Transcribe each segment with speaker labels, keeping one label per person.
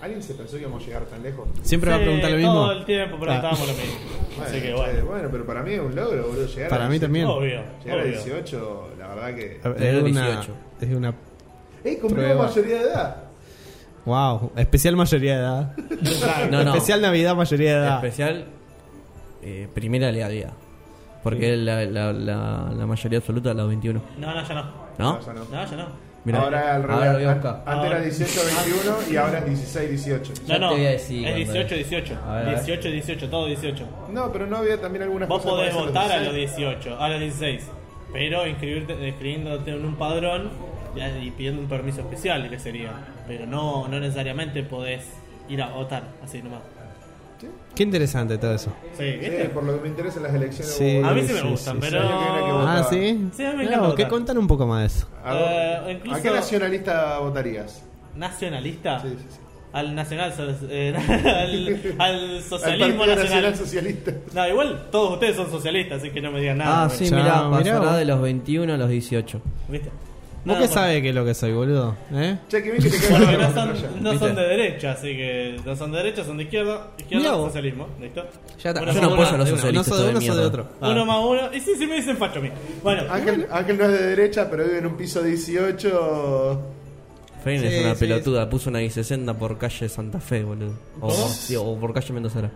Speaker 1: ¿Alguien se pensó que íbamos a llegar tan lejos?
Speaker 2: Siempre va a preguntar lo mismo.
Speaker 3: Todo el tiempo preguntábamos lo mismo. Así que
Speaker 1: che,
Speaker 3: bueno.
Speaker 1: Ah. bueno, pero para mí es un logro, boludo. Llegar
Speaker 2: Para
Speaker 1: a
Speaker 2: mí también.
Speaker 3: Obvio.
Speaker 1: Llegar a
Speaker 3: obvio.
Speaker 1: 18, la verdad que.
Speaker 2: A ver,
Speaker 4: Desde
Speaker 2: Es
Speaker 4: los
Speaker 2: una,
Speaker 4: 18.
Speaker 2: es una.
Speaker 1: ¡Ey, cumplimos
Speaker 2: Prueba.
Speaker 1: mayoría de edad!
Speaker 2: Wow, especial mayoría de edad.
Speaker 3: Exacto.
Speaker 4: No, no.
Speaker 2: Especial Navidad, mayoría de edad.
Speaker 4: Especial eh, primera alearía. Porque la, la, la, la mayoría absoluta es la 21.
Speaker 3: No, no, ya no.
Speaker 4: ¿No?
Speaker 1: No, ya no.
Speaker 3: No, ya no.
Speaker 4: Mirá.
Speaker 1: ahora al revés. Ah,
Speaker 4: Ahora lo voy a
Speaker 1: An-
Speaker 4: buscar.
Speaker 1: Antes era 18, 21 y ahora es 16, 18.
Speaker 3: No,
Speaker 4: Ya
Speaker 3: no.
Speaker 4: te voy a decir
Speaker 3: es
Speaker 4: cuando
Speaker 3: 18,
Speaker 4: es.
Speaker 3: 18.
Speaker 4: A ver, a ver.
Speaker 3: 18, 18, todo 18.
Speaker 1: No, pero no había también algunas
Speaker 3: Vos
Speaker 1: cosas.
Speaker 3: podés
Speaker 1: para hacer
Speaker 3: votar a los
Speaker 1: 16.
Speaker 3: 18, a los 16. Pero inscribirte, inscribiéndote en un padrón ya, y pidiendo un permiso especial, que sería. Pero no, no necesariamente podés ir a votar, así nomás.
Speaker 2: Qué interesante todo eso.
Speaker 3: Sí,
Speaker 1: Sí,
Speaker 3: ¿viste?
Speaker 1: por lo que me interesa las elecciones.
Speaker 2: Sí.
Speaker 1: hubo-
Speaker 3: A mí sí
Speaker 2: Sí,
Speaker 3: me
Speaker 2: sí,
Speaker 3: gustan,
Speaker 2: sí,
Speaker 3: pero.
Speaker 1: sí. Yo creo que vos-
Speaker 2: Ah,
Speaker 1: votaba.
Speaker 2: sí.
Speaker 3: Sí, a
Speaker 2: Mirá
Speaker 3: mí me encanta
Speaker 2: vos, ¿qué
Speaker 3: votar.
Speaker 2: contan un poco más de eso?
Speaker 1: ¿A, vos-
Speaker 3: Eh,
Speaker 1: ¿a
Speaker 3: incluso- Ah,
Speaker 1: qué nacionalista votarías?
Speaker 3: ¿Nacionalista?
Speaker 1: Sí, sí, sí.
Speaker 3: Al nacional. so- eh, al, al socialismo
Speaker 1: Al Partido
Speaker 3: nacional.
Speaker 1: Socialista.
Speaker 3: No, igual todos ustedes son socialistas, así que no me digan nada.
Speaker 4: ah,
Speaker 3: güey.
Speaker 4: sí,
Speaker 2: Chao,
Speaker 4: mirá,
Speaker 2: mirá
Speaker 4: pasará
Speaker 2: vos.
Speaker 4: de los 21 a los 18.
Speaker 3: ¿Viste?
Speaker 2: ¿Vos
Speaker 3: Nada
Speaker 2: qué
Speaker 3: más.
Speaker 2: sabés que es lo que soy, boludo? ¿Eh?
Speaker 1: Che, que bien que te quedas con
Speaker 3: Porque no
Speaker 1: la
Speaker 3: son,
Speaker 1: pantalla.
Speaker 3: no son
Speaker 4: ¿Viste?
Speaker 3: de derecha, así que no son de derecha, son de izquierda.
Speaker 2: Mirá
Speaker 3: Izquierda
Speaker 2: vos.
Speaker 3: socialismo, ¿listo?
Speaker 2: Ya está.
Speaker 3: Uno
Speaker 4: Yo
Speaker 3: más
Speaker 4: no
Speaker 3: uno,
Speaker 4: apoyo a los
Speaker 2: de una.
Speaker 4: socialistas.
Speaker 2: No soy de uno,
Speaker 4: de
Speaker 2: soy de
Speaker 4: mierda.
Speaker 2: otro.
Speaker 3: uno más uno. Y sí, sí me dicen facho a mí. Bueno,
Speaker 1: Ángel, Ángel no es de derecha, pero vive en un piso 18.
Speaker 4: Fein
Speaker 2: Sí,
Speaker 4: es una
Speaker 2: sí,
Speaker 4: pelotuda, puso una I60 por calle Santa Fe, boludo. O,
Speaker 3: ¿Cómo?
Speaker 4: sí, o por calle Mendozara.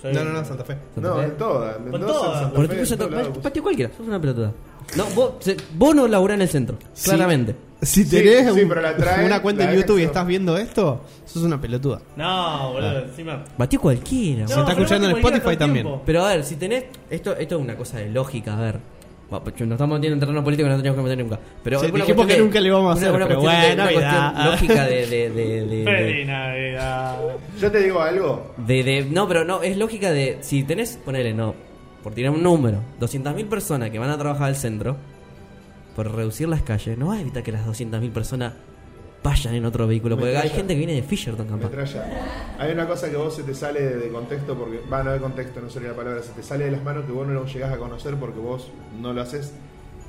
Speaker 3: soy-
Speaker 2: Santa Fe.
Speaker 4: ¿Santa
Speaker 1: No,
Speaker 4: Fe?
Speaker 1: en toda. En Mendoza,
Speaker 3: toda.
Speaker 1: en Santa
Speaker 4: Porque
Speaker 1: Fe,
Speaker 4: te
Speaker 1: en
Speaker 4: puso
Speaker 1: todos lados.
Speaker 4: patio cualquiera, sos una pelotuda. No, vos, se- vos no laburás en el centro, claramente.
Speaker 2: Si
Speaker 1: Sí,
Speaker 2: tenés
Speaker 1: sí,
Speaker 2: un-
Speaker 1: pero la traen,
Speaker 2: una cuenta
Speaker 1: la
Speaker 2: en YouTube y
Speaker 1: dejan.
Speaker 2: estás viendo esto, sos una pelotuda.
Speaker 3: No, boludo, encima.
Speaker 4: Batí cualquiera,
Speaker 3: No,
Speaker 2: está
Speaker 3: pero
Speaker 2: escuchando en
Speaker 3: cualquiera todo el
Speaker 2: Spotify también.
Speaker 3: tiempo.
Speaker 4: Pero a ver, si tenés. Esto, esto es una cosa de lógica, a ver. Va, pues, No estamos metiendo en terreno político, no tenemos que meter nunca. Pero
Speaker 2: Sí,
Speaker 4: es una
Speaker 2: dijimos
Speaker 4: cuestión
Speaker 2: que nunca le vamos a hacer, pero
Speaker 4: cuestión de-
Speaker 2: bueno,
Speaker 4: una
Speaker 2: mirá.
Speaker 4: cuestión lógica de. de, de, de-
Speaker 3: Feliz Navidad.
Speaker 1: Yo te digo algo.
Speaker 4: de- de- no, pero no, es lógica de. Si tenés, ponele, no. Por tirar un número, 200.000 personas que van a trabajar al centro, por reducir las calles, no vas a evitar que las 200.000 personas vayan en otro vehículo. Porque hay
Speaker 1: Metralla.
Speaker 4: gente que viene de Fisherton, capaz.
Speaker 1: Metralla. Hay una cosa que vos se te sale de contexto porque. Va, no de contexto, no sería la palabra. Se te sale de las manos que vos no lo llegás a conocer porque vos no lo haces.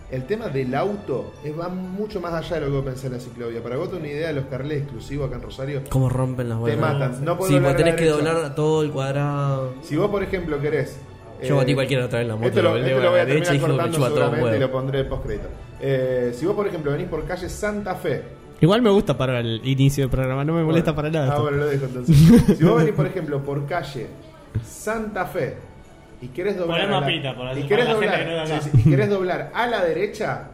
Speaker 1: El tema del auto es, va mucho más allá de lo que vos pensás en la ciclovia. Para vos, una idea de los carles exclusivos acá en Rosario.
Speaker 4: ¿Cómo rompen las
Speaker 1: Te
Speaker 4: bolas?
Speaker 1: matan. No podés
Speaker 4: sí,
Speaker 1: doblar
Speaker 4: vos
Speaker 1: a la
Speaker 4: tenés que
Speaker 1: derecha.
Speaker 4: doblar todo el cuadrado.
Speaker 1: Si vos, por ejemplo, querés. eh,
Speaker 4: Yo batí cualquiera otra vez la moto,
Speaker 1: Esto lo,
Speaker 4: lo
Speaker 1: esto
Speaker 4: volteo
Speaker 1: lo
Speaker 4: a
Speaker 1: voy a
Speaker 4: la derecha
Speaker 1: terminar
Speaker 4: y dije, me
Speaker 1: cortando
Speaker 4: chupa todo un
Speaker 1: seguramente y
Speaker 4: huevo.
Speaker 1: lo pondré en postcrédito. Eh, si vos, por ejemplo, venís por calle Santa Fe,
Speaker 2: Igual me gusta para el inicio del programa, no me molesta
Speaker 1: Bueno.
Speaker 2: para nada.
Speaker 1: Ah,
Speaker 2: esto.
Speaker 1: bueno, lo dejo entonces. si vos venís, por ejemplo, por calle Santa Fe y querés doblar.
Speaker 3: Poné
Speaker 1: a la-
Speaker 3: mapita para-
Speaker 1: y querés
Speaker 3: para la
Speaker 1: doblar,
Speaker 3: gente que no es de acá.
Speaker 1: sí, sí, y querés doblar a la derecha.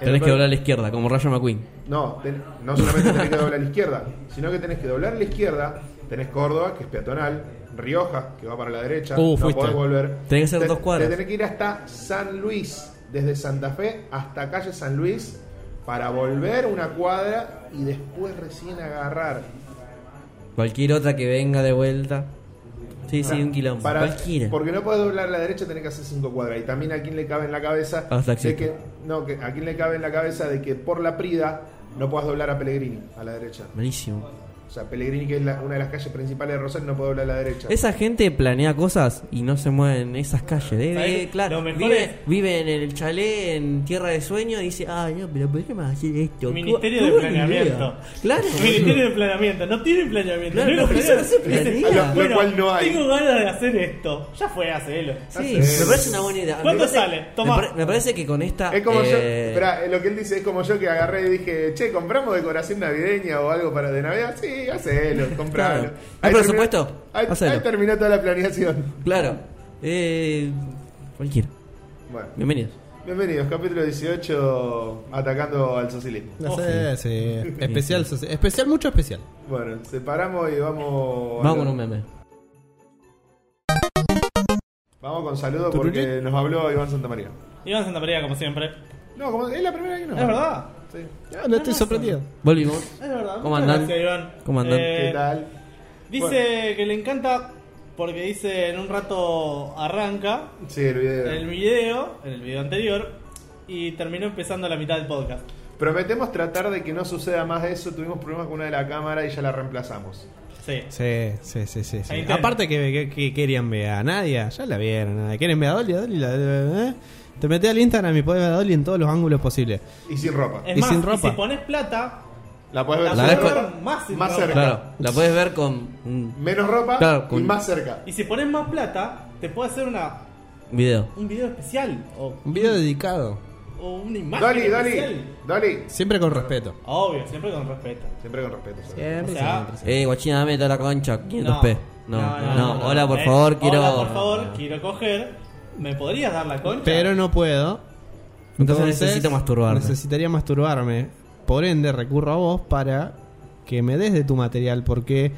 Speaker 4: Tenés
Speaker 1: el-
Speaker 4: que doblar a la izquierda, como Rayo McQueen.
Speaker 1: No, ten- no solamente tenés que doblar a la izquierda, sino que tenés que doblar a la izquierda. Tenés Córdoba, que es peatonal. Rioja, que va para la derecha.
Speaker 2: Uh,
Speaker 1: no
Speaker 2: fuiste.
Speaker 1: podés volver.
Speaker 4: Tenés que hacer
Speaker 1: Te-
Speaker 4: dos cuadras.
Speaker 1: Te tenés que ir hasta San Luis. Desde Santa Fe hasta calle San Luis. Para volver una cuadra y después recién agarrar.
Speaker 4: Cualquier otra que venga de vuelta. Sí, sí, un quilombo.
Speaker 1: Para-
Speaker 4: Cualquiera.
Speaker 1: Porque no puedes doblar a la derecha, tenés que hacer cinco cuadras. Y también a quién le cabe en la cabeza
Speaker 4: A los
Speaker 1: de
Speaker 4: taxistas.
Speaker 1: que no, que a quién le cabe en la cabeza de que por la Prida no puedas doblar a Pellegrini a la derecha.
Speaker 4: Malísimo.
Speaker 1: O sea, Pellegrini que es la- una de las calles principales de Rosario no puede doblar a la derecha.
Speaker 4: Esa gente planea cosas y no se mueve en esas calles. eh,
Speaker 3: ¿Sabés?
Speaker 4: eh, claro,
Speaker 3: Lo mejor
Speaker 4: vive,
Speaker 3: es-
Speaker 4: vive en el chalet, en tierra de sueño, y dice, ah, no, pero podríamos hacer esto. Qué-
Speaker 3: Ministerio
Speaker 4: qué
Speaker 3: de
Speaker 4: buena
Speaker 3: Planeamiento.
Speaker 4: idea". Claro.
Speaker 3: Ministerio
Speaker 4: boludo.
Speaker 3: de Planeamiento. No tiene planeamiento.
Speaker 4: Claro,
Speaker 3: no
Speaker 4: no,
Speaker 3: tiene
Speaker 4: pero eso no se
Speaker 3: planeamiento.
Speaker 4: planea.
Speaker 3: Dice,
Speaker 1: Lo
Speaker 3: bueno,
Speaker 1: cual no hay.
Speaker 3: Tengo ganas de hacer esto. Ya fue, hacelo.
Speaker 4: Sí,
Speaker 1: Hace-
Speaker 4: me parece una buena idea. Me
Speaker 3: ¿Cuándo
Speaker 4: parece-
Speaker 3: sale? Tomá.
Speaker 4: Me, pare- me parece que con esta.
Speaker 1: Es como yo,
Speaker 4: eh,
Speaker 1: esperá, eh, lo que él dice es como yo que agarré y dije, che, compramos decoración navideña o algo para de Navidad. Sí, hacelo, compralo.
Speaker 4: Claro.
Speaker 1: Ahí
Speaker 4: Hay
Speaker 1: terminó-
Speaker 4: presupuesto,
Speaker 1: Ahí,
Speaker 4: hacelo.
Speaker 1: ahí terminó toda la planeación.
Speaker 4: Claro. Eh, cualquiera.
Speaker 1: Bueno,
Speaker 4: Bienvenidos.
Speaker 1: bienvenidos, capítulo 18, atacando al socialismo.
Speaker 2: No sé, sí. Especial, soci- especial, mucho especial.
Speaker 1: Bueno, separamos y vamos.
Speaker 4: Vamos con un meme.
Speaker 1: Vamos con saludos porque nos habló Iván Santamaría.
Speaker 3: Iván Santa María, como siempre.
Speaker 1: No, como, es la primera que nos
Speaker 3: Es
Speaker 1: habla.
Speaker 3: verdad.
Speaker 1: Sí.
Speaker 4: Ah,
Speaker 2: No, no estoy sorprendido.
Speaker 4: Volvimos.
Speaker 3: Es verdad.
Speaker 4: ¿Cómo andan?
Speaker 3: Muchas Gracias, Iván.
Speaker 4: ¿Cómo andan?
Speaker 3: Eh,
Speaker 1: ¿Qué tal?
Speaker 3: Dice que le encanta porque dice en un rato arranca
Speaker 1: Sí, el video.
Speaker 3: el video, en el video anterior, y terminó empezando a la mitad del podcast.
Speaker 1: Prometemos tratar de que no suceda más de eso. Tuvimos problemas con una de la cámara y ya la reemplazamos.
Speaker 3: Sí.
Speaker 2: Sí, sí, sí, sí. sí.
Speaker 3: Ahí tenés.
Speaker 2: Aparte que, que- que querían ver a Nadia, ya la vieron. a Nadia. ¿Quieren ver a Dolly? A Dolly la- eh. Te metés al Instagram y podés ver a Dolly en todos los ángulos posibles.
Speaker 1: Y sin ropa.
Speaker 3: Es
Speaker 2: Y
Speaker 3: más,
Speaker 2: sin
Speaker 3: y
Speaker 2: ropa.
Speaker 3: si pones plata,
Speaker 1: La podés ver
Speaker 3: Eh, La
Speaker 1: sin
Speaker 4: podés
Speaker 1: ropa, más,
Speaker 3: ver más sin ropa.
Speaker 1: cerca.
Speaker 4: Claro, la puedes ver con un
Speaker 1: Menos ropa
Speaker 4: Claro, con-
Speaker 1: y más cerca.
Speaker 3: y si pones más plata, te puede hacer una,
Speaker 4: video.
Speaker 3: un video especial o,
Speaker 2: Un video dedicado.
Speaker 3: o una imagen
Speaker 1: Dolly,
Speaker 3: especial.
Speaker 1: Dolly, Dolly.
Speaker 2: Siempre con respeto.
Speaker 3: Obvio, siempre con respeto.
Speaker 1: Siempre con respeto. sobre todo.
Speaker 3: O
Speaker 2: Siempre,
Speaker 3: sea,
Speaker 2: siempre, siempre.
Speaker 4: Eh, guachina, dame toda la concha, 500p. No, no, hola, por
Speaker 3: Eh,
Speaker 4: favor, quiero.
Speaker 3: Hola, por favor, quiero coger. ¿Me podrías dar la concha?
Speaker 2: Pero no puedo.
Speaker 4: eh, Entonces necesito masturbarme.
Speaker 2: Necesitaría masturbarme. Por ende, recurro a vos para que me des de tu material porque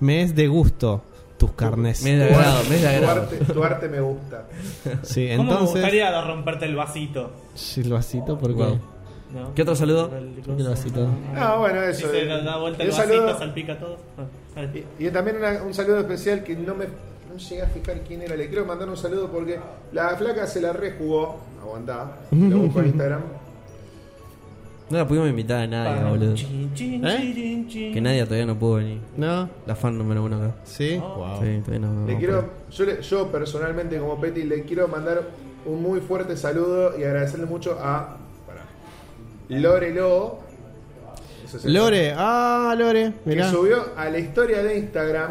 Speaker 2: me es de gusto tus carnes.
Speaker 4: Me es de agrado, me es de
Speaker 1: Tu
Speaker 4: agrado.
Speaker 1: arte, tu arte me gusta.
Speaker 2: Sí,
Speaker 3: ¿Cómo me
Speaker 2: entonces.
Speaker 3: gustaría de romperte el vasito?
Speaker 2: Sí, lo asito porque.
Speaker 4: Wow.
Speaker 3: ¿No?
Speaker 4: ¿Qué otro saludo?
Speaker 2: ¿Qué vasito?
Speaker 1: Ah, bueno, eso.
Speaker 3: Dice,
Speaker 1: eh.
Speaker 3: da- da vuelta
Speaker 1: Y
Speaker 3: el
Speaker 1: un
Speaker 3: vasito,
Speaker 1: saludo-
Speaker 3: salpica a todos. Ah, ahí.
Speaker 1: Y, y también una- un saludo especial que no me no llegué a fijar quién era. Le quiero mandar un saludo porque la flaca se la rejugó. Aguantá. Lo busco en Instagram.
Speaker 4: No la pudimos invitar a nadie,
Speaker 3: Para.
Speaker 4: boludo.
Speaker 3: Chin, chin,
Speaker 2: ¿Eh?
Speaker 3: chin, chin.
Speaker 4: Que nadie todavía no pudo venir.
Speaker 2: ¿No?
Speaker 4: La fan número uno acá.
Speaker 2: ¿Sí?
Speaker 4: Sí, todavía no. no
Speaker 1: Le
Speaker 4: pudo.
Speaker 1: quiero,
Speaker 2: pues.
Speaker 1: yo, le- yo personalmente como Petty le quiero mandar un muy fuerte saludo y agradecerle mucho a pará, Lore Lo. Eso es el-
Speaker 2: Lore, ah, Lore,
Speaker 1: Que
Speaker 2: mirá.
Speaker 1: subió a la historia de Instagram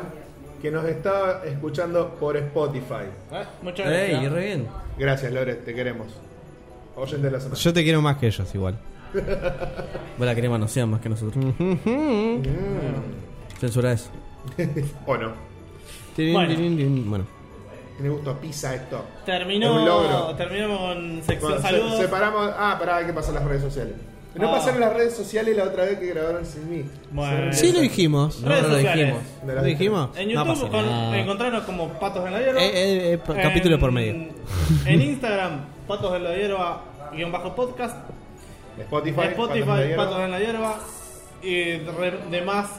Speaker 1: que nos estaba escuchando por Spotify.
Speaker 3: Ah, Muchas gracias.
Speaker 4: Ey, re bien.
Speaker 1: Gracias Lore, te queremos. Oyente de la semana.
Speaker 2: Yo te quiero más que ellos igual.
Speaker 4: Vos la querés manosear más que nosotros.
Speaker 2: Mm-hmm.
Speaker 4: Censura eso.
Speaker 1: ¿O no?
Speaker 2: Tirin,
Speaker 3: Bueno.
Speaker 2: tirin, tirin. bueno.
Speaker 1: Tiene gusto a pizza esto. Es un
Speaker 3: Terminó,
Speaker 1: logro.
Speaker 3: terminamos con sección
Speaker 1: Bueno, se-
Speaker 3: saludos.
Speaker 1: separamos. Ah, pará, hay que pasar las redes sociales. No
Speaker 3: Ah.
Speaker 1: pasaron las redes sociales la otra vez que grabaron sin mí.
Speaker 3: Bueno.
Speaker 2: Sí, lo dijimos.
Speaker 4: No, no lo
Speaker 3: sociales.
Speaker 4: dijimos.
Speaker 1: Me la
Speaker 2: ¿Lo
Speaker 1: vi.
Speaker 2: dijimos?
Speaker 3: En
Speaker 4: No
Speaker 3: YouTube
Speaker 4: pasa
Speaker 3: con-
Speaker 4: nada.
Speaker 3: encontrarnos como Patos en la
Speaker 2: Eh,
Speaker 3: Hierba.
Speaker 2: eh, eh, pa- capítulo
Speaker 3: En-
Speaker 2: por medio.
Speaker 3: En Instagram, Patos en la Hierba, guión bajo podcast.
Speaker 1: Spotify.
Speaker 3: Spotify,
Speaker 1: Patos de Hierba.
Speaker 3: Patos en la Hierba. Y re- demás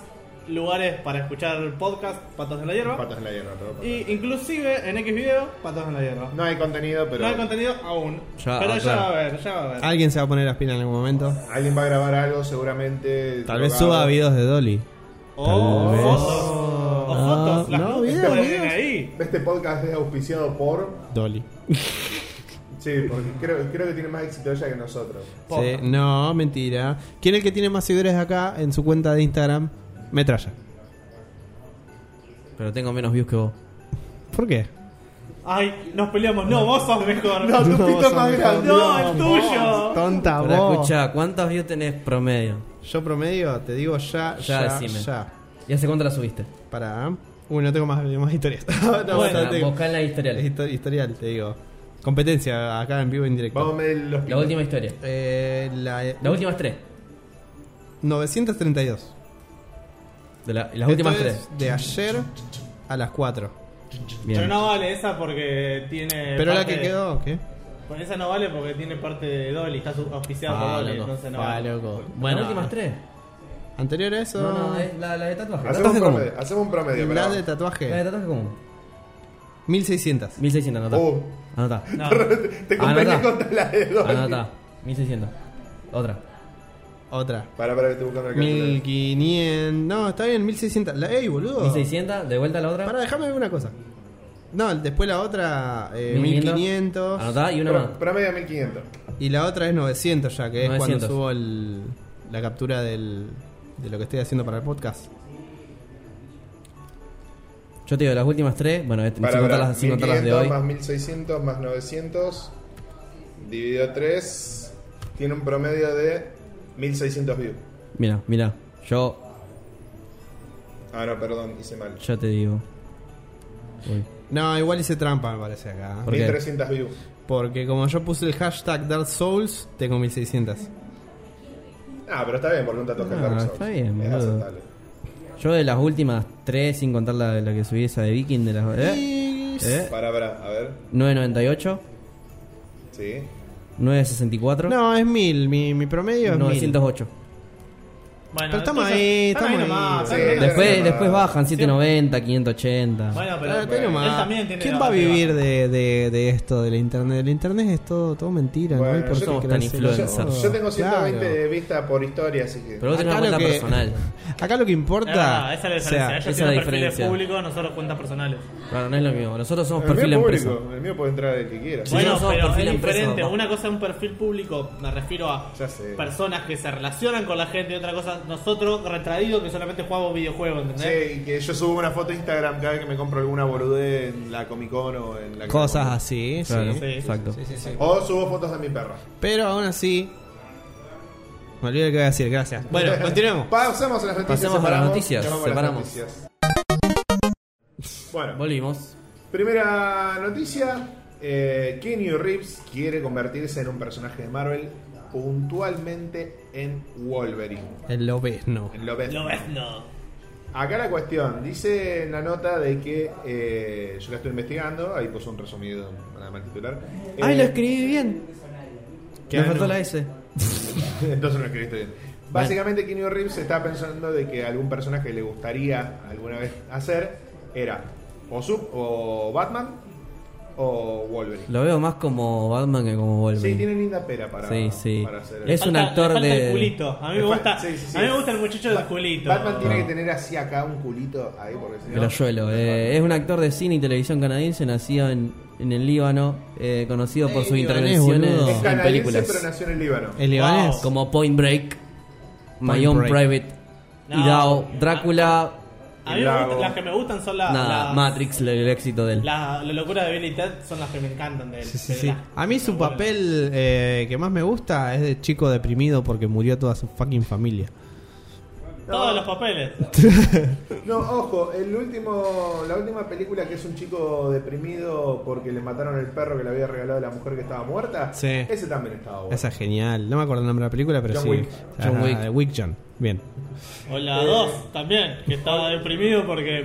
Speaker 3: lugares para escuchar el podcast, Patos en la Hierba.
Speaker 1: Patos en la hierba, todo patos.
Speaker 3: Y inclusive en X video, Patos en la Hierba.
Speaker 1: No hay contenido, pero.
Speaker 3: No hay contenido aún.
Speaker 4: Ya,
Speaker 3: pero
Speaker 4: ah,
Speaker 3: ya
Speaker 4: claro.
Speaker 3: va a haber, ya va a haber.
Speaker 2: Alguien se va a poner las pilas en algún momento.
Speaker 1: Alguien va a grabar algo, seguramente.
Speaker 2: Tal vez
Speaker 1: drogado.
Speaker 2: suba videos de Dolly.
Speaker 3: O
Speaker 2: Tal vez.
Speaker 3: Oh, fotos. O
Speaker 2: Ah,
Speaker 3: fotos. las
Speaker 2: no,
Speaker 3: que
Speaker 2: videos,
Speaker 3: ponen
Speaker 2: videos.
Speaker 3: ahí.
Speaker 1: Este podcast es auspiciado por.
Speaker 2: Dolly.
Speaker 1: Sí, porque creo, creo que tiene más éxito ella que nosotros.
Speaker 2: Sí, no, mentira. ¿Quién es el que tiene más seguidores acá en su cuenta de Instagram? Metralla.
Speaker 4: Pero tengo menos views que vos.
Speaker 2: ¿Por qué?
Speaker 3: Ay, nos peleamos. No, vos sos mejor.
Speaker 1: No, tu
Speaker 2: No,
Speaker 1: pito
Speaker 2: vos
Speaker 1: es
Speaker 2: sos
Speaker 1: más
Speaker 2: un
Speaker 1: grande.
Speaker 3: No, el tuyo.
Speaker 2: Tonta
Speaker 4: Ahora
Speaker 2: vos.
Speaker 4: escucha, ¿cuántos views tenés promedio?
Speaker 2: Yo promedio, te digo ya,
Speaker 4: Ya,
Speaker 2: ya, ya.
Speaker 4: decime. ¿Y hace cuánto la subiste?
Speaker 2: Para. Uy, no tengo más, más historias. no,
Speaker 4: Bueno,
Speaker 2: no tengo. Este-
Speaker 4: buscá en la
Speaker 2: Es
Speaker 4: historial.
Speaker 2: histo- historial, te digo. Competencia acá en vivo en directo.
Speaker 1: Vamos a ver los
Speaker 4: La última historia.
Speaker 2: Eh, la
Speaker 4: Las últimas tres.
Speaker 2: 932.
Speaker 4: De la- las últimas
Speaker 2: Esto es
Speaker 4: tres.
Speaker 2: De ayer a las 4.
Speaker 3: Pero
Speaker 4: Bien.
Speaker 3: no vale esa porque tiene.
Speaker 2: Pero la
Speaker 3: parte
Speaker 2: que
Speaker 3: de-
Speaker 2: quedó, ¿qué?
Speaker 3: Con esa no vale porque tiene parte de Dolly, está su- auspiciado
Speaker 4: Ah,
Speaker 3: por Dolly, entonces no vale.
Speaker 4: Bueno, las últimas tres.
Speaker 2: Anterior a eso.
Speaker 4: No, no, es la, la de tatuaje.
Speaker 1: Hacemos un
Speaker 4: ¿Tatuaje común?
Speaker 1: promedio. Hacemos un promedio, pero.
Speaker 2: la de
Speaker 4: La de
Speaker 2: tatuaje.
Speaker 4: tatuaje común.
Speaker 2: 1600.
Speaker 4: 1600, anotá.
Speaker 1: Uh,
Speaker 4: Anotá.
Speaker 3: No,
Speaker 1: te competís
Speaker 4: Anotá.
Speaker 1: contra la de dos.
Speaker 4: Anotá. 1600. Otra.
Speaker 2: Otra.
Speaker 1: Para, para que estoy buscando el cálculo.
Speaker 2: 1500. No, está bien, 1600. La, ¡Ey,
Speaker 1: Oh.
Speaker 2: boludo!
Speaker 4: 1600, de vuelta a la otra.
Speaker 2: Pará, déjame ver una cosa. No, después la otra, eh,
Speaker 4: 1500.
Speaker 2: 1500.
Speaker 4: Anotá y una más.
Speaker 1: Pro- Promedio 1500.
Speaker 2: Y la otra es 900 ya, que es
Speaker 4: 900.
Speaker 2: cuando subo el- la captura del, de lo que estoy haciendo para el podcast.
Speaker 4: Yo te digo, las últimas tres, bueno, este-
Speaker 1: Para,
Speaker 4: sin contar
Speaker 1: para,
Speaker 4: las, sin contar las de hoy.
Speaker 1: más 1600 más 900 dividido 3 tiene un promedio de 1600 views.
Speaker 4: Mira, mira, yo,
Speaker 1: Ah, no, perdón, hice mal.
Speaker 4: yo te digo. Uy.
Speaker 2: No, igual hice trampa, me parece acá. ¿eh?
Speaker 4: ¿Por qué?
Speaker 1: 1300 views.
Speaker 2: Porque como yo puse el hashtag Dark Souls, tengo 1600.
Speaker 1: Ah, pero está bien, porque un tatuaje
Speaker 4: Ah,
Speaker 1: en Dark Souls.
Speaker 4: está bien,
Speaker 1: Es
Speaker 4: boludo.
Speaker 1: aceptable.
Speaker 4: Yo de las últimas tres, sin contar la, la que subí esa de Viking, de las. ¿eh?
Speaker 2: Y-
Speaker 4: ¿Eh?
Speaker 1: Para, para, a ver.
Speaker 4: 998,
Speaker 1: Sí.
Speaker 4: 964,
Speaker 2: No, es 1000. Mi, mi promedio es 1000.
Speaker 4: 908.
Speaker 2: Pero estamos ahí, estamos ahí.
Speaker 1: Sí,
Speaker 3: nomás,
Speaker 1: Pero
Speaker 4: Después,
Speaker 1: no,
Speaker 4: después bajan,
Speaker 3: sí.
Speaker 4: 790, 580.
Speaker 3: Bueno, pero,
Speaker 2: Claro, está
Speaker 3: él
Speaker 2: nomás.
Speaker 3: también tiene
Speaker 2: ¿Quién
Speaker 3: la
Speaker 2: va a
Speaker 3: motivación.
Speaker 2: vivir de, de- de esto, de la internet? El internet es todo, todo mentira,
Speaker 1: Bueno,
Speaker 2: ¿no? Hay por
Speaker 1: yo
Speaker 2: qué
Speaker 1: somos
Speaker 4: tan
Speaker 2: creerse todo.
Speaker 4: influencers.
Speaker 1: Yo, yo tengo 120
Speaker 2: Claro.
Speaker 1: de vista por historia, así que.
Speaker 4: pero vos tenés
Speaker 2: Acá
Speaker 4: una
Speaker 2: lo
Speaker 4: cuenta
Speaker 2: que-
Speaker 4: personal.
Speaker 2: Acá lo que importa.
Speaker 3: Es verdad, esa es la
Speaker 2: o
Speaker 3: diferencia.
Speaker 2: sea,
Speaker 3: Ellos
Speaker 4: esa es
Speaker 3: tienen
Speaker 4: la
Speaker 3: perfiles
Speaker 4: diferencia.
Speaker 3: públicos, nosotros cuentas personales.
Speaker 4: Claro, no es lo mismo. Nosotros somos
Speaker 1: el
Speaker 4: perfil
Speaker 1: mío
Speaker 4: empresa.
Speaker 1: público, el mío puede entrar el que quiera.
Speaker 4: Sí.
Speaker 3: Bueno,
Speaker 4: nosotros somos
Speaker 3: pero es
Speaker 4: perfil
Speaker 3: diferente.
Speaker 4: empresa, papá.
Speaker 3: Una cosa es un perfil público, me refiero a
Speaker 1: Ya sé.
Speaker 3: personas que se relacionan con la gente, y otra cosa, nosotros retraídos que solamente jugamos videojuegos, ¿entendés?
Speaker 1: Sí, y que yo subo una foto a Instagram cada vez que me compro alguna boludez en la Comic Con o en la
Speaker 2: Cosas así,
Speaker 4: Claro,
Speaker 2: sí.
Speaker 4: exacto.
Speaker 2: Sí, sí, sí.
Speaker 1: O subo fotos de mi perro.
Speaker 2: Pero aún así. Me olvidé lo que iba a decir, gracias. Bueno, continuemos.
Speaker 1: Pasemos a las noticias.
Speaker 4: Pasemos a las
Speaker 1: separamos,
Speaker 4: noticias,
Speaker 1: llamamos a
Speaker 4: separamos.
Speaker 1: noticias. Bueno,
Speaker 4: Volvimos.
Speaker 1: primera noticia. Eh, Keanu Reeves quiere convertirse en un personaje de Marvel, puntualmente en Wolverine.
Speaker 2: El obesno.
Speaker 1: En Lobezno.
Speaker 3: Lo ves, no.
Speaker 1: Acá la cuestión, dice en la nota de que eh, yo la estoy investigando, ahí puso un resumido, nada más titular. Eh,
Speaker 4: Ay, lo escribí bien.
Speaker 1: que
Speaker 4: Me
Speaker 1: han-
Speaker 4: faltó la S.
Speaker 1: Entonces no escribiste bien. Básicamente, Keanu Reeves está pensando de que algún personaje que le gustaría alguna vez hacer era o, Sup- o Batman o Wolverine.
Speaker 4: Lo veo más como Batman que como Wolverine.
Speaker 1: Sí, tiene linda pera para,
Speaker 4: Sí, sí.
Speaker 1: para hacer
Speaker 4: Es
Speaker 3: Falta-
Speaker 4: un actor
Speaker 3: le falta
Speaker 4: de-
Speaker 3: El culito. A mí me
Speaker 1: Le fal-
Speaker 3: gusta,
Speaker 1: sí, sí, sí.
Speaker 3: a mí me gusta el muchacho del culito.
Speaker 1: Batman
Speaker 4: Ah.
Speaker 1: tiene que tener así acá un culito ahí porque si no-
Speaker 4: Grayuelo, eh, es un actor de cine y televisión canadiense, nacido en, en el Líbano, eh, conocido por
Speaker 2: Ey,
Speaker 4: sus
Speaker 2: libanés,
Speaker 4: intervenciones
Speaker 2: boludo.
Speaker 1: Es
Speaker 4: en
Speaker 1: canadiense, pero
Speaker 4: películas Eh,
Speaker 1: nació en el Líbano.
Speaker 2: El libanés.
Speaker 4: como Point Break, My Own
Speaker 2: Break.
Speaker 4: Private,
Speaker 3: No.
Speaker 4: Idaho, Drácula,
Speaker 3: A mí me
Speaker 1: Lago.
Speaker 3: gustan- las que me gustan son las.
Speaker 4: nada,
Speaker 3: las-
Speaker 4: Matrix, el, el éxito de él.
Speaker 3: Ah, La, la locura de Billy Ted son las que me encantan de él.
Speaker 2: Sí, sí,
Speaker 3: pero
Speaker 2: sí.
Speaker 3: las-
Speaker 2: A mí su
Speaker 3: me vuelven.
Speaker 2: papel eh, que más me gusta es de chico deprimido porque murió toda su fucking familia.
Speaker 3: Todos los papeles.
Speaker 1: No, ojo, el último, la última película que es un chico deprimido porque le mataron el perro que le había regalado la mujer que estaba muerta,
Speaker 2: Sí.
Speaker 1: ese también estaba bueno.
Speaker 2: Esa es genial. No me acuerdo el nombre de la película, pero
Speaker 1: John
Speaker 2: sí.
Speaker 1: Wick.
Speaker 2: Ajá,
Speaker 4: John Wick.
Speaker 2: John. Bien.
Speaker 3: O la 2 también, que estaba deprimido porque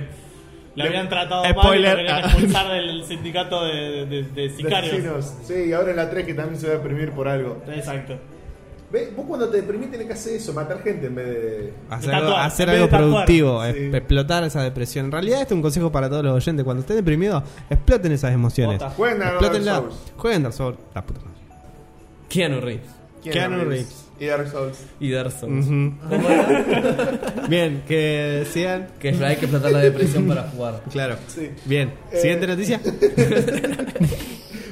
Speaker 3: lo
Speaker 1: Le-
Speaker 3: habían tratado
Speaker 2: Ah. Spoiler.
Speaker 3: mal y lo querían expulsar del sindicato de, de- de
Speaker 1: De
Speaker 3: sicarios.
Speaker 1: asesinos. Sí, y ahora en la 3 que también se va a deprimir por algo.
Speaker 3: Exacto.
Speaker 1: Ve, Vos cuando te deprimís tenés que hacer eso, matar gente en vez de...
Speaker 4: Ah.
Speaker 2: Hacer,
Speaker 3: Tatuar,
Speaker 2: algo-
Speaker 3: en
Speaker 2: hacer
Speaker 3: vez de
Speaker 2: algo
Speaker 3: tatuar.
Speaker 2: productivo,
Speaker 1: Sí.
Speaker 2: es- explotar esa depresión. En realidad, este es un consejo para todos los oyentes. Cuando estén deprimidos, exploten esas emociones.
Speaker 3: Bota.
Speaker 1: Jueguen a Dark
Speaker 2: Explótenla.
Speaker 1: Souls.
Speaker 2: Jueguen Dark Souls. La puta madre.
Speaker 4: Keanu Reeves
Speaker 1: Keanu
Speaker 2: Keanu
Speaker 1: Reeves. Y Dark Souls.
Speaker 4: y Darson.
Speaker 2: Ujú. Bien, que sean.
Speaker 4: Que es verdad, hay que explotar la depresión para jugar.
Speaker 2: Claro.
Speaker 1: Sí.
Speaker 2: Bien,
Speaker 1: Eh.
Speaker 2: siguiente noticia.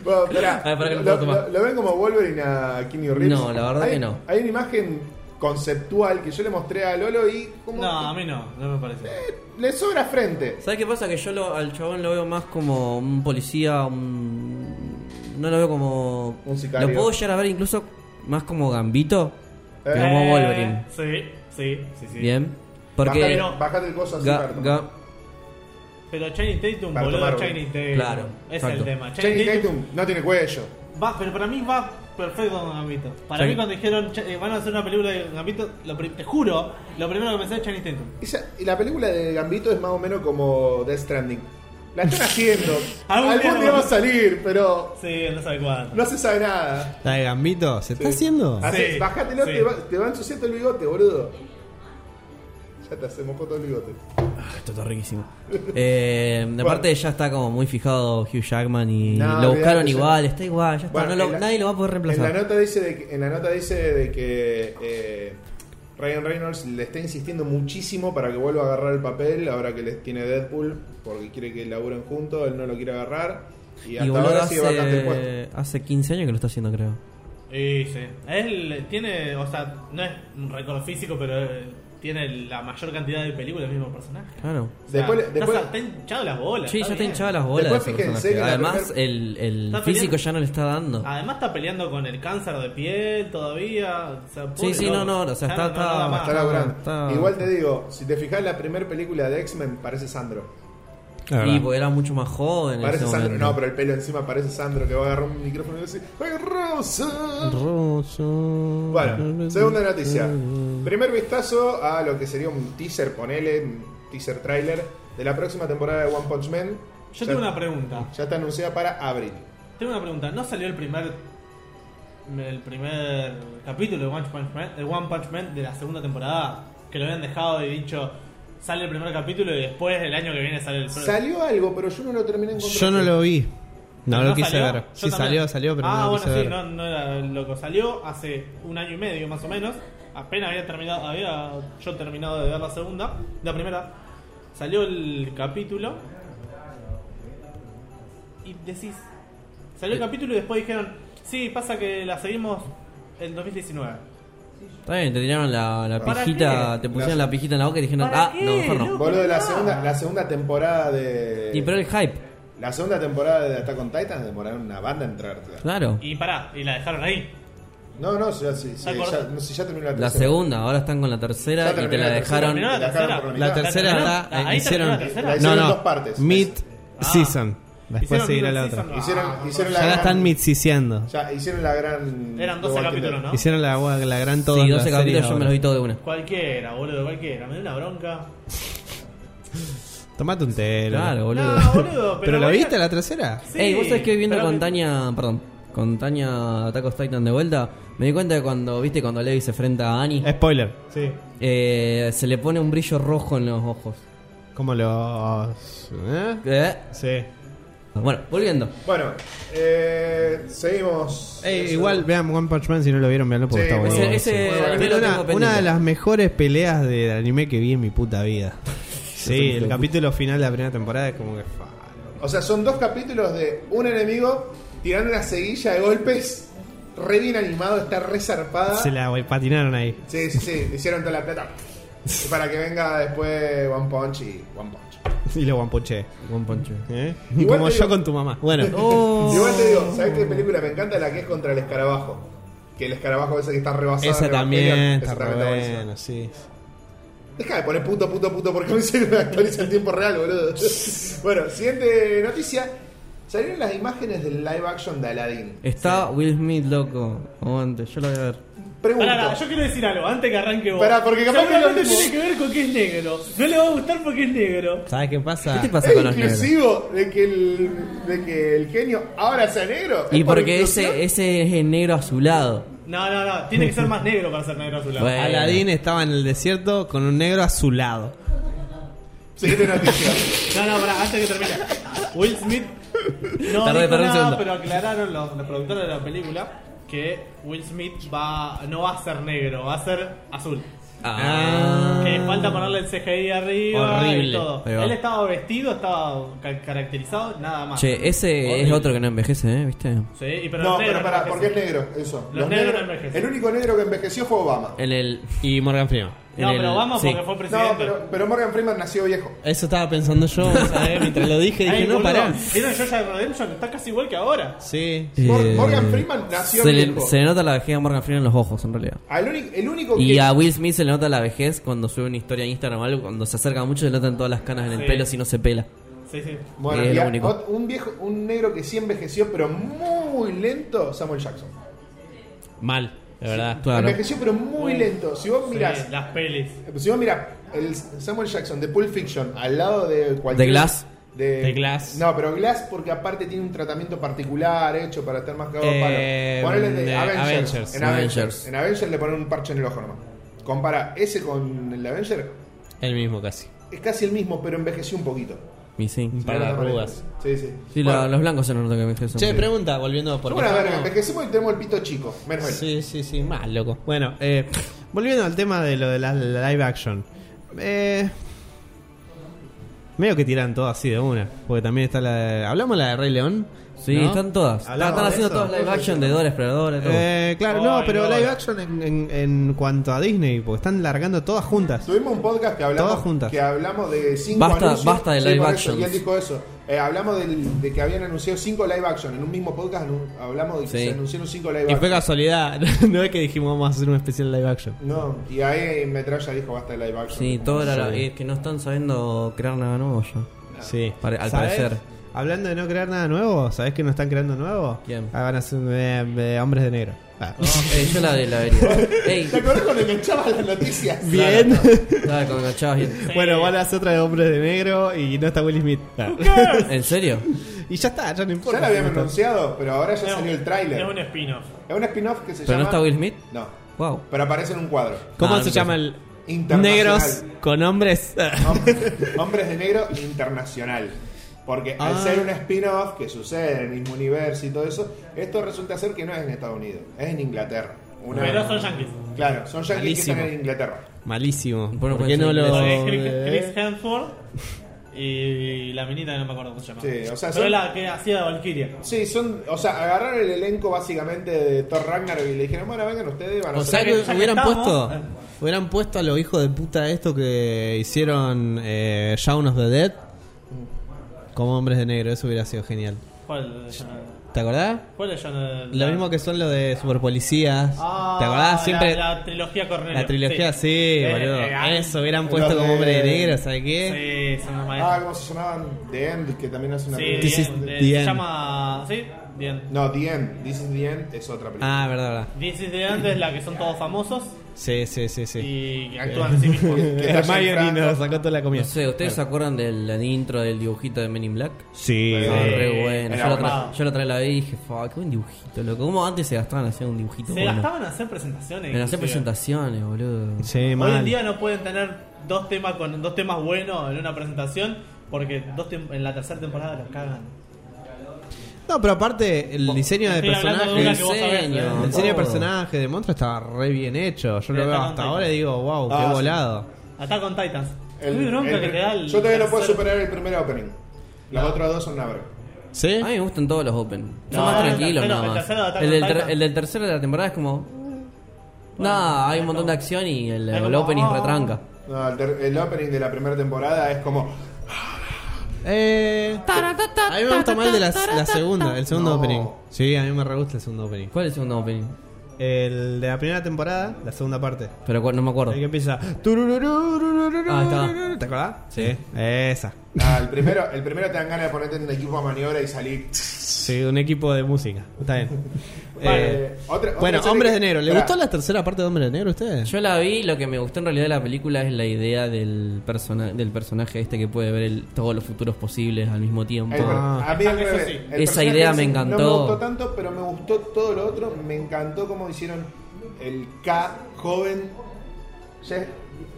Speaker 1: Bueno, pará.
Speaker 4: A ver, pará que lo
Speaker 1: lo,
Speaker 4: puedo tomar.
Speaker 1: lo- lo ven como Wolverine a Keanu Reeves?
Speaker 4: No, la verdad
Speaker 1: Hay-
Speaker 4: que no.
Speaker 1: Hay una imagen conceptual que yo le mostré a Lolo y como...
Speaker 3: No, a mí no, no me
Speaker 2: Eh,
Speaker 3: parece.
Speaker 1: Le sobra frente.
Speaker 4: ¿Sabes qué pasa? Que yo lo- al chabón lo veo más como un policía, un... no lo veo como...
Speaker 1: Un sicario.
Speaker 4: Lo puedo llegar a ver incluso más como Gambito que
Speaker 1: Eh.
Speaker 4: como Wolverine.
Speaker 3: Sí, sí, sí. sí.
Speaker 4: Bien. Porque...
Speaker 1: Bajate, bajate el coso así,
Speaker 4: Ga-
Speaker 1: Barton.
Speaker 4: ga-
Speaker 3: Pero Channing Tatum,
Speaker 1: Para
Speaker 3: boludo,
Speaker 1: tomar,
Speaker 3: Channing Tatum.
Speaker 4: Claro,
Speaker 3: Ese es
Speaker 4: exacto.
Speaker 3: el tema.
Speaker 1: Channing Tatum no tiene cuello.
Speaker 3: Va, pero para mí va perfecto con Gambito. Para
Speaker 4: Channing-
Speaker 3: mí cuando dijeron "Che, eh, van a hacer una película de Gambito, lo pri- te juro, lo primero que pensé es Channing Tatum.
Speaker 1: Esa- y la película de Gambito es más o menos como Death Stranding. La están haciendo.
Speaker 3: Algún
Speaker 1: Algún,
Speaker 3: día
Speaker 1: día
Speaker 3: no-
Speaker 1: va a salir, pero
Speaker 3: Sí, no sabe cuándo.
Speaker 1: no se sabe nada.
Speaker 2: La de Gambito, ¿se está haciendo?
Speaker 3: Ah,
Speaker 1: Hacés-
Speaker 3: Sí,
Speaker 1: bajátelo,
Speaker 3: sí.
Speaker 1: te, va, te va ensuciando el bigote, boludo. Ya te hacemos todo el bigote.
Speaker 4: Esto está riquísimo. Eh, aparte ya está como muy fijado Hugh Jackman y
Speaker 1: No,
Speaker 4: lo buscaron
Speaker 1: olvidate,
Speaker 4: igual, está igual, ya está.
Speaker 1: Bueno,
Speaker 4: no lo-
Speaker 1: en la-
Speaker 4: nadie lo va a poder
Speaker 1: En la
Speaker 4: reemplazar.
Speaker 1: nota dice de que, en la nota dice de que eh, Ryan Reynolds le está insistiendo muchísimo para que vuelva a agarrar el papel ahora que les tiene Deadpool, porque quiere que laburen juntos, él no lo quiere agarrar. Y
Speaker 4: Y
Speaker 1: hasta
Speaker 4: boludo,
Speaker 1: ahora sigue vacante el puesto.
Speaker 4: hace, hace 15 años que lo está haciendo, creo.
Speaker 3: Sí, sí. Él tiene, o sea, no es un récord físico, pero eh, tiene la mayor cantidad de películas del mismo personaje.
Speaker 4: Claro.
Speaker 3: O sea,
Speaker 1: Después- después-
Speaker 3: está, está hinchado las bolas.
Speaker 4: Sí,
Speaker 3: está
Speaker 4: ya está
Speaker 3: bien.
Speaker 4: hinchada las bolas
Speaker 1: Después
Speaker 4: de ese
Speaker 1: fíjense
Speaker 4: personaje.
Speaker 1: que la
Speaker 4: Además,
Speaker 1: primer-
Speaker 4: el, el
Speaker 3: Está
Speaker 4: físico
Speaker 3: peleando.
Speaker 4: ya no le está dando.
Speaker 3: Además está peleando con el cáncer de piel todavía. o sea,
Speaker 4: Sí,
Speaker 3: pobre
Speaker 4: sí,
Speaker 3: loco.
Speaker 4: no, no, o sea,
Speaker 3: Ya
Speaker 4: está- está-
Speaker 3: da más.
Speaker 1: Está laburando.
Speaker 4: está-
Speaker 1: Igual te digo, si te fijas la primera película de X-Men, parece Sandro.
Speaker 2: La
Speaker 4: y
Speaker 2: verdad.
Speaker 4: porque era mucho más joven. en
Speaker 1: Parece
Speaker 4: ese
Speaker 1: Sandro,
Speaker 4: momento.
Speaker 1: no, pero el pelo encima parece Sandro que va a agarrar un micrófono y va a decir ¡Ay, Rosa!
Speaker 2: Ruso.
Speaker 1: Bueno, segunda noticia. Primer vistazo a lo que sería un teaser, ponele, un teaser trailer de la próxima temporada de One Punch Man.
Speaker 3: Yo
Speaker 1: Ya-
Speaker 3: tengo una pregunta.
Speaker 1: Ya está anunciada para abril.
Speaker 3: Tengo una pregunta. ¿No salió el primer el primer capítulo de One Punch Man, de, One Punch Man de la segunda temporada? que lo habían dejado y dicho sale el primer capítulo y después el año que viene sale el
Speaker 1: Salió algo, pero yo no lo terminé en
Speaker 2: Yo no lo vi. No,
Speaker 3: ¿Pero
Speaker 2: lo quise
Speaker 3: salió?
Speaker 2: ver.
Speaker 3: Yo
Speaker 2: Sí,
Speaker 3: también.
Speaker 2: salió, salió, pero
Speaker 3: ah,
Speaker 2: no lo
Speaker 3: bueno,
Speaker 2: quise
Speaker 3: sí,
Speaker 2: ver.
Speaker 3: No, no era loco. Salió hace un año y medio más o menos. Apenas había terminado, había yo terminado de ver la segunda, la primera. Salió el capítulo. Y decís. Salió el capítulo y después dijeron, sí, pasa que la seguimos el 2019.
Speaker 4: Está bien, te tiraron la, la
Speaker 3: ¿Para
Speaker 4: pijita,
Speaker 3: qué?
Speaker 4: te pusieron la pijita en la boca y dijeron,
Speaker 3: ¿Para
Speaker 4: ah,
Speaker 3: qué,
Speaker 4: no, mejor no.
Speaker 3: loco?
Speaker 1: Boludo, la segunda, la segunda temporada de.
Speaker 4: Y pero el hype,
Speaker 1: La segunda temporada de Attack on Titan demoraron una banda en traértela.
Speaker 4: claro.
Speaker 3: Y pará, y la dejaron ahí.
Speaker 1: No, no, si ya, si, si-
Speaker 3: ¿Te acordás?
Speaker 1: ya, no, si ya terminó la tercera.
Speaker 4: La segunda, ahora están con la tercera
Speaker 1: Ya
Speaker 4: y te
Speaker 1: terminó
Speaker 4: la
Speaker 1: la tercera,
Speaker 4: dejaron.
Speaker 3: Terminó
Speaker 1: la dejaron por
Speaker 2: La
Speaker 1: mitad.
Speaker 2: tercera
Speaker 3: terminó.
Speaker 2: está. eh,
Speaker 3: Ahí
Speaker 2: hicieron.
Speaker 3: terminó la tercera.
Speaker 1: La
Speaker 2: No,
Speaker 1: hicieron
Speaker 2: no.
Speaker 1: dos partes.
Speaker 2: Mid
Speaker 3: Ah.
Speaker 2: season. Después
Speaker 3: Hicieron
Speaker 2: seguirá
Speaker 3: una
Speaker 2: la
Speaker 3: season,
Speaker 2: otra.
Speaker 3: ah,
Speaker 1: Hicieron, hicieron la
Speaker 2: Ya la
Speaker 1: gran-
Speaker 2: están midsiseando.
Speaker 1: Ya hicieron la gran.
Speaker 3: Eran
Speaker 1: The
Speaker 3: 12
Speaker 1: Walking
Speaker 3: capítulos,
Speaker 1: Dead.
Speaker 3: ¿no?
Speaker 2: Hicieron la, la gran todo.
Speaker 4: Sí, 12 capítulos yo me los vi todo de una.
Speaker 3: Cualquiera, boludo, cualquiera. Me dio una bronca.
Speaker 2: Tomate un telo.
Speaker 4: Claro, boludo.
Speaker 3: No, boludo, pero.
Speaker 2: ¿Pero la
Speaker 3: bueno,
Speaker 2: viste la tercera?
Speaker 3: sí,
Speaker 4: Ey, vos sabés que hoy viendo
Speaker 3: pero
Speaker 4: con
Speaker 3: me-
Speaker 4: Tania, perdón, con Tania Tacos Titan de vuelta, me di cuenta que cuando, viste, cuando Levi se enfrenta a Annie,
Speaker 2: Spoiler.
Speaker 3: Sí.
Speaker 4: eh, se le pone un brillo rojo en los ojos.
Speaker 2: Como los. ¿Eh?
Speaker 4: Eh,
Speaker 2: Sí.
Speaker 4: Bueno, volviendo.
Speaker 1: Bueno, eh, seguimos.
Speaker 2: Ey,
Speaker 1: Eso.
Speaker 2: Eh, igual, vean One Punch Man si no lo vieron, veanlo porque
Speaker 1: Eh, Sí,
Speaker 2: está
Speaker 1: muy
Speaker 2: bueno.
Speaker 4: Ese,
Speaker 1: bueno.
Speaker 4: ese
Speaker 1: Bueno,
Speaker 4: anime
Speaker 2: Pero
Speaker 4: lo
Speaker 2: una, una
Speaker 4: tengo
Speaker 2: de
Speaker 4: pendiente.
Speaker 2: las mejores peleas del anime que vi en mi puta vida. Sí, el capítulo final de la primera temporada es como que. fa,
Speaker 1: O sea, son dos capítulos de un enemigo tirando una seguilla de golpes. Re bien animado, está re zarpada.
Speaker 2: Se la patinaron ahí.
Speaker 1: Sí, sí, sí, le hicieron toda la plata. Y Para que venga después One Punch y One Punch.
Speaker 2: Y lo guampuché.
Speaker 4: Buen ponche.
Speaker 2: ¿eh?
Speaker 1: Igual
Speaker 2: Como
Speaker 1: te
Speaker 2: yo
Speaker 1: digo-
Speaker 2: con tu mamá. Bueno,
Speaker 4: Oh.
Speaker 1: Igual te digo, ¿sabes qué película me encanta? La que es contra el escarabajo. Que el escarabajo ese que está rebasado.
Speaker 2: esa
Speaker 1: en
Speaker 2: también
Speaker 1: Evangelion,
Speaker 2: está
Speaker 1: esa
Speaker 2: re
Speaker 1: también buenísima.
Speaker 2: buena, sí.
Speaker 1: Deja de poner punto, punto, punto, porque me sirve actualiza el tiempo real, boludo. bueno, siguiente noticia. Salieron las imágenes del live action de Aladdin.
Speaker 4: Está Will Smith, loco. Aguante, yo lo voy a ver.
Speaker 1: Pregunto.
Speaker 3: Pará, pará, yo quiero decir algo antes que arranque vos.
Speaker 1: Pará, porque capaz que
Speaker 3: Seguramente
Speaker 1: lo mismo.
Speaker 3: tiene que ver con que es negro. No le va a gustar porque es negro.
Speaker 2: ¿Sabes qué pasa?
Speaker 4: ¿Qué te pasa
Speaker 1: ¿Es
Speaker 4: con los negros?
Speaker 1: inclusivo de que, el, de que el genio ahora sea negro? ¿Es
Speaker 4: Y
Speaker 1: por
Speaker 4: porque
Speaker 1: inclusión?
Speaker 4: ese, ese es el negro azulado.
Speaker 3: No, no, no. Tiene que ser más negro para ser negro azulado.
Speaker 4: Bueno.
Speaker 2: Aladín estaba en el desierto con un negro a su lado.
Speaker 1: Siguiente noticia.
Speaker 3: No, no, pará, antes que termine. Will Smith no
Speaker 4: Tardé,
Speaker 3: dijo
Speaker 4: tardé un
Speaker 3: nada,
Speaker 4: segundo.
Speaker 3: pero aclararon los, los productores de la película que Will Smith va no va a ser negro, va a ser azul.
Speaker 4: Ah.
Speaker 3: Que falta ponerle el CGI arriba y
Speaker 4: Horrible.
Speaker 3: todo.
Speaker 4: Ahí va.
Speaker 3: Él estaba vestido, estaba ca- caracterizado, nada más.
Speaker 2: Ah.
Speaker 4: Che, ese es
Speaker 3: Horrible.
Speaker 4: otro que no envejece, ¿eh? ¿Viste?
Speaker 3: Sí, y pero
Speaker 1: no,
Speaker 3: el negro
Speaker 1: pero pará,
Speaker 3: no
Speaker 1: porque es
Speaker 3: envejece.
Speaker 1: negro, eso.
Speaker 3: Los negros no envejecen.
Speaker 1: El único negro que envejeció fue Obama.
Speaker 4: En el.
Speaker 2: Y Morgan Freeman.
Speaker 4: en
Speaker 3: No,
Speaker 4: el-
Speaker 3: pero vamos
Speaker 4: sí.
Speaker 3: porque fue presidente.
Speaker 1: No, pero, pero Morgan Freeman nació viejo.
Speaker 2: Eso estaba pensando yo, ¿sabes? Mientras lo dije, dije,
Speaker 3: Ay,
Speaker 2: no,
Speaker 3: boludo,
Speaker 2: pará.
Speaker 3: ¿Vieron Georgia Redemption? Está casi igual que ahora.
Speaker 2: Sí.
Speaker 1: Mor-
Speaker 4: Eh,
Speaker 1: Morgan Freeman nació
Speaker 4: se le,
Speaker 1: viejo.
Speaker 4: se le nota la vejez a Morgan Freeman en los ojos, en realidad.
Speaker 1: Al uni- el único que.
Speaker 4: Y a Will Smith se le nota la vejez cuando sube una historia en Instagram o algo. Cuando se acerca mucho, se le notan todas las canas en el
Speaker 3: Sí.
Speaker 4: pelo si no se pela.
Speaker 3: Sí, sí.
Speaker 1: Bueno,
Speaker 4: Es
Speaker 1: y
Speaker 4: lo
Speaker 1: a-
Speaker 4: único.
Speaker 1: ot- un viejo, un negro que sí envejeció, pero muy lento, Samuel Jackson.
Speaker 2: Mal, de verdad.
Speaker 4: Claro.
Speaker 1: Envejeció, pero muy lento. Si vos mirás,
Speaker 3: Sí, las pelis.
Speaker 1: si vos mirás Pues el Samuel Jackson de Pulp Fiction al lado de cualquier.
Speaker 4: De Glass.
Speaker 1: De,
Speaker 2: De Glass.
Speaker 1: No, pero Glass porque aparte tiene un tratamiento particular hecho para estar más cagado a palo.
Speaker 2: Eh,
Speaker 1: Ponele de
Speaker 2: de
Speaker 1: Avengers,
Speaker 2: Avengers.
Speaker 1: En Avengers.
Speaker 4: Avengers.
Speaker 1: En Avengers le ponen un parche en el ojo nomás. Compara ese con el Avenger.
Speaker 2: El mismo casi.
Speaker 1: Es casi el mismo, pero envejeció un poquito.
Speaker 4: Y sí.
Speaker 2: Un par de arrugas.
Speaker 1: Sí, sí.
Speaker 4: Sí,
Speaker 1: Bueno,
Speaker 4: la- los blancos se le nota que envejecen.
Speaker 2: Che, pregunta, volviendo por
Speaker 1: somos una verga, envejecemos y tenemos el pito chico. Menos mal.
Speaker 2: Sí, sí, sí, mal, loco. Bueno, eh, volviendo al tema de lo de la, la live action. Eh, medio que tiran todo así de una. Porque también está la de, ¿Hablamos la de Rey León?
Speaker 4: Sí,
Speaker 2: ¿No?
Speaker 4: están todas. Están,
Speaker 2: Hablamos
Speaker 4: están
Speaker 2: de
Speaker 4: haciendo
Speaker 2: eso.
Speaker 4: todas live action de Dora Exploradora. todo.
Speaker 2: Eh, claro,
Speaker 3: Ay,
Speaker 2: no, pero
Speaker 3: no.
Speaker 2: live action en, en- en cuanto a Disney, porque están largando todas juntas.
Speaker 1: Tuvimos un podcast que
Speaker 2: Todas juntas.
Speaker 1: hablamos, que hablamos de cinco
Speaker 4: Basta-
Speaker 1: anuncios.
Speaker 4: basta de
Speaker 1: Sí,
Speaker 4: live
Speaker 1: por eso,
Speaker 4: actions.
Speaker 1: Y él dijo eso. Eh, hablamos del- de que habían anunciado cinco live action. En un mismo podcast anu- hablamos de que
Speaker 4: Sí.
Speaker 1: se anunciaron cinco live
Speaker 2: Y fue
Speaker 1: action.
Speaker 2: casualidad, no es que dijimos vamos a hacer un especial live action.
Speaker 1: No, y ahí Metralla dijo basta de live action.
Speaker 4: Sí, todo era la-
Speaker 2: Sí.
Speaker 4: Es que no están sabiendo crear nada nuevo ya.
Speaker 2: Sí,
Speaker 4: Pare- al
Speaker 2: ¿Sabés?
Speaker 4: parecer.
Speaker 2: Hablando de no crear nada nuevo, ¿sabés que no están creando nuevo?
Speaker 4: ¿Quién?
Speaker 2: Ah, van a ser eh, eh, hombres de negro. Ah.
Speaker 4: Eh, yo la de la vería. Ey,
Speaker 1: ¿Te acordás cuando enganchabas las noticias?
Speaker 2: Bien.
Speaker 4: estaba con cachavas bien.
Speaker 2: Bueno, van a hacer otra de hombres de negro y no está Will Smith. Ah.
Speaker 4: ¿En serio?
Speaker 2: Y ya está, ya no importa.
Speaker 1: Ya lo habían
Speaker 2: No está.
Speaker 1: anunciado, pero ahora ya
Speaker 3: Es un-
Speaker 1: salió el
Speaker 3: Es un
Speaker 1: tráiler.
Speaker 3: spin-off.
Speaker 1: Es un spin-off que se
Speaker 4: ¿Pero
Speaker 1: llama...
Speaker 4: no está Will Smith?
Speaker 1: No,
Speaker 4: Wow.
Speaker 1: pero aparece en un cuadro.
Speaker 2: ¿Cómo
Speaker 4: Ah,
Speaker 2: se
Speaker 4: no
Speaker 2: llama el
Speaker 1: internacional.
Speaker 2: Negros con hombres.
Speaker 1: Hombres, hombres de negro internacional. Porque al
Speaker 2: Ah.
Speaker 1: ser un spin-off que sucede en el mismo universo y todo eso, esto resulta ser que no es en Estados Unidos, es en Inglaterra. Una-
Speaker 3: Pero son yankees.
Speaker 1: Claro, son yankees que están
Speaker 2: Malísimo.
Speaker 1: en Inglaterra.
Speaker 2: Malísimo.
Speaker 4: Bueno,
Speaker 2: ¿Por
Speaker 4: puede
Speaker 2: qué no
Speaker 4: ser
Speaker 2: lo.?
Speaker 3: Porque Chris, Chris Hemsworth y la minita que no me acuerdo cómo se llama.
Speaker 1: Sí, o sea,
Speaker 3: Pero
Speaker 1: son-
Speaker 3: la que hacía de Valkyria.
Speaker 1: Sí, son, o sea, agarraron el elenco básicamente de Thor Ragnarok y le dijeron, bueno, vengan ustedes, van a
Speaker 2: O sea
Speaker 1: hacer...
Speaker 2: que
Speaker 3: Ya que
Speaker 2: hubieran
Speaker 3: estamos,
Speaker 2: puesto.
Speaker 3: eh.
Speaker 2: Hubieran puesto a los hijos de puta esto que hicieron eh, Shaun of the Dead como hombres de negro, eso hubiera sido genial.
Speaker 3: ¿Cuál es?
Speaker 2: ¿Te acordás?
Speaker 3: ¿Cuál es? John-
Speaker 2: Lo mismo que son los de superpolicías.
Speaker 3: Ah,
Speaker 2: ¿Te acordás? Siempre
Speaker 3: La, la trilogía Cornelio.
Speaker 2: la trilogía, sí, ah,
Speaker 3: Eh,
Speaker 2: boludo.
Speaker 3: eh,
Speaker 2: Eso hubieran
Speaker 1: los
Speaker 2: puesto como
Speaker 1: de-
Speaker 2: hombre de negro, ¿sabes qué?
Speaker 3: Sí, son los
Speaker 1: Ah,
Speaker 3: maestros.
Speaker 1: ¿cómo se llamaban? The End, que también hace una
Speaker 3: Sí,
Speaker 1: película.
Speaker 2: This is
Speaker 3: bien, eh,
Speaker 2: the
Speaker 3: se
Speaker 2: end.
Speaker 3: llama. Sí, bien.
Speaker 1: No, The End, This is The End es otra película.
Speaker 2: Ah, verdad, verdad.
Speaker 3: This is the End es la que son todos famosos
Speaker 2: Sí, sí, sí, sí.
Speaker 3: y que actúan de sí mismos.
Speaker 1: que está Jane
Speaker 2: Hermione
Speaker 1: Franco.
Speaker 2: nos sacó toda la comida.
Speaker 4: No sé, ¿ustedes se acuerdan del, del intro del dibujito de Men in Black?
Speaker 2: Sí,
Speaker 1: Sí.
Speaker 4: Estaba
Speaker 2: boludo.
Speaker 4: re bueno. Yo
Speaker 1: era
Speaker 4: la,
Speaker 3: bueno.
Speaker 4: otra, yo la otra vez la vi y dije, fuck, qué buen dibujito, loco. ¿Cómo antes se gastaban haciendo un dibujito
Speaker 3: Se
Speaker 4: bueno?
Speaker 3: gastaban en hacer presentaciones.
Speaker 4: En hacer
Speaker 3: inclusive.
Speaker 4: presentaciones, boludo.
Speaker 2: Sí,
Speaker 3: Hoy en
Speaker 2: mal.
Speaker 3: día no pueden tener dos temas con dos temas buenos en una presentación porque dos tem- en la tercera temporada los cagan.
Speaker 2: No, pero aparte, el diseño de
Speaker 3: Estoy hablando
Speaker 2: personajes.
Speaker 3: de una que vos sabés,
Speaker 4: diseño,
Speaker 3: ¿eh?
Speaker 2: El diseño de
Speaker 4: todo.
Speaker 2: personaje de monstruo estaba re bien hecho. Yo
Speaker 3: Pero
Speaker 2: lo veo
Speaker 3: está
Speaker 2: hasta
Speaker 3: contento.
Speaker 2: ahora y digo, wow,
Speaker 1: Ah,
Speaker 2: qué
Speaker 1: sí.
Speaker 2: volado.
Speaker 3: Acá con Titans.
Speaker 1: El-
Speaker 3: Uy, bronca
Speaker 1: el-
Speaker 3: que te da el
Speaker 1: yo todavía no puedo
Speaker 3: tercer- Ah.
Speaker 1: superar el primer opening. Los otros dos son una verga.
Speaker 2: ¿Sí?
Speaker 4: A mí me gustan todos los Open. Son
Speaker 3: No,
Speaker 4: más
Speaker 3: el
Speaker 4: tranquilos
Speaker 3: tercero-
Speaker 4: nada
Speaker 3: el tercero de
Speaker 4: más.
Speaker 3: Attack
Speaker 4: El
Speaker 3: on
Speaker 4: del, ter-
Speaker 3: Titan.
Speaker 4: el del tercero de la temporada es como. nah, hay un montón de acción y el,
Speaker 3: Es
Speaker 4: el
Speaker 3: como,
Speaker 4: opening
Speaker 3: ah.
Speaker 4: retranca.
Speaker 1: No, el, ter- el opening de la primera temporada es como.
Speaker 2: Eh, a mí me gusta más el de la, la segunda, el segundo
Speaker 1: No.
Speaker 2: opening. Sí, a mí me re gusta el segundo opening.
Speaker 4: ¿Cuál es el segundo opening?
Speaker 2: El de la primera temporada, la segunda parte.
Speaker 4: Pero cuál- no me acuerdo.
Speaker 2: El que empieza.
Speaker 4: Ah, está.
Speaker 2: ¿Te acordás? Sí. Esa.
Speaker 1: Ah, el, primero, el primero te dan ganas de ponerte en el equipo a maniobra y salir.
Speaker 2: Sí, un equipo de música. Está bien.
Speaker 1: Vale,
Speaker 2: Eh,
Speaker 1: otra- otra
Speaker 2: bueno,
Speaker 1: serie
Speaker 2: Hombres
Speaker 1: que-
Speaker 2: de Negro. ¿Le
Speaker 1: Pará.
Speaker 2: gustó la tercera parte de Hombres de Negro a ustedes?
Speaker 4: Yo la vi, lo que me gustó en realidad de la película es la idea del, persona del personaje este que puede ver el- todos los futuros posibles al mismo tiempo.
Speaker 1: El per-
Speaker 2: Ah.
Speaker 1: a mí al
Speaker 3: Eso
Speaker 1: revés.
Speaker 3: sí.
Speaker 1: El
Speaker 3: Esa
Speaker 1: personaje
Speaker 4: idea me
Speaker 1: ese No
Speaker 4: encantó.
Speaker 1: me gustó tanto, pero me gustó todo lo otro. Me encantó cómo hicieron el K joven. Jeff,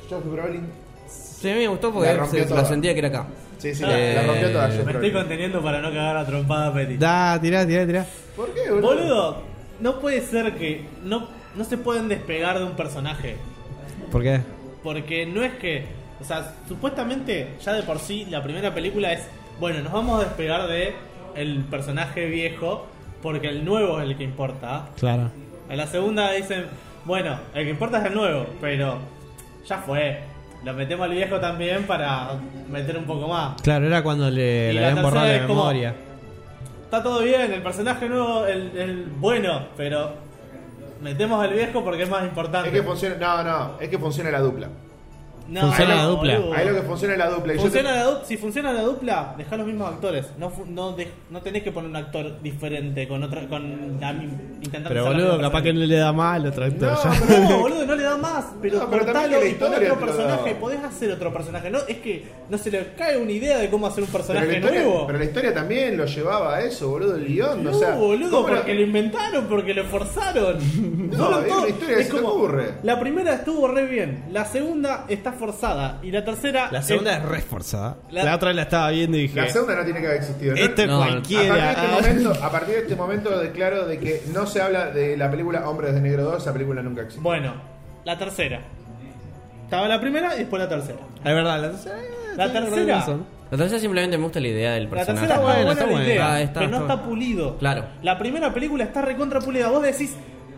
Speaker 1: Josh Brolin.
Speaker 4: Sí, a mí me gustó
Speaker 1: La
Speaker 4: porque
Speaker 1: rompió
Speaker 4: se-
Speaker 1: toda.
Speaker 4: la sentía que era acá.
Speaker 1: Sí, sí, la, la rompió toda
Speaker 4: Eh,
Speaker 1: Josh
Speaker 3: Me estoy
Speaker 1: Brolin.
Speaker 3: conteniendo para no cagar a trompada a Petit.
Speaker 2: Da, tirá, tirá, tirá.
Speaker 1: ¿Por qué, boludo?
Speaker 3: Boludo, no puede ser que no, no se pueden despegar de un personaje.
Speaker 2: ¿Por qué?
Speaker 3: Porque no es que. O sea, supuestamente, ya de por sí, la primera película es. Bueno, nos vamos a despegar de el personaje viejo. Porque el nuevo es el que importa.
Speaker 2: Claro.
Speaker 3: En la segunda dicen. Bueno, el que importa es el nuevo. Pero. Ya fue. Lo metemos al viejo también para meter un poco más.
Speaker 2: Claro, era cuando le,
Speaker 3: Y
Speaker 2: le
Speaker 3: la
Speaker 2: habían borrado
Speaker 3: tercera
Speaker 2: la
Speaker 3: es como-
Speaker 2: memoria.
Speaker 3: Está todo bien, el personaje nuevo, el, el bueno, pero. Metemos al viejo porque es más importante.
Speaker 1: Es que funciona. No, no, es que funciona la dupla.
Speaker 3: No,
Speaker 2: funciona
Speaker 3: ahí
Speaker 2: la
Speaker 3: no,
Speaker 2: dupla.
Speaker 3: boludo.
Speaker 1: Ahí lo que funciona es la dupla. Y yo
Speaker 3: Funciona
Speaker 1: te-
Speaker 3: la du- si funciona la dupla, dejá los mismos actores. No, fu- no, de- no tenés que poner un actor diferente con otra. Con la mi- intentando
Speaker 2: Pero
Speaker 3: hacer la
Speaker 2: boludo,
Speaker 3: misma
Speaker 2: capaz que
Speaker 3: persona.
Speaker 2: no le da mal otro actor.
Speaker 1: No,
Speaker 2: ya.
Speaker 3: No, boludo, no le da más. Pero,
Speaker 1: No, pero también
Speaker 3: cortalo
Speaker 1: que la
Speaker 3: y pon
Speaker 1: historia
Speaker 3: otro
Speaker 1: te lo
Speaker 3: personaje.
Speaker 1: da.
Speaker 3: Podés hacer otro personaje. No, es que no se le cae una idea de cómo hacer un
Speaker 1: Pero
Speaker 3: personaje
Speaker 1: la, historia,
Speaker 3: nuevo.
Speaker 1: pero la historia también lo llevaba a eso, boludo, el guión.
Speaker 3: No,
Speaker 1: o sea,
Speaker 3: boludo,
Speaker 1: ¿cómo lo-
Speaker 3: porque lo inventaron, porque lo forzaron.
Speaker 1: No,
Speaker 3: Fueron
Speaker 1: es
Speaker 3: todos-
Speaker 1: una historia que se te ocurre.
Speaker 3: La primera estuvo re bien, la segunda está forzada y la tercera.
Speaker 2: La segunda es reforzada. La...
Speaker 3: La-
Speaker 2: otra la estaba viendo y dije.
Speaker 1: La segunda no tiene que haber existido. ¿no?
Speaker 2: Esto es
Speaker 4: No,
Speaker 2: cualquiera. Ah.
Speaker 1: A partir, de este momento, a partir de este momento declaro de que no se habla de la película Hombres de Negro 2, esa película nunca existió.
Speaker 3: Bueno, la tercera. Estaba la primera y después la tercera.
Speaker 2: Ah, Es verdad, la tercera. eh,
Speaker 3: La
Speaker 2: tiene
Speaker 3: tercera.
Speaker 2: razón.
Speaker 4: La tercera simplemente me gusta la idea del
Speaker 3: La
Speaker 4: personaje.
Speaker 3: tercera está buena,
Speaker 2: bueno,
Speaker 3: está
Speaker 2: está
Speaker 3: buena la
Speaker 2: bueno.
Speaker 3: idea,
Speaker 4: Ah, está,
Speaker 3: pero no
Speaker 4: está
Speaker 3: está pulido.
Speaker 4: Claro.
Speaker 3: La primera película está recontra pulida. Vos decís,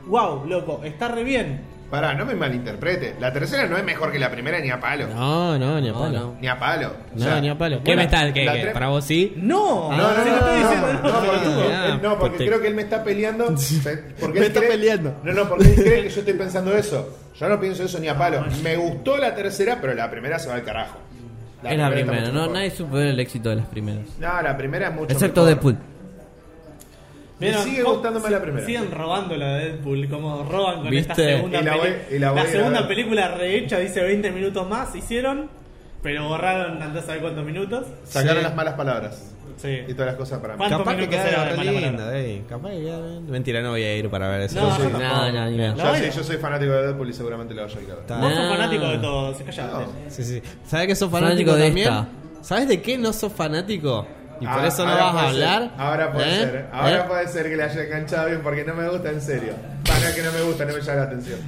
Speaker 3: wow, loco, está re bien.
Speaker 1: Pará, no me malinterprete. La tercera no es mejor que la primera ni a palo.
Speaker 2: No, no, ni a
Speaker 4: No,
Speaker 2: palo.
Speaker 4: no.
Speaker 1: Ni a palo. O
Speaker 2: No,
Speaker 1: sea,
Speaker 2: ni a palo. ¿Qué
Speaker 1: bueno,
Speaker 2: me estás? ¿Qué,
Speaker 1: la
Speaker 2: qué?
Speaker 1: tre-
Speaker 2: ¿Para vos Ah, sí?
Speaker 3: No,
Speaker 1: No, no, no,
Speaker 3: se lo
Speaker 1: no,
Speaker 3: estoy
Speaker 1: no,
Speaker 3: diciendo.
Speaker 1: no, no, porque,
Speaker 3: pelotudo.
Speaker 1: él- no, porque
Speaker 2: Porque-
Speaker 1: creo que él me está peleando. Porque
Speaker 2: Me
Speaker 1: él
Speaker 2: está
Speaker 1: cree-
Speaker 2: peleando.
Speaker 1: No, no, porque él cree que yo estoy pensando eso. Yo no pienso eso ni a palo. Me gustó la tercera, pero la primera se va al carajo.
Speaker 4: es la
Speaker 1: está
Speaker 4: primera,
Speaker 1: mucho
Speaker 4: no,
Speaker 1: mejor.
Speaker 4: nadie supo ver el éxito de las primeras.
Speaker 1: No, la primera es mucho
Speaker 4: Excepto
Speaker 1: mejor.
Speaker 4: Deadpool.
Speaker 1: Me
Speaker 3: Vieron,
Speaker 1: sigue
Speaker 3: cómo
Speaker 1: gustando más
Speaker 3: si-
Speaker 1: la primera.
Speaker 3: Siguen robando la de Deadpool, como roban con esta
Speaker 2: ¿Viste?
Speaker 3: segunda
Speaker 1: Y la voy-
Speaker 3: peli-
Speaker 1: y la voy a ir a
Speaker 3: segunda
Speaker 1: ver.
Speaker 3: película rehecha, dice 20 minutos más, hicieron. Pero borraron andás a saber cuántos minutos.
Speaker 1: Sacaron
Speaker 2: Sí.
Speaker 1: las malas palabras
Speaker 3: Sí.
Speaker 1: y todas las cosas para mí.
Speaker 3: ¿Cuánto
Speaker 2: Capaz que
Speaker 3: menos que sea de
Speaker 2: queda re
Speaker 3: mala
Speaker 2: linda,
Speaker 3: palabra?
Speaker 2: eh. Capaz que queda re- Mentira, no voy a ir para ver eso.
Speaker 3: No,
Speaker 2: Sí.
Speaker 3: yo
Speaker 4: No, no, ni
Speaker 2: Bien.
Speaker 4: nada.
Speaker 1: Yo,
Speaker 3: No,
Speaker 1: sí,
Speaker 3: era-
Speaker 1: yo soy fanático de Deadpool y seguramente le vaya a ir a ver.
Speaker 2: Está.
Speaker 3: Vos sos
Speaker 4: Ah.
Speaker 3: fanático de todo, se callate.
Speaker 1: No.
Speaker 2: Sí, sí. ¿Sabes que sos fanático,
Speaker 4: Fanático de
Speaker 2: también?
Speaker 4: esta.
Speaker 2: ¿Sabes de qué no sos fanático? Y por
Speaker 1: Ah,
Speaker 2: eso no
Speaker 1: ahora
Speaker 2: vas
Speaker 1: puede
Speaker 2: a hablar.
Speaker 1: ser, Ahora puede
Speaker 2: ¿Eh?
Speaker 1: ser. ¿eh? Ahora
Speaker 4: ¿Eh?
Speaker 1: puede ser que le haya enganchado bien porque no me gusta en serio. Para que no me gusta, no me llama la atención.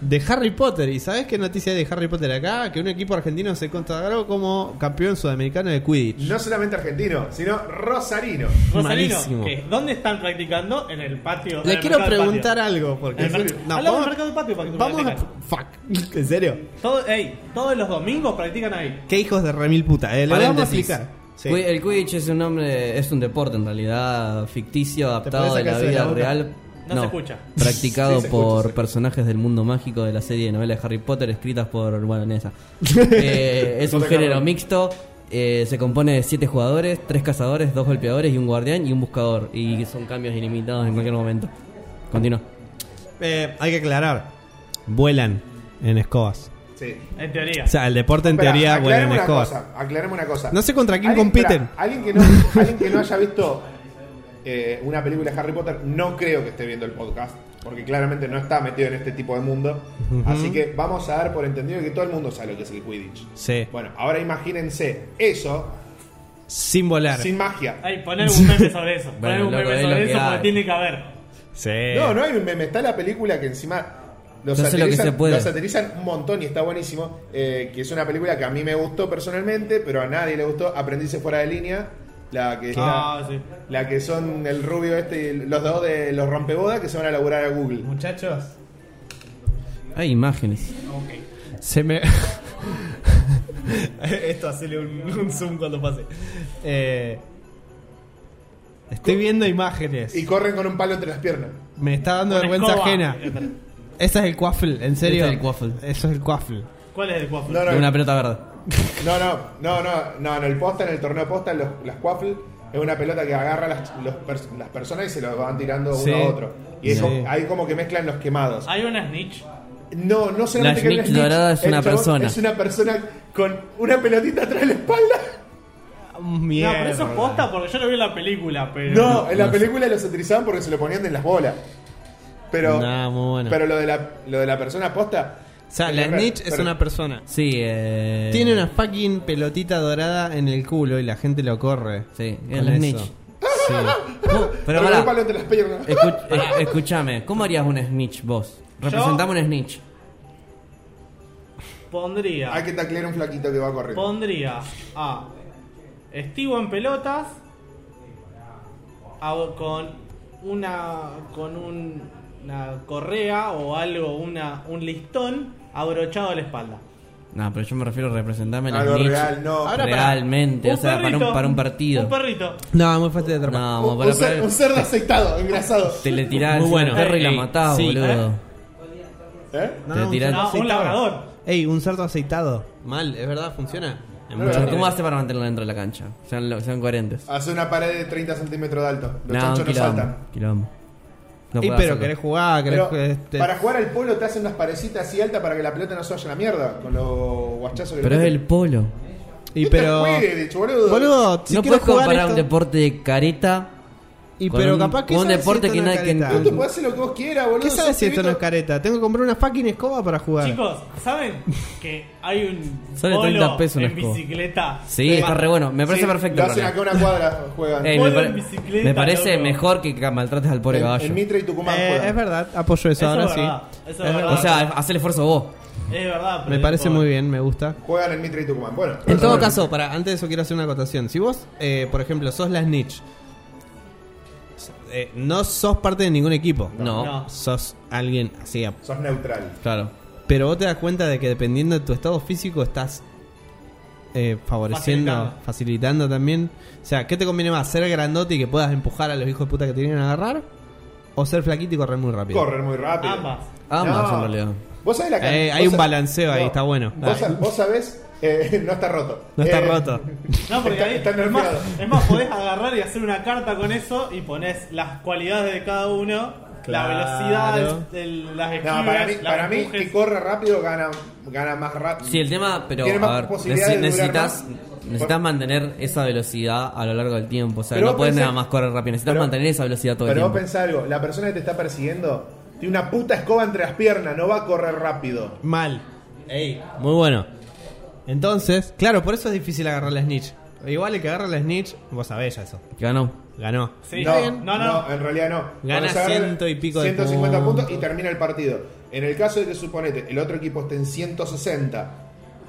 Speaker 2: De Harry Potter. ¿Y sabes qué noticia hay de Harry Potter acá? Que un equipo argentino se consagró como campeón sudamericano de Quidditch.
Speaker 1: No solamente argentino, sino rosarino.
Speaker 2: Malísimo.
Speaker 3: Rosalino, ¿qué? ¿dónde están practicando? En el patio. en
Speaker 2: Le
Speaker 3: el
Speaker 2: quiero
Speaker 3: mercado del
Speaker 2: preguntar
Speaker 3: patio.
Speaker 2: algo. Porque
Speaker 3: En el merc- Hablamos del mercado del patio para que tú
Speaker 2: Vamos a.
Speaker 3: practiques.
Speaker 2: Fuck. ¿En serio?
Speaker 3: Todo, ey, todos los domingos practican ahí.
Speaker 2: Qué hijos de remil puta, eh. Lo vamos a
Speaker 4: Paréntesis.
Speaker 2: explicar. Sí.
Speaker 4: Qui- El Quidditch es un nombre, es un deporte en realidad ficticio, adaptado
Speaker 2: podés
Speaker 4: de la
Speaker 2: sacar eso de la
Speaker 4: vida
Speaker 2: boca?
Speaker 4: real.
Speaker 3: No se escucha.
Speaker 4: Practicado
Speaker 1: Sí, se escucha,
Speaker 4: por
Speaker 1: se escucha.
Speaker 4: personajes del mundo mágico de la serie de novelas de Harry Potter, escritas por. Bueno, en esa. Eh, es un
Speaker 1: Otra
Speaker 4: género
Speaker 1: carrera.
Speaker 4: mixto. eh, se compone de siete jugadores, tres cazadores, dos golpeadores y un guardián y un buscador. Y son cambios ilimitados en cualquier momento. Continúa.
Speaker 2: Eh, hay que aclarar. Vuelan en escobas.
Speaker 1: Sí.
Speaker 3: En teoría.
Speaker 2: O sea, el deporte en
Speaker 1: Espera,
Speaker 2: teoría vuela en
Speaker 1: aclaremos una
Speaker 2: escobas.
Speaker 1: cosa, aclaremos una cosa.
Speaker 2: No sé contra quién
Speaker 1: Alguien-
Speaker 2: compiten.
Speaker 1: espera, alguien, que no, alguien que no haya visto eh, una película de Harry Potter, no creo que esté viendo el podcast. Porque claramente no está metido en este tipo de mundo. Así que vamos a dar por entendido que todo el mundo sabe lo que es el Quidditch.
Speaker 2: Sí.
Speaker 1: Bueno, ahora imagínense eso
Speaker 2: Sin volar.
Speaker 1: sin magia.
Speaker 3: Ey, poner un meme sobre eso. Poner
Speaker 4: Bueno,
Speaker 3: un
Speaker 4: loco,
Speaker 3: meme
Speaker 4: es lo
Speaker 3: sobre
Speaker 4: que
Speaker 3: eso
Speaker 4: hay.
Speaker 3: porque tiene que haber.
Speaker 2: Sí.
Speaker 1: No, no hay un meme, está la película que encima lo
Speaker 4: Yo sé lo que se
Speaker 1: satirizan,
Speaker 4: puede.
Speaker 1: lo satirizan un montón y está buenísimo. eh, que es una película que a mí me gustó personalmente, pero a nadie le gustó. Aprendice fuera de línea. La que, está-
Speaker 3: Ah, sí.
Speaker 1: la que son el rubio este y los dos de los rompebodas que se van a laburar a Google.
Speaker 3: Muchachos.
Speaker 4: Hay imágenes.
Speaker 3: Ok.
Speaker 2: Se me. Esto hacerle un, un zoom cuando pase. Eh, estoy viendo imágenes.
Speaker 1: Y corren con un palo entre las piernas.
Speaker 2: Me está dando
Speaker 3: Una
Speaker 2: vergüenza
Speaker 3: escoba.
Speaker 2: ajena. Ese es el quaffle, en serio.
Speaker 4: Este es el quaffle.
Speaker 2: Eso es el quaffle.
Speaker 3: ¿Cuál es el waffle?
Speaker 1: No, no,
Speaker 4: De una pelota verde.
Speaker 1: No, no, no, no, no, en el posta, en el torneo posta, los, las quaffle es una pelota que agarra las, los pers- las personas y se los van tirando uno
Speaker 2: Sí.
Speaker 1: a otro. Y es
Speaker 2: Sí.
Speaker 1: como- ahí como que mezclan los quemados.
Speaker 3: Hay una snitch.
Speaker 1: No, no solamente
Speaker 4: La
Speaker 1: que hay una
Speaker 4: Schmidt dorada
Speaker 1: snitch,
Speaker 4: es
Speaker 1: el
Speaker 4: una
Speaker 1: chabón
Speaker 4: persona.
Speaker 1: Es una persona con una pelotita atrás de la espalda.
Speaker 3: No,
Speaker 2: Mierda.
Speaker 3: pero eso es posta porque yo lo vi en la película, pero.
Speaker 1: No, en la
Speaker 4: no sé.
Speaker 1: película lo satirizaban porque se lo ponían en las bolas. Pero,
Speaker 2: Nah, muy bueno.
Speaker 1: pero lo, de la, lo de la persona posta.
Speaker 2: o sea, la
Speaker 1: pero-
Speaker 2: snitch es
Speaker 1: pero-
Speaker 2: una persona.
Speaker 4: Sí, eh.
Speaker 2: Tiene una fucking pelotita dorada en el culo y la gente lo corre.
Speaker 4: Sí, es
Speaker 2: con
Speaker 4: la
Speaker 2: eso.
Speaker 4: snitch.
Speaker 2: Sí.
Speaker 4: Pero,
Speaker 1: Pero
Speaker 4: pará.
Speaker 1: un palo entre las piernas.
Speaker 4: Escu- eh, escuchame, ¿cómo harías un snitch vos? Representamos un snitch.
Speaker 3: Pondría.
Speaker 1: Hay que taclear un flaquito que va corriendo.
Speaker 3: Pondría a. Estivo en pelotas. a- con una. con un- una correa o algo, una, un listón abrochado a la espalda.
Speaker 4: No, pero yo me refiero a representarme el
Speaker 1: Algo
Speaker 4: snitch.
Speaker 1: real, no.
Speaker 2: Ahora para-
Speaker 4: Realmente, o sea, para un, para un partido.
Speaker 3: Un perrito.
Speaker 2: No, muy fácil de atrapar.
Speaker 4: no,
Speaker 1: un,
Speaker 4: para-
Speaker 1: un cer- un cerdo aceitado, engrasado.
Speaker 4: te le tirás
Speaker 2: Muy
Speaker 4: al
Speaker 2: bueno.
Speaker 4: perro y la
Speaker 2: Ey,
Speaker 4: matás,
Speaker 2: sí,
Speaker 4: boludo.
Speaker 2: ¿eh?
Speaker 1: ¿Eh?
Speaker 4: Te
Speaker 2: un cerdo
Speaker 3: No, Ah,
Speaker 4: tirás-
Speaker 3: un
Speaker 2: aceitado.
Speaker 3: labrador.
Speaker 2: Ey, un cerdo aceitado. Mal, es verdad, funciona. En
Speaker 1: No,
Speaker 2: muchos-
Speaker 1: no, no.
Speaker 4: ¿Cómo hace para mantenerlo dentro de la cancha? Sean, lo- sean coherentes.
Speaker 1: Hace una pared de 30 centímetros de alto. Ah, Los
Speaker 4: no, un
Speaker 1: chanchos no
Speaker 4: quilombo.
Speaker 1: saltan.
Speaker 4: quilombo. No
Speaker 2: Ey, pero
Speaker 4: puedo hacerlo.
Speaker 2: querés jugar, querés.
Speaker 1: Pero
Speaker 2: este,
Speaker 1: para jugar al polo te hacen unas parecitas así altas para que la pelota no se vaya a la mierda con los guachazos que
Speaker 4: Pero
Speaker 1: le
Speaker 4: es
Speaker 1: meten.
Speaker 4: el polo.
Speaker 2: y
Speaker 1: No te
Speaker 2: pero.
Speaker 1: juegues, boludo.
Speaker 2: Boludo, si
Speaker 4: no
Speaker 2: quieres
Speaker 4: puedes
Speaker 2: jugar
Speaker 4: comparar un
Speaker 2: esto-
Speaker 4: deporte de careta.
Speaker 2: Y
Speaker 4: con
Speaker 2: pero
Speaker 4: un-
Speaker 2: capaz que.
Speaker 4: con un
Speaker 2: sabes
Speaker 4: deporte
Speaker 2: si esto
Speaker 4: que
Speaker 2: no es
Speaker 4: nadie- que-
Speaker 1: Vos
Speaker 2: careta.
Speaker 1: te podés hacer lo que vos quieras, boludo.
Speaker 2: ¿Qué sabes
Speaker 1: sos
Speaker 2: si esto no es
Speaker 1: pibito.
Speaker 2: careta? Tengo que comprar una fucking escoba para jugar.
Speaker 3: Chicos, ¿saben que hay un
Speaker 4: Sale
Speaker 3: polo
Speaker 4: 30 pesos una
Speaker 3: en
Speaker 4: escoba.
Speaker 3: bicicleta?
Speaker 4: Sí, está re bueno. Me parece
Speaker 1: Sí,
Speaker 4: perfecto.
Speaker 1: Lo
Speaker 4: el
Speaker 1: hacen
Speaker 4: programa.
Speaker 1: acá una cuadra, juegan.
Speaker 4: Ey,
Speaker 1: En-
Speaker 4: me,
Speaker 3: Polo en
Speaker 4: pare-
Speaker 3: bicicleta,
Speaker 4: me parece
Speaker 3: loco.
Speaker 4: mejor que ca- maltrates al pobre
Speaker 1: en,
Speaker 4: caballo.
Speaker 1: Mitre y Tucumán
Speaker 2: Eh,
Speaker 1: juegan.
Speaker 2: es verdad, apoyo eso,
Speaker 3: Eso
Speaker 2: ahora
Speaker 3: es verdad,
Speaker 2: sí.
Speaker 3: eso es
Speaker 2: Es
Speaker 3: verdad.
Speaker 4: o sea, haz el esfuerzo vos.
Speaker 3: Es verdad, pero
Speaker 2: Me parece
Speaker 3: tipo,
Speaker 2: muy bien, me gusta.
Speaker 1: Juegan en Mitre y Tucumán. Bueno,
Speaker 2: En todo caso, para antes de eso quiero hacer una acotación. Si vos, eh, por ejemplo, sos la snitch, eh, no sos parte de ningún equipo.
Speaker 4: No.
Speaker 3: No.
Speaker 2: Sos alguien así. a-
Speaker 1: sos neutral.
Speaker 4: Claro.
Speaker 2: Pero vos te das cuenta de que dependiendo de tu estado físico estás eh, favoreciendo, facilitando.
Speaker 3: Facilitando.
Speaker 2: también. O sea, ¿qué te conviene más? ¿Ser grandote y que puedas empujar a los hijos de puta que te vienen a agarrar? ¿O ser flaquito y correr muy rápido?
Speaker 1: Corren muy rápido.
Speaker 3: Ambas.
Speaker 4: Ambas,
Speaker 1: No.
Speaker 4: en realidad.
Speaker 1: Vos sabés la can-
Speaker 2: Eh,
Speaker 1: vos
Speaker 2: hay un
Speaker 1: sab-
Speaker 2: balanceo ahí, está bueno.
Speaker 1: Vos, sab- vos sabés, eh, no está roto.
Speaker 2: No está
Speaker 1: Eh,
Speaker 2: roto.
Speaker 3: No, porque
Speaker 1: Está-
Speaker 3: ahí
Speaker 1: está
Speaker 3: es, más,
Speaker 1: nerfeado.
Speaker 3: es más, podés agarrar y hacer una carta con eso y ponés las cualidades de cada uno la velocidad, el- las esquivas,
Speaker 1: No, para mí,
Speaker 3: las
Speaker 1: para mí
Speaker 3: empujes.
Speaker 1: que corre rápido gana, gana más rápido.
Speaker 4: Sí, el tema, pero
Speaker 1: Tiene más
Speaker 4: a ver,
Speaker 1: posibilidades
Speaker 4: nece-
Speaker 1: de durar
Speaker 4: necesitas,
Speaker 1: más.
Speaker 4: necesitas mantener esa velocidad a lo largo del tiempo. O sea,
Speaker 1: Pero
Speaker 4: no
Speaker 1: vos
Speaker 4: puedes
Speaker 1: pensá-
Speaker 4: nada más correr rápido, necesitas
Speaker 1: pero-
Speaker 4: mantener esa velocidad todo el
Speaker 1: Pero vos
Speaker 4: tiempo.
Speaker 1: pensás algo, la persona que te está persiguiendo tiene una puta escoba entre las piernas, no va a correr rápido.
Speaker 2: Mal. Muy bueno. Entonces, claro, por eso es difícil agarrar la snitch. Igual el que agarra la snitch, vos sabés ya eso.
Speaker 4: Ganó.
Speaker 2: Ganó.
Speaker 3: Sí.
Speaker 1: No,
Speaker 3: no, no, no.
Speaker 1: en realidad no.
Speaker 2: Gana
Speaker 1: Cuando se agarra
Speaker 2: ciento y pico de
Speaker 1: 150 puntos.
Speaker 2: puntos
Speaker 1: y termina el partido. En el caso de que suponete el otro equipo esté en 160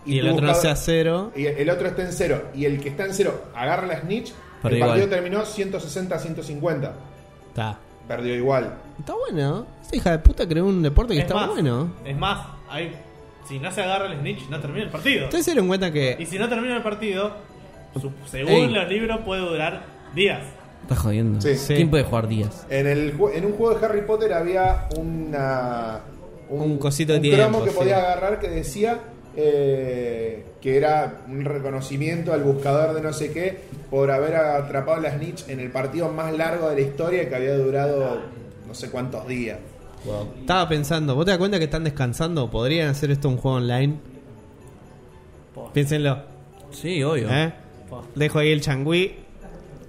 Speaker 2: Y el
Speaker 1: tú
Speaker 2: otro
Speaker 1: buscabas-
Speaker 2: sea cero.
Speaker 1: y el otro está en cero y el que está en cero agarra la snitch,
Speaker 4: Perdió
Speaker 1: el partido
Speaker 4: igual.
Speaker 1: terminó 160 150.
Speaker 2: Está.
Speaker 1: Perdió igual.
Speaker 2: Está bueno. Esta hija de puta creó un deporte que
Speaker 3: Es
Speaker 2: está
Speaker 3: más,
Speaker 2: bueno.
Speaker 3: Es más, hay- si no se agarra el snitch, no termina el partido.
Speaker 2: Ustedes se dieron cuenta
Speaker 3: Y
Speaker 2: que.
Speaker 3: si no termina el partido, su- según
Speaker 4: Ey.
Speaker 3: los libros, puede durar días.
Speaker 4: Estás jodiendo.
Speaker 1: Sí.
Speaker 2: Sí.
Speaker 4: ¿Quién puede jugar días?
Speaker 1: En, el, ju- en un juego de Harry Potter había una,
Speaker 2: Un cosito de
Speaker 1: un
Speaker 2: tiempo,
Speaker 1: cromo que
Speaker 2: sí.
Speaker 1: podía agarrar que decía eh, que era un reconocimiento al buscador de no sé qué por haber atrapado la snitch en el partido más largo de la historia que había durado no sé cuántos días.
Speaker 2: Estaba pensando, ¿vos te das cuenta que están descansando? ¿Podrían hacer esto un juego online?
Speaker 3: Po-
Speaker 2: Piénsenlo.
Speaker 4: Sí, obvio.
Speaker 2: ¿eh?
Speaker 3: po-
Speaker 2: Dejo ahí el changüí.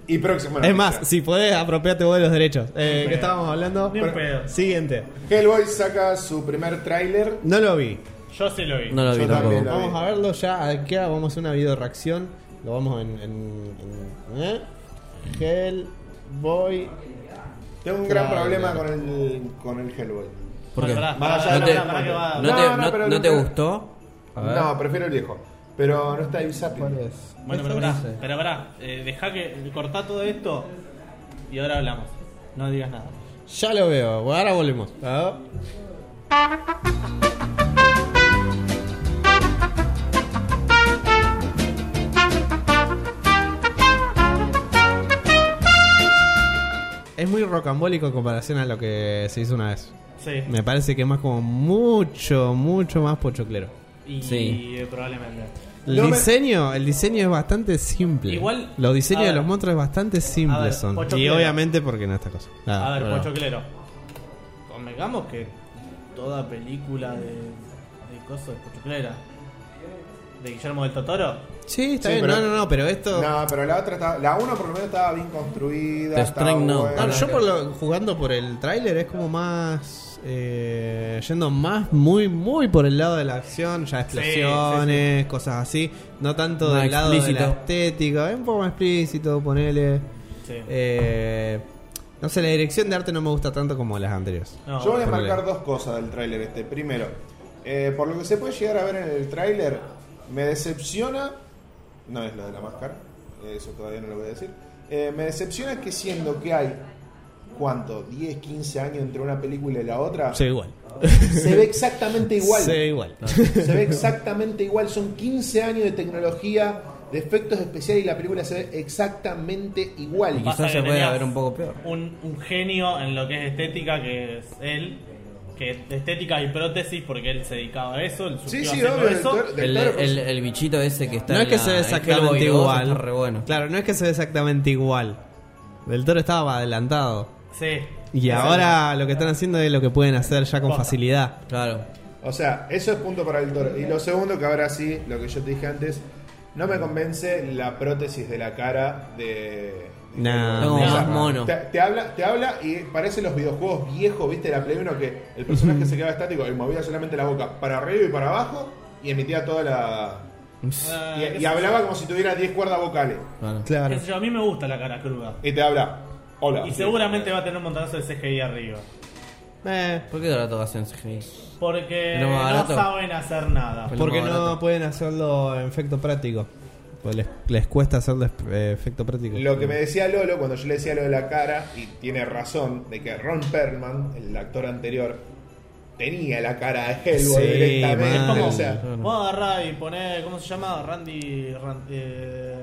Speaker 1: Y próximo. bueno,
Speaker 2: Es más, si podés, apropiate vos de los derechos. Eh, ¿Qué estábamos hablando?
Speaker 3: Ni un pedo.
Speaker 2: Siguiente.
Speaker 1: Hellboy saca su primer tráiler.
Speaker 2: No lo vi.
Speaker 3: Yo se lo vi.
Speaker 4: No lo
Speaker 1: Yo
Speaker 4: vi tampoco.
Speaker 1: también lo-
Speaker 2: Vamos a verlo ya. Aquí ahora vamos a hacer una video reacción. Lo vamos en. en, en- ¿eh? Hellboy.
Speaker 1: Tengo un gran
Speaker 2: Claro.
Speaker 1: problema con el, con el Hellboy.
Speaker 4: ¿Por
Speaker 3: Bueno,
Speaker 4: qué?
Speaker 3: pará,
Speaker 1: Más allá
Speaker 3: pará,
Speaker 1: de
Speaker 3: pará,
Speaker 1: la-
Speaker 3: pará que va-
Speaker 4: ¿No,
Speaker 1: No,
Speaker 4: te,
Speaker 1: no,
Speaker 4: no-
Speaker 1: pero
Speaker 4: no
Speaker 1: lo
Speaker 4: te
Speaker 1: que-
Speaker 4: gustó? A ver.
Speaker 1: No, prefiero el viejo. Pero no está Dave Sapien.
Speaker 3: Bueno, pero pará, pero pará, eh, dejá que cortá todo esto y ahora hablamos. No digas nada.
Speaker 2: Ya lo veo. Bueno, Ahora volvemos. Ah. Es muy rocambólico en comparación a lo que se hizo una vez.
Speaker 3: Sí.
Speaker 2: Me parece que es más como mucho, mucho más pochoclero.
Speaker 3: Y
Speaker 4: Sí.
Speaker 3: eh, probablemente.
Speaker 2: El
Speaker 1: No me-
Speaker 2: diseño, el diseño es bastante simple.
Speaker 3: Igual-
Speaker 2: los diseños
Speaker 3: a
Speaker 2: de
Speaker 3: ver.
Speaker 2: los monstruos es bastante simples
Speaker 3: A ver,
Speaker 2: son.
Speaker 3: Pocho
Speaker 2: Y
Speaker 3: Clero.
Speaker 2: obviamente porque no esta cosa.
Speaker 4: Ah,
Speaker 2: Nada,
Speaker 3: A ver,
Speaker 2: no, no.
Speaker 3: Pochoclero. Convengamos que toda película de, de cosas de Pochoclera de Guillermo del Totoro.
Speaker 2: Sí, está
Speaker 1: Sí,
Speaker 2: bien.
Speaker 1: pero-
Speaker 2: No, no, no, pero esto
Speaker 1: No, pero la otra estaba. La 1 por lo menos estaba bien construida.
Speaker 4: The
Speaker 1: estaba
Speaker 4: Strength no.
Speaker 1: buena.
Speaker 2: No, yo por lo- jugando por el tráiler es como más eh, yendo más muy muy por el lado de la acción, ya explosiones, cosas así, no tanto
Speaker 4: Más
Speaker 2: del lado de la
Speaker 4: explícito.
Speaker 2: estética, es un poco más explícito, ponele.
Speaker 3: Sí.
Speaker 2: Eh, no sé, la dirección de arte no me gusta tanto como las anteriores.
Speaker 3: No,
Speaker 1: Yo voy a
Speaker 2: Ponele.
Speaker 1: marcar dos cosas del tráiler este. Primero, eh, por lo que se puede llegar a ver en el tráiler, me decepciona. No es lo de la máscara, eso todavía no lo voy a decir. Eh, me decepciona que siendo que hay, ¿cuánto? 10, 15 años entre una película y la otra.
Speaker 2: Sí, igual.
Speaker 1: Se ve exactamente igual.
Speaker 2: Sí, igual.
Speaker 1: Se ve exactamente igual. Son 15 años de tecnología, de efectos especiales y la película se ve exactamente
Speaker 4: Y
Speaker 1: igual.
Speaker 3: Pasa que
Speaker 4: quizás se pueda
Speaker 3: tenías
Speaker 4: ver un poco peor.
Speaker 3: Un, un genio en lo que es estética, que es él. Que de estética y prótesis, porque él se dedicaba a eso. Él
Speaker 1: Sí,
Speaker 3: surgió
Speaker 1: sí,
Speaker 3: haciendo
Speaker 1: obvio. del
Speaker 3: eso.
Speaker 1: toro- del
Speaker 4: El,
Speaker 1: toro,
Speaker 4: el- el bichito ese que está
Speaker 2: No
Speaker 4: en
Speaker 2: es que
Speaker 4: la-
Speaker 2: se ve
Speaker 4: en
Speaker 2: exactamente
Speaker 4: Hellboy 2
Speaker 2: igual.
Speaker 4: Está re bueno.
Speaker 2: Claro, no es que se ve exactamente igual. Del Toro estaba adelantado.
Speaker 3: Sí.
Speaker 2: Y ahora lo que están haciendo es lo que pueden hacer ya con
Speaker 3: Posta.
Speaker 2: facilidad.
Speaker 4: Claro.
Speaker 1: O sea, eso es punto para el toro. Y lo segundo, que ahora sí, lo que yo te dije antes, no me convence la prótesis de la cara de.
Speaker 2: No,
Speaker 4: Está como
Speaker 2: no.
Speaker 4: más mono.
Speaker 1: Te, te habla, te habla y parece los videojuegos viejos, viste, la Play 1 que el personaje se quedaba estático y movía solamente la boca para arriba y para abajo y emitía toda la.
Speaker 3: Ah,
Speaker 1: Y,
Speaker 3: qué
Speaker 1: y
Speaker 3: sé
Speaker 1: hablaba como si tuviera 10 cuerdas vocales.
Speaker 4: Claro.
Speaker 3: yo,
Speaker 2: Claro.
Speaker 3: qué sé yo, a mí me gusta la cara cruda.
Speaker 1: Y te habla. Hola.
Speaker 3: Y seguramente va a tener un montonazo de CGI arriba.
Speaker 2: Eh,
Speaker 4: ¿Por qué ahora todo hacen CGI?
Speaker 3: Porque
Speaker 4: Pero más
Speaker 3: no
Speaker 4: barato.
Speaker 3: saben hacer nada.
Speaker 4: Pero-
Speaker 2: porque
Speaker 4: más
Speaker 2: no
Speaker 4: barato.
Speaker 2: pueden hacerlo en efecto práctico. Pues les, les cuesta hacerlo esp- eh, efecto práctico.
Speaker 1: Lo que me decía Lolo, cuando yo le decía lo de la cara, y tiene razón, de que Ron Perlman, el actor anterior, tenía la cara de Hellboy
Speaker 2: Sí,
Speaker 1: directamente.
Speaker 2: mal.
Speaker 1: O sea,
Speaker 4: Claro.
Speaker 3: Vos agarrá y poné, ¿cómo se llama? Randy. Ran- eh,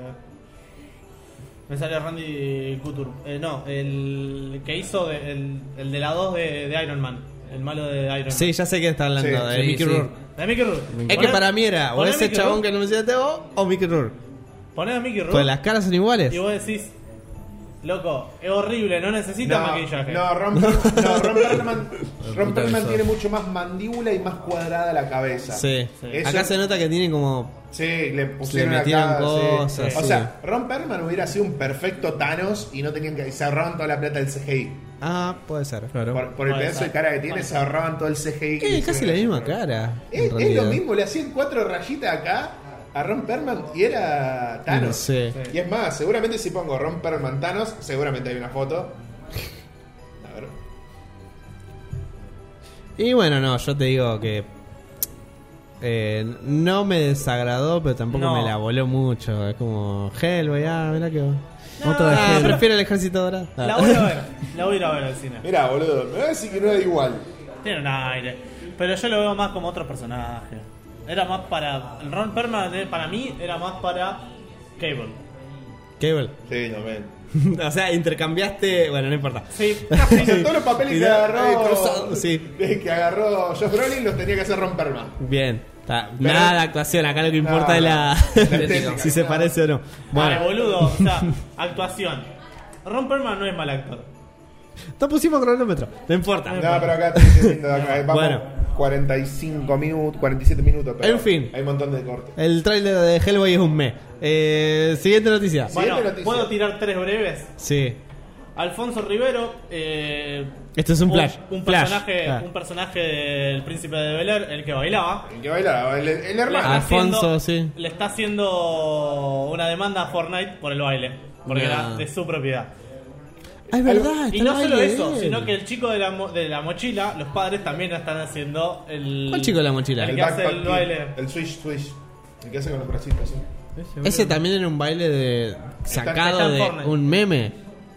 Speaker 3: me sale Randy Couture. Eh, no, el que hizo de- el, el de la 2 de, de Iron Man. El malo de Iron Man.
Speaker 2: Sí, ya sé que está hablando
Speaker 1: Sí,
Speaker 2: de
Speaker 4: sí,
Speaker 2: Mickey
Speaker 4: sí.
Speaker 2: Rourke.
Speaker 3: De Mickey Rourke.
Speaker 2: Es que
Speaker 3: Poné-
Speaker 2: para mí era o
Speaker 3: poné a
Speaker 2: ese
Speaker 3: Mickey
Speaker 2: chabón
Speaker 3: Rourke,
Speaker 2: que no mencionaste vos o Mickey Rourke.
Speaker 3: Poné a Mickey Rourke.
Speaker 2: Pues las caras son iguales.
Speaker 3: Y vos decís. Loco, es horrible, no necesita maquillaje.
Speaker 1: No, Ron, Per- no, Ron Perlman, Ron
Speaker 4: puta que
Speaker 1: Perlman
Speaker 4: sos.
Speaker 1: tiene mucho más mandíbula y más cuadrada la cabeza.
Speaker 2: Sí.
Speaker 3: Sí.
Speaker 1: Eso-
Speaker 2: Acá se nota que tiene como.
Speaker 1: Sí, le pusieron
Speaker 2: Le metieron
Speaker 1: acá, sí.
Speaker 2: cosas,
Speaker 1: O
Speaker 2: sí.
Speaker 1: sea, Ron Perlman hubiera sido un perfecto Thanos y no tenían que. Se ahorraban toda la plata del CGI.
Speaker 2: Ah, puede ser.
Speaker 4: Claro.
Speaker 1: Por, por el
Speaker 3: Puede
Speaker 1: pedazo
Speaker 3: ser.
Speaker 1: de cara que tiene,
Speaker 3: Puede
Speaker 1: se
Speaker 3: ser.
Speaker 1: ahorraban todo el CGI. que
Speaker 2: Eh, casi la
Speaker 1: hicieron.
Speaker 2: misma cara. en
Speaker 1: Es, es
Speaker 2: realidad.
Speaker 1: lo mismo, le hacían cuatro rayitas acá a Ron Perlman y era Thanos.
Speaker 2: No sé.
Speaker 3: Sí.
Speaker 1: Y es más, seguramente si pongo Ron Perlman Thanos, seguramente hay una foto. A ver.
Speaker 2: Y bueno, no, yo te digo que. eh, no me desagradó, pero tampoco
Speaker 3: No.
Speaker 2: me la voló mucho. Es como. Hellboy, ah, mirá que.
Speaker 4: Otra de
Speaker 2: Ah,
Speaker 4: Hellboy.
Speaker 2: prefiero el ejército dorado. Ah.
Speaker 3: La voy a ver, la voy a ir a ver al cine.
Speaker 1: Mirá, boludo, me va a decir que no era igual.
Speaker 3: Tiene un aire. Pero yo lo veo más como otro personaje. Era más para. El Ron Perlman eh, para mí era más para Cable.
Speaker 2: Cable.
Speaker 1: Sí, no, ven.
Speaker 2: o sea, intercambiaste. Bueno, no importa.
Speaker 3: Sí, Ah,
Speaker 1: Hizo todos los papeles que agarró.
Speaker 2: cruzado, sí.
Speaker 1: Que agarró Josh Brolin los tenía que hacer Ron Perlman.
Speaker 2: Bien. Está-
Speaker 1: Pero-
Speaker 2: nada de actuación, acá lo que importa
Speaker 1: No,
Speaker 2: es la.
Speaker 1: la estética,
Speaker 2: si se
Speaker 1: claro.
Speaker 2: parece o no.
Speaker 1: Ah,
Speaker 3: Vale,
Speaker 2: Bueno,
Speaker 3: boludo. O sea, actuación. Ron Perlman no es mal actor.
Speaker 2: no pusimos cronómetro, no importa.
Speaker 1: No, pero acá estoy diciendo acá. eh, Vamos
Speaker 2: Bueno.
Speaker 1: 45 minutos, 47 minutos. Pero
Speaker 2: En fin.
Speaker 1: Hay un montón de cortes.
Speaker 2: El trailer de Hellboy es un me. Eh, siguiente noticia.
Speaker 1: Sí.
Speaker 3: Bueno,
Speaker 1: Siguiente noticia.
Speaker 3: ¿puedo tirar tres breves?
Speaker 2: Sí.
Speaker 3: Alfonso Rivero. Eh,
Speaker 2: Esto es un flash,
Speaker 3: Un,
Speaker 2: flash.
Speaker 3: personaje,
Speaker 2: Ah.
Speaker 3: un personaje del Príncipe de Bel Air, el que bailaba.
Speaker 1: El que bailaba, el, el
Speaker 3: le está
Speaker 1: hermano.
Speaker 2: Alfonso, sí.
Speaker 3: haciendo- Le está haciendo una demanda a Fortnite por el baile. Porque
Speaker 4: No.
Speaker 3: era de su propiedad.
Speaker 2: Ah, es verdad.
Speaker 3: Y
Speaker 2: está
Speaker 3: no
Speaker 2: el
Speaker 3: solo
Speaker 2: baile
Speaker 3: eso,
Speaker 2: de él.
Speaker 3: sino que el chico de la, mo- de la mochila, los padres también están haciendo el.
Speaker 2: ¿Cuál chico de la mochila?
Speaker 3: El,
Speaker 1: El
Speaker 3: que hace
Speaker 1: backpack
Speaker 3: el
Speaker 1: kick,
Speaker 3: baile.
Speaker 1: El swish, swish. El que hace con los bracitos. ¿sí?
Speaker 2: Ese también era un baile de
Speaker 3: está
Speaker 2: sacado
Speaker 3: en
Speaker 2: de
Speaker 3: Fortnite.
Speaker 2: un meme.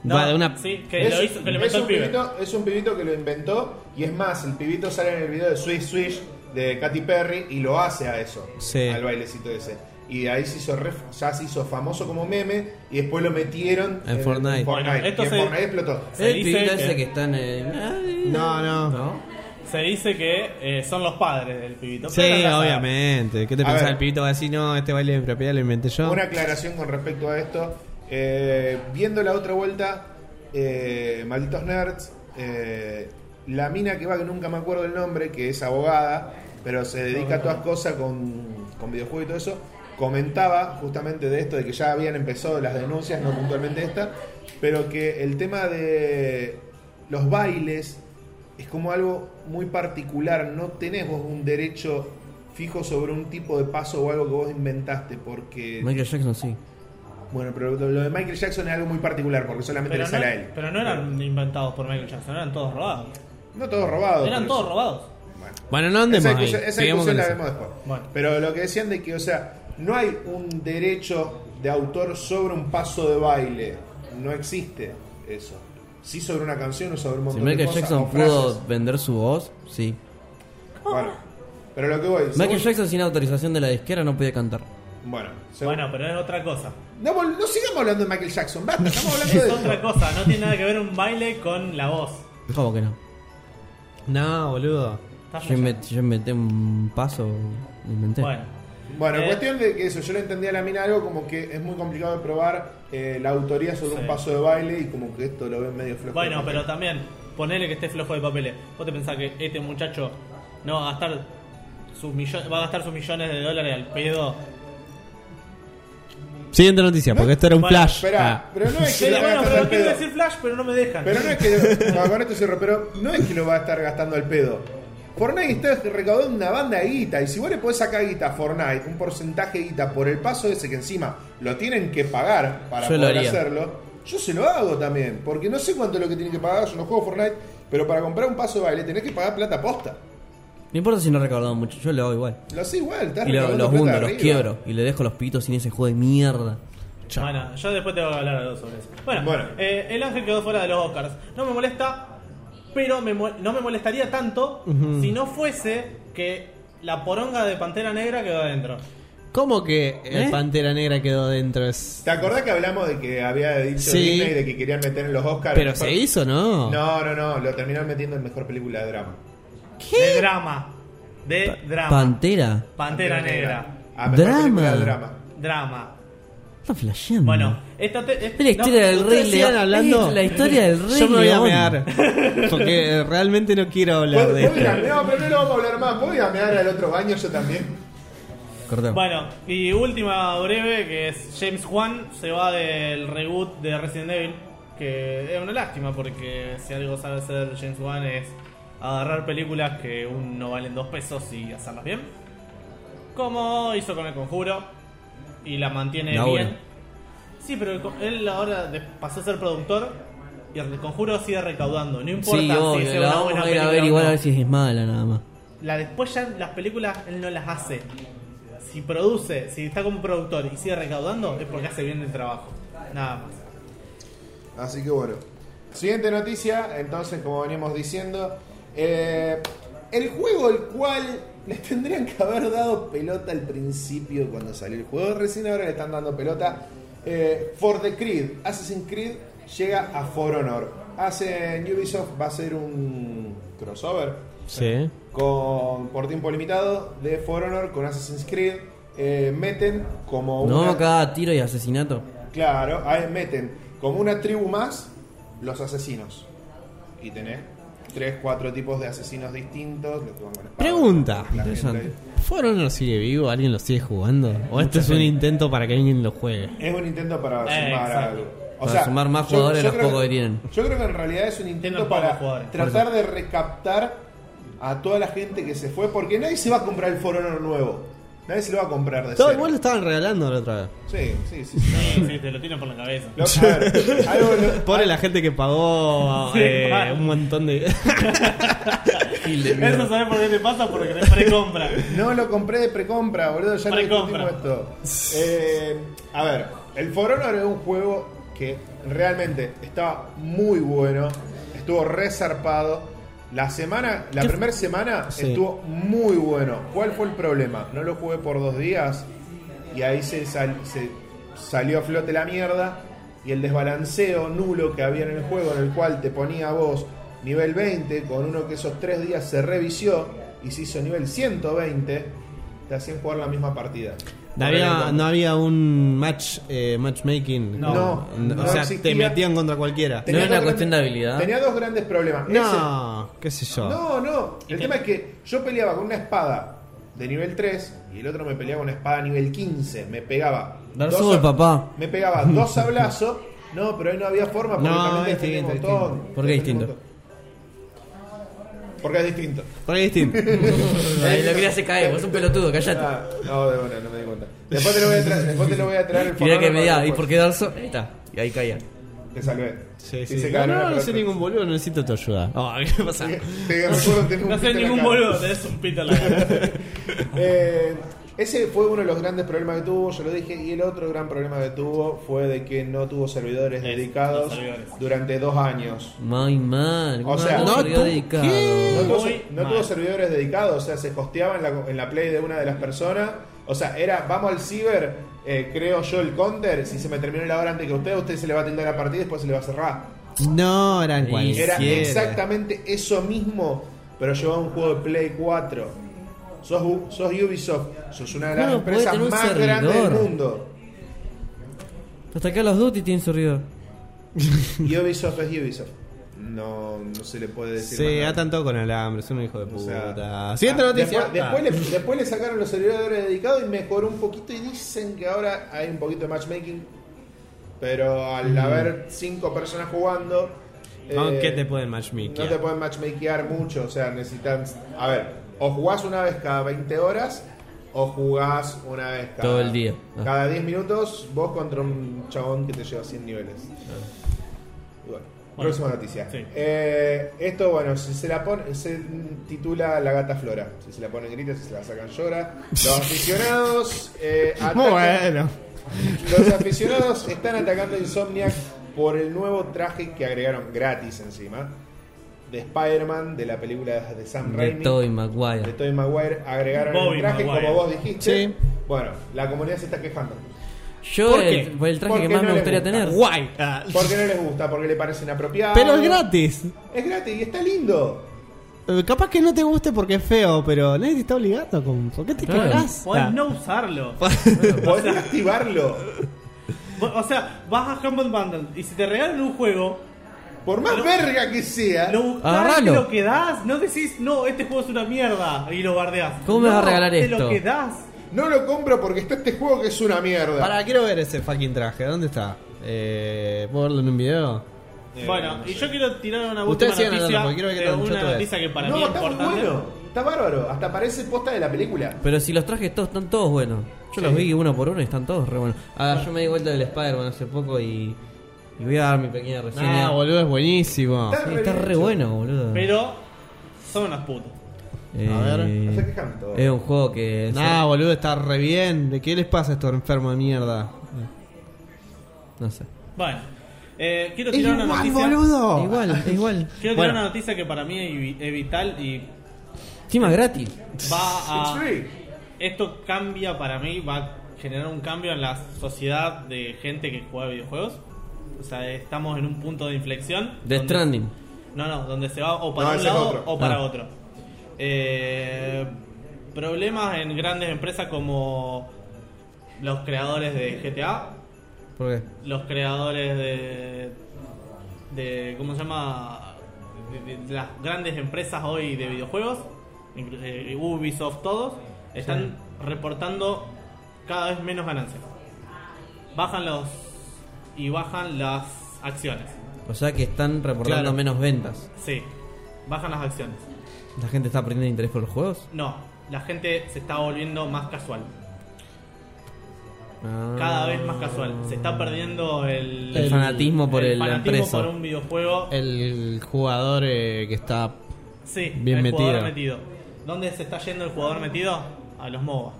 Speaker 3: No,
Speaker 2: Va de una
Speaker 3: Sí, que lo hizo, que lo
Speaker 1: es
Speaker 3: inventó el
Speaker 1: un
Speaker 3: pibe.
Speaker 1: pibito, es un pibito que lo inventó. Y es más, el pibito sale en el video de Swish, swish de Katy Perry y lo hace a eso.
Speaker 2: Sí.
Speaker 1: Al bailecito ese. Y ahí se hizo re- ya se hizo famoso como meme y después lo metieron
Speaker 2: En Fortnite.
Speaker 3: Bueno, esto
Speaker 1: y en
Speaker 3: se-
Speaker 1: Fortnite explotó.
Speaker 3: Se
Speaker 2: Eh,
Speaker 4: el
Speaker 3: dice
Speaker 4: pibito
Speaker 3: que-
Speaker 4: ese que está en el...
Speaker 2: No, no.
Speaker 4: ¿No?
Speaker 3: Se dice que eh, son los padres del pibito.
Speaker 2: Sí,
Speaker 3: Pero no pasa nada.
Speaker 2: obviamente. ¿Qué te
Speaker 1: A
Speaker 2: pensás?
Speaker 1: ver.
Speaker 2: El pibito va a decir, no, este baile de mi propiedad lo inventé yo.
Speaker 1: Una aclaración con respecto a esto. Eh, viendo la otra vuelta, eh, malditos nerds, eh, la mina que va, que nunca me acuerdo el nombre, que es abogada, pero se dedica a todas cosas con, con videojuegos y todo eso, comentaba justamente de esto, de que ya habían empezado las denuncias, no puntualmente esta, pero que el tema de los bailes es como algo muy particular, no tenés vos un derecho fijo sobre un tipo de paso o algo que vos inventaste, porque...
Speaker 4: Michael Jackson sí.
Speaker 1: Bueno, pero lo de Michael Jackson es algo muy particular porque solamente
Speaker 3: Pero
Speaker 1: le sale a él.
Speaker 3: no, pero no eran inventados por Michael Jackson, eran todos robados.
Speaker 1: No todos robados.
Speaker 3: Eran
Speaker 1: pero-
Speaker 3: todos robados.
Speaker 1: Bueno.
Speaker 2: Bueno, no andemos
Speaker 1: Esa
Speaker 2: ahí.
Speaker 1: discusión, esa
Speaker 2: Sigamos
Speaker 1: discusión la
Speaker 2: con
Speaker 1: vemos
Speaker 2: eso.
Speaker 1: después.
Speaker 3: Bueno.
Speaker 1: Pero lo que decían de que, o sea, no hay un derecho de autor sobre un paso de baile. No existe eso. Sí sobre una canción o sobre un
Speaker 4: Si
Speaker 1: montón de
Speaker 4: Michael
Speaker 1: cosas.
Speaker 4: Jackson
Speaker 1: o frases.
Speaker 4: pudo vender su voz, sí.
Speaker 1: Bueno, pero lo que voy...
Speaker 4: Michael
Speaker 1: según-
Speaker 4: Jackson sin autorización de la disquera no podía cantar.
Speaker 1: Bueno, según-
Speaker 3: Bueno, pero es otra cosa.
Speaker 1: No, vol- no sigamos hablando de Michael Jackson, basta, estamos hablando
Speaker 3: Es
Speaker 1: de...
Speaker 3: otra cosa, no tiene nada que ver un baile con la voz.
Speaker 4: ¿Cómo que no?
Speaker 2: No, boludo.
Speaker 3: Está
Speaker 4: Yo inventé, yo inventé un paso, lo inventé.
Speaker 3: Bueno,
Speaker 1: Bueno,
Speaker 3: Eh.
Speaker 1: cuestión de que eso, yo le entendía a la mina algo como que es muy complicado de probar eh, la autoría sobre
Speaker 3: Sí.
Speaker 1: un paso de baile y como que esto lo ven medio flojo.
Speaker 3: bueno, pero también, ponele que esté flojo de papeles. ¿Vos te pensás que este muchacho no va a gastar sus millones, va a gastar sus millones de dólares al pedo?
Speaker 2: Siguiente noticia, porque esto era un
Speaker 3: Bueno,
Speaker 2: flash.
Speaker 1: Esperá,
Speaker 2: Ah.
Speaker 1: pero no es que
Speaker 3: Sí,
Speaker 1: lo va a
Speaker 3: bueno,
Speaker 1: gastar
Speaker 3: pero
Speaker 1: al
Speaker 3: quiero
Speaker 1: pedo.
Speaker 3: decir Flash, pero no me dejan.
Speaker 1: Pero no es que lo, no, con esto cierro, pero no es que lo va a estar gastando al pedo. Fortnite está recaudando una banda de guita y si vos le podés sacar guita a Fortnite, un porcentaje de guita por el paso ese que encima lo tienen que pagar para
Speaker 4: Yo lo
Speaker 1: poder
Speaker 4: haría.
Speaker 1: hacerlo, yo se lo hago también, porque no sé cuánto es lo que tienen que pagar, yo no juego Fortnite, pero para comprar un paso de baile tenés que pagar plata posta.
Speaker 4: No importa si no recaudado mucho, yo lo hago igual.
Speaker 1: Lo sé igual, estás
Speaker 4: Y lo-
Speaker 1: recaudando
Speaker 4: los
Speaker 1: plata
Speaker 4: hundo, los
Speaker 1: arriba.
Speaker 4: quiebro. Y le dejo los pitos sin ese juego de mierda.
Speaker 3: Bueno, yo después te voy a hablar algo sobre eso. Bueno,
Speaker 1: Bueno.
Speaker 3: eh, el ángel quedó fuera de los Oscars. No me molesta, pero me mo- no me molestaría tanto si no fuese que la poronga de Pantera Negra quedó adentro.
Speaker 2: ¿Cómo que el
Speaker 4: ¿Eh?
Speaker 2: Pantera Negra quedó dentro? Es-
Speaker 1: ¿Te acordás que hablamos de que había dicho
Speaker 2: Sí.
Speaker 1: Disney de que querían meter en los Oscars?
Speaker 2: Pero
Speaker 1: Mejor-
Speaker 2: se hizo, ¿no?
Speaker 1: No, no, no, lo terminaron metiendo en mejor película de drama.
Speaker 3: De drama. De drama.
Speaker 4: Pantera.
Speaker 3: Pantera Negra.
Speaker 1: Ah, mejor
Speaker 4: Drama.
Speaker 1: película de drama.
Speaker 3: Drama.
Speaker 4: están flasheando?
Speaker 3: Bueno, esta te-
Speaker 4: Es
Speaker 3: esta-
Speaker 4: la historia
Speaker 3: no,
Speaker 4: del
Speaker 3: ustedes
Speaker 4: rey
Speaker 3: sigan
Speaker 4: León.
Speaker 2: hablando.
Speaker 4: Es la historia del rey
Speaker 2: Yo me voy a
Speaker 4: León.
Speaker 2: mear. Porque realmente no quiero hablar
Speaker 1: ¿Puedo,
Speaker 2: de
Speaker 1: puedo
Speaker 4: este.
Speaker 1: ir a-
Speaker 2: esto.
Speaker 1: No, pero no lo vamos a hablar más. ¿Puedo ir a mear al otro baño yo también?
Speaker 4: Cortemos.
Speaker 3: Bueno, y última breve que es James Wan se va del reboot de Resident Evil, que es una lástima porque si algo sabe hacer James Wan es agarrar películas que aún no valen dos pesos y hacerlas bien. Como hizo con El Conjuro y la mantiene
Speaker 4: La
Speaker 3: bien.
Speaker 4: obra.
Speaker 3: Sí, pero el co- él ahora de- pasó a ser productor y El Conjuro sigue recaudando, no importa
Speaker 4: Sí,
Speaker 3: si
Speaker 4: obvio,
Speaker 3: sea
Speaker 4: la
Speaker 3: una
Speaker 4: vamos
Speaker 3: buena
Speaker 4: a ir a
Speaker 3: película
Speaker 4: ver
Speaker 3: o
Speaker 4: igual
Speaker 3: no.
Speaker 4: a ver si es mala nada más.
Speaker 3: La después ya las películas él no las hace. Si produce, si está como productor y sigue recaudando, es porque hace bien el trabajo. Nada más.
Speaker 1: Así que bueno. Siguiente noticia, entonces, como veníamos diciendo, eh, el juego al cual les tendrían que haber dado pelota al principio cuando salió el juego, recién ahora le están dando pelota. Eh, For the Creed, Assassin's Creed llega a For Honor. Hace Ubisoft va a ser un crossover
Speaker 2: Sí.
Speaker 1: con por tiempo limitado de For Honor con Assassin's Creed. Eh, meten como
Speaker 4: No,
Speaker 1: una-
Speaker 4: cada tiro y asesinato.
Speaker 1: Claro, ahí meten como una tribu más los asesinos. Y tenés tres, cuatro tipos de asesinos distintos. los que van con espadas,
Speaker 2: Pregunta.
Speaker 1: la gente.
Speaker 4: Interesante.
Speaker 2: ¿Fueron no sigue vivo? ¿Alguien lo sigue jugando? ¿O esto es un intento para que alguien lo juegue?
Speaker 1: Es un intento para
Speaker 3: Eh,
Speaker 1: sumar
Speaker 3: exacto.
Speaker 1: algo.
Speaker 4: Para sumar más jugadores los
Speaker 1: creo
Speaker 4: pocos que tienen.
Speaker 1: Yo creo que en realidad es un
Speaker 3: Tienen
Speaker 1: intento
Speaker 3: pocos
Speaker 1: para
Speaker 3: jugadores.
Speaker 1: tratar de recaptar a toda la gente que se fue, porque nadie se va a comprar el For Honor nuevo. Nadie se lo va a comprar de
Speaker 2: Todo,
Speaker 1: cero.
Speaker 2: igual lo estaban regalando la otra vez.
Speaker 1: Sí, sí, sí. sí.
Speaker 3: Sí, te lo tiran por la cabeza.
Speaker 1: Lo- a ver, algo lo-
Speaker 2: Pobre la gente que pagó
Speaker 3: Sí,
Speaker 2: eh,
Speaker 3: mal.
Speaker 2: un montón de.
Speaker 3: Eso sabes por qué te pasa porque tenés precompra.
Speaker 1: No lo compré de precompra, boludo, ya lo
Speaker 3: Precompra.
Speaker 1: discutimos esto. Eh, a ver, el For Honor es un juego que realmente estaba muy bueno, estuvo resarpado. La semana, la
Speaker 4: ¿Qué-
Speaker 1: primera semana
Speaker 2: Sí.
Speaker 1: estuvo muy bueno. ¿Cuál fue el problema? No lo jugué por dos días y ahí se, sal- se salió a flote la mierda y el desbalanceo nulo que había en el juego en el cual te ponía a vos nivel 20 con uno que esos tres días se revisió y se hizo nivel 120 te hacían jugar la misma partida
Speaker 2: No había,
Speaker 1: Por
Speaker 2: no había un match eh, matchmaking.
Speaker 3: No.
Speaker 1: No, no
Speaker 2: o sea,
Speaker 1: existía.
Speaker 2: te metían contra cualquiera.
Speaker 1: Tenía
Speaker 4: No era una
Speaker 1: dos
Speaker 4: cuestión de
Speaker 1: grandes-
Speaker 4: habilidad.
Speaker 1: tenía dos grandes problemas Ese-
Speaker 2: No, qué sé yo.
Speaker 1: no no el tema es que yo peleaba con una espada de nivel 3 y el otro me peleaba con una espada nivel 15 me pegaba
Speaker 4: Dark
Speaker 1: dos
Speaker 4: Souls,
Speaker 1: sab-
Speaker 4: papá.
Speaker 1: me pegaba dos sablazos no pero ahí no había forma porque
Speaker 2: No,
Speaker 1: también
Speaker 2: es
Speaker 1: defendía un
Speaker 2: distinto,
Speaker 1: montón,
Speaker 4: distinto. ¿Por qué
Speaker 1: defendía un
Speaker 4: distinto?
Speaker 1: montón. porque es distinto
Speaker 2: Por ahí es distinto.
Speaker 4: Ahí lo quería hacer caer, vos un pelotudo, callate.
Speaker 1: Ah, no, de buena, no me di cuenta. Después te lo voy a traer, después te lo voy a traer el
Speaker 4: Quería que
Speaker 1: fonógrafo
Speaker 4: me diga, ¿y
Speaker 1: después.
Speaker 4: por qué Dark Souls? Ahí está, y ahí caía.
Speaker 1: Te salvé.
Speaker 2: Sí,
Speaker 1: Y
Speaker 2: sí.
Speaker 1: se
Speaker 2: No,
Speaker 1: cagaron
Speaker 2: no,
Speaker 1: la
Speaker 2: no soy
Speaker 1: pelota.
Speaker 2: ningún boludo, necesito tu ayuda. Oh, ¿qué pasa?
Speaker 1: Te- te recuerdo que tenés un
Speaker 3: No
Speaker 1: pito
Speaker 3: sé
Speaker 1: en la
Speaker 3: ningún
Speaker 1: cara.
Speaker 3: boludo, tenés un pito en la cabeza.
Speaker 1: Eh, ese fue uno de los grandes problemas que tuvo, yo lo dije, y el otro gran problema que tuvo fue de que no tuvo servidores
Speaker 3: Es,
Speaker 1: dedicados
Speaker 3: los servidores.
Speaker 1: durante dos años.
Speaker 4: My man,
Speaker 1: O sea,
Speaker 4: no,
Speaker 1: no,
Speaker 4: salió
Speaker 2: tú-
Speaker 4: dedicado.
Speaker 1: No tuvo,
Speaker 3: Muy
Speaker 1: no
Speaker 3: mal.
Speaker 1: tuvo servidores dedicados, o sea, se hosteaba en la, en la play de una de las personas. O sea, era, vamos al ciber, eh, creo yo el counter, si se me terminó la hora antes que usted, usted se le va a tildar la partida y después se le va a cerrar.
Speaker 2: No, eran
Speaker 4: Y
Speaker 2: cualquiera.
Speaker 1: Era exactamente eso mismo, pero llevaba un juego de Play 4. Sos, U- sos Ubisoft, sos una de las
Speaker 4: Claro, puede
Speaker 1: empresas
Speaker 4: tener un
Speaker 1: más grandes del
Speaker 4: servidor.
Speaker 1: mundo.
Speaker 4: Hasta acá los Duty tienen servidor.
Speaker 1: Ubisoft es Ubisoft. No, no se le puede decir. más
Speaker 2: Se
Speaker 1: nada.
Speaker 2: atan todo con alambre, son un hijo de
Speaker 1: O sea,
Speaker 2: puta. Siguiente
Speaker 1: ah,
Speaker 2: noticia.
Speaker 1: Después, después le, después le sacaron los servidores dedicados y mejoró un poquito. Y dicen que ahora hay un poquito de matchmaking. Pero al haber cinco personas jugando.
Speaker 2: Ah. ¿Con
Speaker 1: eh,
Speaker 2: qué te pueden matchmaking?
Speaker 1: No te pueden matchmakear mucho, o sea, necesitan. A ver, o jugás una vez cada 20 horas, o jugás una vez cada.
Speaker 4: Todo el día. Ah.
Speaker 1: Cada 10 minutos, vos contra un chabón que te lleva 100 niveles.
Speaker 4: Ah.
Speaker 1: Y bueno, próxima noticia.
Speaker 3: sí.
Speaker 1: Eh, esto, bueno, si se la pone, se titula La gata flora. Si se la ponen grita, si se la sacan llora. Los aficionados. eh,
Speaker 2: Muy
Speaker 1: atacan-
Speaker 2: bueno.
Speaker 1: los aficionados están atacando a Insomniac por el nuevo traje que agregaron gratis encima de Spider-Man de la película de Sam
Speaker 4: De
Speaker 1: Raimi
Speaker 4: Tobey
Speaker 1: de
Speaker 4: Maguire.
Speaker 1: Tobey Maguire agregaron
Speaker 3: Bobby
Speaker 1: el traje
Speaker 3: Maguire.
Speaker 1: como vos dijiste.
Speaker 2: Sí.
Speaker 1: Bueno, la comunidad se está quejando.
Speaker 4: Yo,
Speaker 2: ¿Por
Speaker 4: el-
Speaker 2: qué?
Speaker 4: fue el traje
Speaker 1: ¿Por
Speaker 4: que
Speaker 1: qué
Speaker 4: más
Speaker 1: no
Speaker 4: me
Speaker 1: le
Speaker 4: gustaría
Speaker 1: gusta?
Speaker 4: tener.
Speaker 2: Guay. Ah,
Speaker 1: Porque no les gusta, porque le parece inapropiado.
Speaker 2: Pero es gratis.
Speaker 1: Es gratis y está lindo.
Speaker 2: Eh, Capaz que no te guste porque es feo, pero nadie te está
Speaker 4: Ah.
Speaker 2: obligando. Con... ¿Por qué te
Speaker 4: Claro.
Speaker 2: quejas?
Speaker 3: Podés no usarlo.
Speaker 1: Podés activarlo.
Speaker 3: O sea, vas a Humble Bundle y si te regalan un juego,
Speaker 1: Por más
Speaker 3: No.
Speaker 1: verga que sea.
Speaker 3: lo buscás,
Speaker 4: Agarralo.
Speaker 3: te lo quedás, no decís, no, este juego es una mierda y lo bardeás.
Speaker 4: ¿Cómo me vas a
Speaker 3: No,
Speaker 4: regalar
Speaker 3: Te
Speaker 4: esto?
Speaker 3: lo quedás.
Speaker 1: No lo compro porque está este juego que es una mierda.
Speaker 2: Para, quiero ver ese fucking traje. ¿Dónde está? Eh, ¿Puedo verlo en un video?
Speaker 1: Eh,
Speaker 3: Bueno, y yo quiero tirar una
Speaker 2: Ustedes
Speaker 3: última
Speaker 2: sigan
Speaker 3: noticia,
Speaker 2: hablando, porque quiero ver qué
Speaker 3: pero
Speaker 2: tan choto
Speaker 3: una
Speaker 2: es.
Speaker 3: noticia que para
Speaker 1: no,
Speaker 3: mí es
Speaker 1: está muy
Speaker 3: importante.
Speaker 1: bueno. Está bárbaro. Hasta parece posta de la película.
Speaker 4: Pero si los trajes todos están todos buenos. Yo los vi uno por uno y están todos re buenos. Ah, yo me di vuelta del Spider-Man hace poco y, y voy a dar mi pequeña reseña.
Speaker 2: Ah, boludo, es buenísimo.
Speaker 4: Sí, está re
Speaker 1: hecho.
Speaker 4: bueno, boludo.
Speaker 3: Pero son unas putas.
Speaker 4: Eh,
Speaker 2: A ver.
Speaker 1: No se quejan todos.
Speaker 4: es un juego que...
Speaker 2: Nah, boludo, está re bien. ¿De qué les pasa a estos enfermos de mierda?
Speaker 4: No sé.
Speaker 3: Bueno, eh, quiero tirar una noticia.
Speaker 2: boludo.
Speaker 4: Igual, es igual.
Speaker 3: Quiero tirar una
Speaker 4: Bueno,
Speaker 3: noticia que para mí es vi- es vital y
Speaker 4: encima gratis.
Speaker 3: va
Speaker 1: It's
Speaker 3: a.
Speaker 1: free.
Speaker 3: Esto cambia para mí, va a generar un cambio en la sociedad de gente que juega videojuegos. O sea, estamos en un punto de inflexión. donde-
Speaker 4: The Stranding.
Speaker 3: No, no, donde se va o para
Speaker 1: No,
Speaker 3: un
Speaker 1: ese es
Speaker 3: lado
Speaker 1: otro.
Speaker 3: o para
Speaker 4: Ah.
Speaker 3: otro. Eh, problemas en grandes empresas como los creadores de GTA,
Speaker 4: ¿Por qué?
Speaker 3: los creadores de, de ¿cómo se llama? De, de- de las grandes empresas hoy de videojuegos, inclu- eh, Ubisoft, todos, están reportando cada vez menos ganancias. Bajan los y bajan las acciones.
Speaker 4: O sea que están reportando
Speaker 3: Claro.
Speaker 4: menos ventas.
Speaker 3: Sí, bajan las acciones.
Speaker 4: ¿La gente está perdiendo interés por los juegos?
Speaker 3: No, la gente se está volviendo más casual.
Speaker 4: Ah.
Speaker 3: Cada vez más casual. Se está perdiendo el,
Speaker 4: El fanatismo por el- la
Speaker 3: fanatismo
Speaker 4: empresa.
Speaker 3: por un videojuego.
Speaker 2: El jugador eh, que está.
Speaker 3: Sí,
Speaker 2: Bien
Speaker 3: el jugador
Speaker 2: metido.
Speaker 3: metido. ¿Dónde se está yendo el jugador metido? A los MOBA.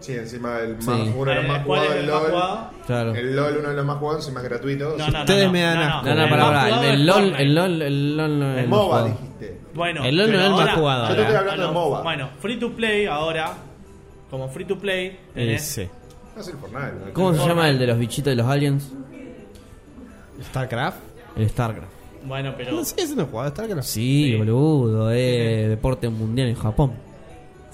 Speaker 1: Sí, encima el
Speaker 4: Sí.
Speaker 1: más, uno de los más
Speaker 3: Eh, ¿Cuál
Speaker 1: jugados,
Speaker 3: es
Speaker 1: el
Speaker 3: el más
Speaker 1: LOL.
Speaker 3: jugado?
Speaker 4: Claro.
Speaker 1: El LOL, uno de los más jugados, encima gratuito.
Speaker 3: No, no, no.
Speaker 2: Ustedes
Speaker 3: no,
Speaker 2: me dan
Speaker 3: no,
Speaker 2: asco.
Speaker 4: No, no,
Speaker 3: Ah, El
Speaker 4: pará,
Speaker 3: más
Speaker 4: pará.
Speaker 3: jugado
Speaker 4: El,
Speaker 3: es
Speaker 4: LOL,
Speaker 3: Fortnite.
Speaker 4: el LOL, el LOL no es
Speaker 1: MOBA,
Speaker 4: juego.
Speaker 1: dijiste.
Speaker 3: Bueno,
Speaker 2: El LOL no
Speaker 3: pero
Speaker 2: es el más
Speaker 3: ahora-
Speaker 2: jugado
Speaker 1: Yo te estoy
Speaker 2: ahora.
Speaker 1: hablando
Speaker 3: a
Speaker 1: de
Speaker 3: los-
Speaker 1: MOBA.
Speaker 3: Bueno, free to play ahora. Como free to
Speaker 2: Eh,
Speaker 3: play. tenés-
Speaker 2: Ese.
Speaker 1: No es el Fortnite. ¿no?
Speaker 4: ¿Cómo se
Speaker 3: Fortnite.
Speaker 4: llama el de los bichitos de los aliens?
Speaker 2: ¿Starcraft?
Speaker 4: El StarCraft.
Speaker 3: Bueno, pero.
Speaker 2: No sé, ese no es jugador de StarCraft.
Speaker 4: Sí,
Speaker 3: Sí.
Speaker 4: boludo, eh,
Speaker 3: Sí,
Speaker 4: deporte mundial en Japón.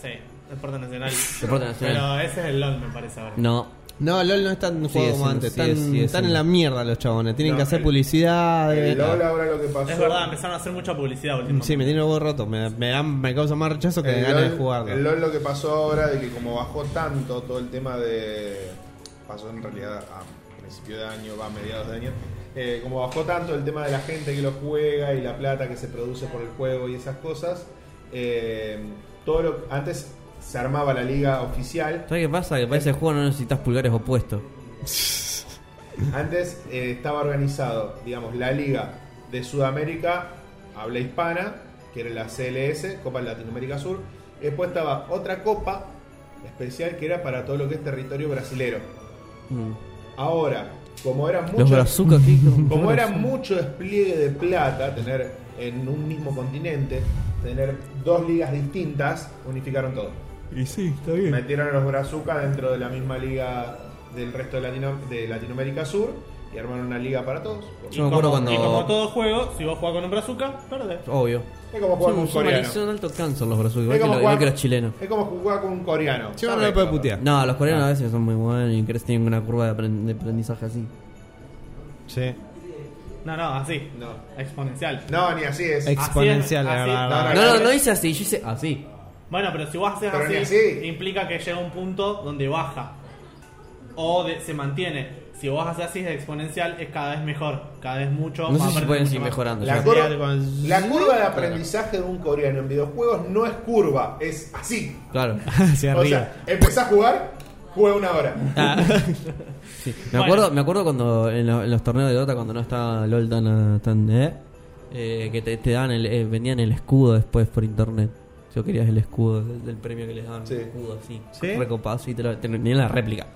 Speaker 3: Sí, deporte nacional.
Speaker 4: Deporte nacional.
Speaker 3: Pero ese es el LOL, me parece ahora.
Speaker 4: No,
Speaker 2: No, LOL no es tan
Speaker 4: Sigue
Speaker 2: juego como
Speaker 4: siendo,
Speaker 2: antes.
Speaker 4: sigue,
Speaker 2: Están,
Speaker 4: sigue
Speaker 2: están en
Speaker 4: siendo.
Speaker 2: la mierda los chabones. Tienen
Speaker 1: No,
Speaker 2: que hacer
Speaker 1: el-
Speaker 2: publicidad.
Speaker 1: El
Speaker 2: eh,
Speaker 1: LOL ahora lo que pasó.
Speaker 3: Es verdad, empezaron a hacer mucha publicidad últimamente.
Speaker 2: Sí, me tiene los huevos rotos. Me, me, dan- me causa más rechazo que
Speaker 1: El
Speaker 2: ganas de
Speaker 1: LOL-
Speaker 2: jugarlo.
Speaker 1: El LOL lo que pasó ahora de que como bajó tanto todo el tema de... Pasó en realidad a principio de año, va a mediados de año. eh, como bajó tanto el tema de la gente que lo juega y la plata que se produce por el juego y esas cosas. eh, todo lo antes se armaba la liga oficial.
Speaker 4: ¿sabes qué pasa? Que para ese juego no necesitas pulgares opuestos.
Speaker 1: Antes eh, estaba organizado, digamos, la liga de Sudamérica, habla hispana, que era la CLS, Copa Latinoamérica Sur. Después estaba otra copa especial que era para todo lo que es territorio brasilero.
Speaker 4: Mm.
Speaker 1: Ahora, como era mucho,
Speaker 4: Los brazucas, ¿qué?
Speaker 1: como era mucho despliegue de plata, tener en un mismo continente, tener dos ligas distintas, unificaron todo.
Speaker 2: Y sí, está bien.
Speaker 1: Metieron a los Brazucas dentro de la misma liga del resto de, Latino- de Latinoamérica Sur y armaron una liga para todos.
Speaker 3: Y
Speaker 4: Yo me acuerdo
Speaker 3: como-
Speaker 4: cuando-
Speaker 3: Y como todo juego, si vos jugás con un brazuca, perdés.
Speaker 4: Obvio.
Speaker 1: Es como jugar
Speaker 4: Son,
Speaker 1: con un
Speaker 4: son
Speaker 1: coreano.
Speaker 4: maldición, alto cáncer los brazucas,
Speaker 1: Es
Speaker 4: igual que,
Speaker 1: como
Speaker 4: lo- igual
Speaker 1: jugar-
Speaker 4: que los chilenos.
Speaker 1: Es como jugar con un coreano.
Speaker 2: Sí, ahora no lo puede putear.
Speaker 4: No, los coreanos a veces son muy buenos y crees tienen una curva de aprend- de aprendizaje así.
Speaker 2: Sí.
Speaker 3: No, no, así.
Speaker 1: No.
Speaker 3: Exponencial.
Speaker 1: No, ni así es.
Speaker 3: Ex-
Speaker 2: Exponencial,
Speaker 3: así-
Speaker 2: la verdad.
Speaker 1: no,
Speaker 4: No, no, no hice así, yo hice así.
Speaker 3: Bueno, pero si vos haces
Speaker 1: Pero
Speaker 3: así,
Speaker 1: ni así.
Speaker 3: implica que llega un punto donde baja. O de- se mantiene. Si vos haces así de exponencial, es cada vez mejor. Cada vez mucho
Speaker 4: No
Speaker 3: vas
Speaker 4: sé
Speaker 3: a
Speaker 4: si
Speaker 3: aprender
Speaker 4: pueden
Speaker 3: mucho
Speaker 4: seguir
Speaker 3: más.
Speaker 4: mejorando.
Speaker 1: La,
Speaker 4: ya.
Speaker 1: curva-
Speaker 2: Pelear con-
Speaker 1: la curva de aprendizaje de un coreano en videojuegos no es curva, es así.
Speaker 4: Claro.
Speaker 2: Hacia
Speaker 1: O
Speaker 2: arriba.
Speaker 1: sea, empezás a jugar, juega una hora.
Speaker 4: Sí. Me
Speaker 3: Bueno.
Speaker 4: acuerdo, me acuerdo cuando en, lo- en los torneos de Dota cuando no estaba LOL tan, ah, tan eh, eh, que te, te daban el, eh, vendían el escudo después por internet. Si vos querías el escudo del, del premio que les daban,
Speaker 1: Sí.
Speaker 4: un escudo así,
Speaker 2: ¿Sí?
Speaker 4: recopazo y te lo te lo- tenían la réplica.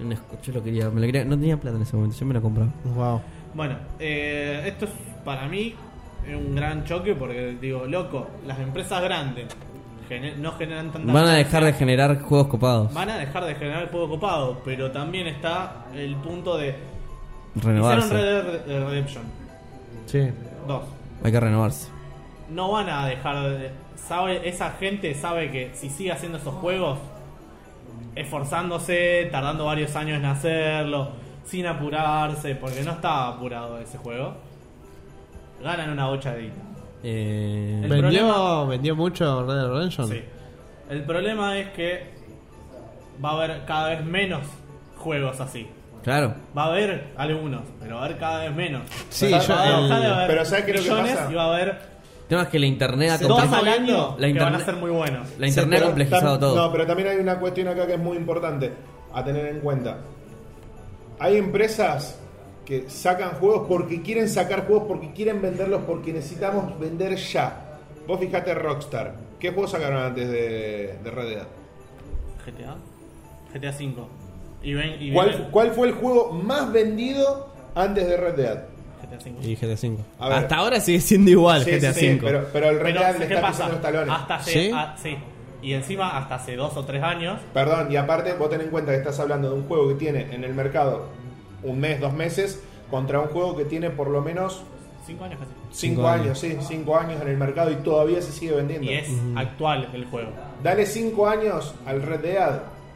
Speaker 4: Un escu- yo lo quería, me lo quería, no tenía plata en ese momento, yo me lo compraba.
Speaker 2: Wow.
Speaker 3: Bueno, eh, esto es para mí es un gran choque porque digo, loco, las empresas grandes gener- no generan tanta.
Speaker 4: Van a dejar de generar juegos copados,
Speaker 3: Van a dejar de generar el juego copado, pero también está el punto de. Hicieron Red
Speaker 4: renovarse.
Speaker 3: Dead Redemption
Speaker 2: Sí.
Speaker 3: 2.
Speaker 4: Hay que renovarse.
Speaker 3: no van a dejar de- sabe esa gente sabe que si sigue haciendo esos juegos esforzándose, tardando varios años en hacerlo, sin apurarse, porque no estaba apurado ese juego, ganan una bocha de guita.
Speaker 4: Eh,
Speaker 3: El
Speaker 2: ¿Vendió,
Speaker 3: problema-
Speaker 2: ¿Vendió mucho Red Dead Redemption?
Speaker 3: Sí. El problema es que va a haber cada vez menos juegos así.
Speaker 4: claro.
Speaker 3: Va a haber algunos, pero va a haber cada vez menos.
Speaker 2: Sí,
Speaker 3: Va a
Speaker 2: yo-
Speaker 3: bajar,
Speaker 2: el-
Speaker 3: va a haber
Speaker 1: pero ¿sabes qué es lo que
Speaker 3: millones
Speaker 1: pasa?
Speaker 3: y va a haber
Speaker 4: El tema es que la internet ha
Speaker 3: dos
Speaker 4: complejo-
Speaker 3: al año
Speaker 4: La
Speaker 3: que van a
Speaker 4: internet-
Speaker 3: ser muy buenos.
Speaker 4: La internet ha
Speaker 1: Pero
Speaker 4: complejizado
Speaker 1: tam-
Speaker 4: todo.
Speaker 1: No, pero también hay una cuestión acá que es muy importante a tener en cuenta. Hay empresas que sacan juegos porque quieren sacar juegos, porque quieren venderlos, porque necesitamos vender ya. Vos fijate Rockstar. ¿Qué juegos sacaron antes de, de Red Dead?
Speaker 3: GTA, GTA 5. Y ven, y
Speaker 1: ¿Cuál,
Speaker 3: viene-
Speaker 1: cuál fue el juego más vendido antes de Red Dead?
Speaker 3: GTA 5.
Speaker 2: Y GTA V.
Speaker 1: A ver.
Speaker 2: Hasta ahora sigue siendo igual
Speaker 1: Sí,
Speaker 2: GTA V.
Speaker 1: sí, sí, pero, pero el Red
Speaker 3: Pero,
Speaker 1: Dead
Speaker 3: ¿qué
Speaker 1: le está
Speaker 3: pasa?
Speaker 1: pisando los talones.
Speaker 3: Hasta hace,
Speaker 2: ¿Sí?
Speaker 3: ah, sí. Y encima, hasta hace dos o tres años,
Speaker 1: Perdón, y aparte vos ten en cuenta que estás hablando de un juego que tiene en el mercado un mes, dos meses, contra un juego que tiene por lo menos
Speaker 3: cinco años casi.
Speaker 1: cinco,
Speaker 2: Cinco
Speaker 1: años, sí, cinco años en el mercado y todavía se sigue vendiendo.
Speaker 3: Y es actual el juego.
Speaker 1: Dale cinco años al Red Dead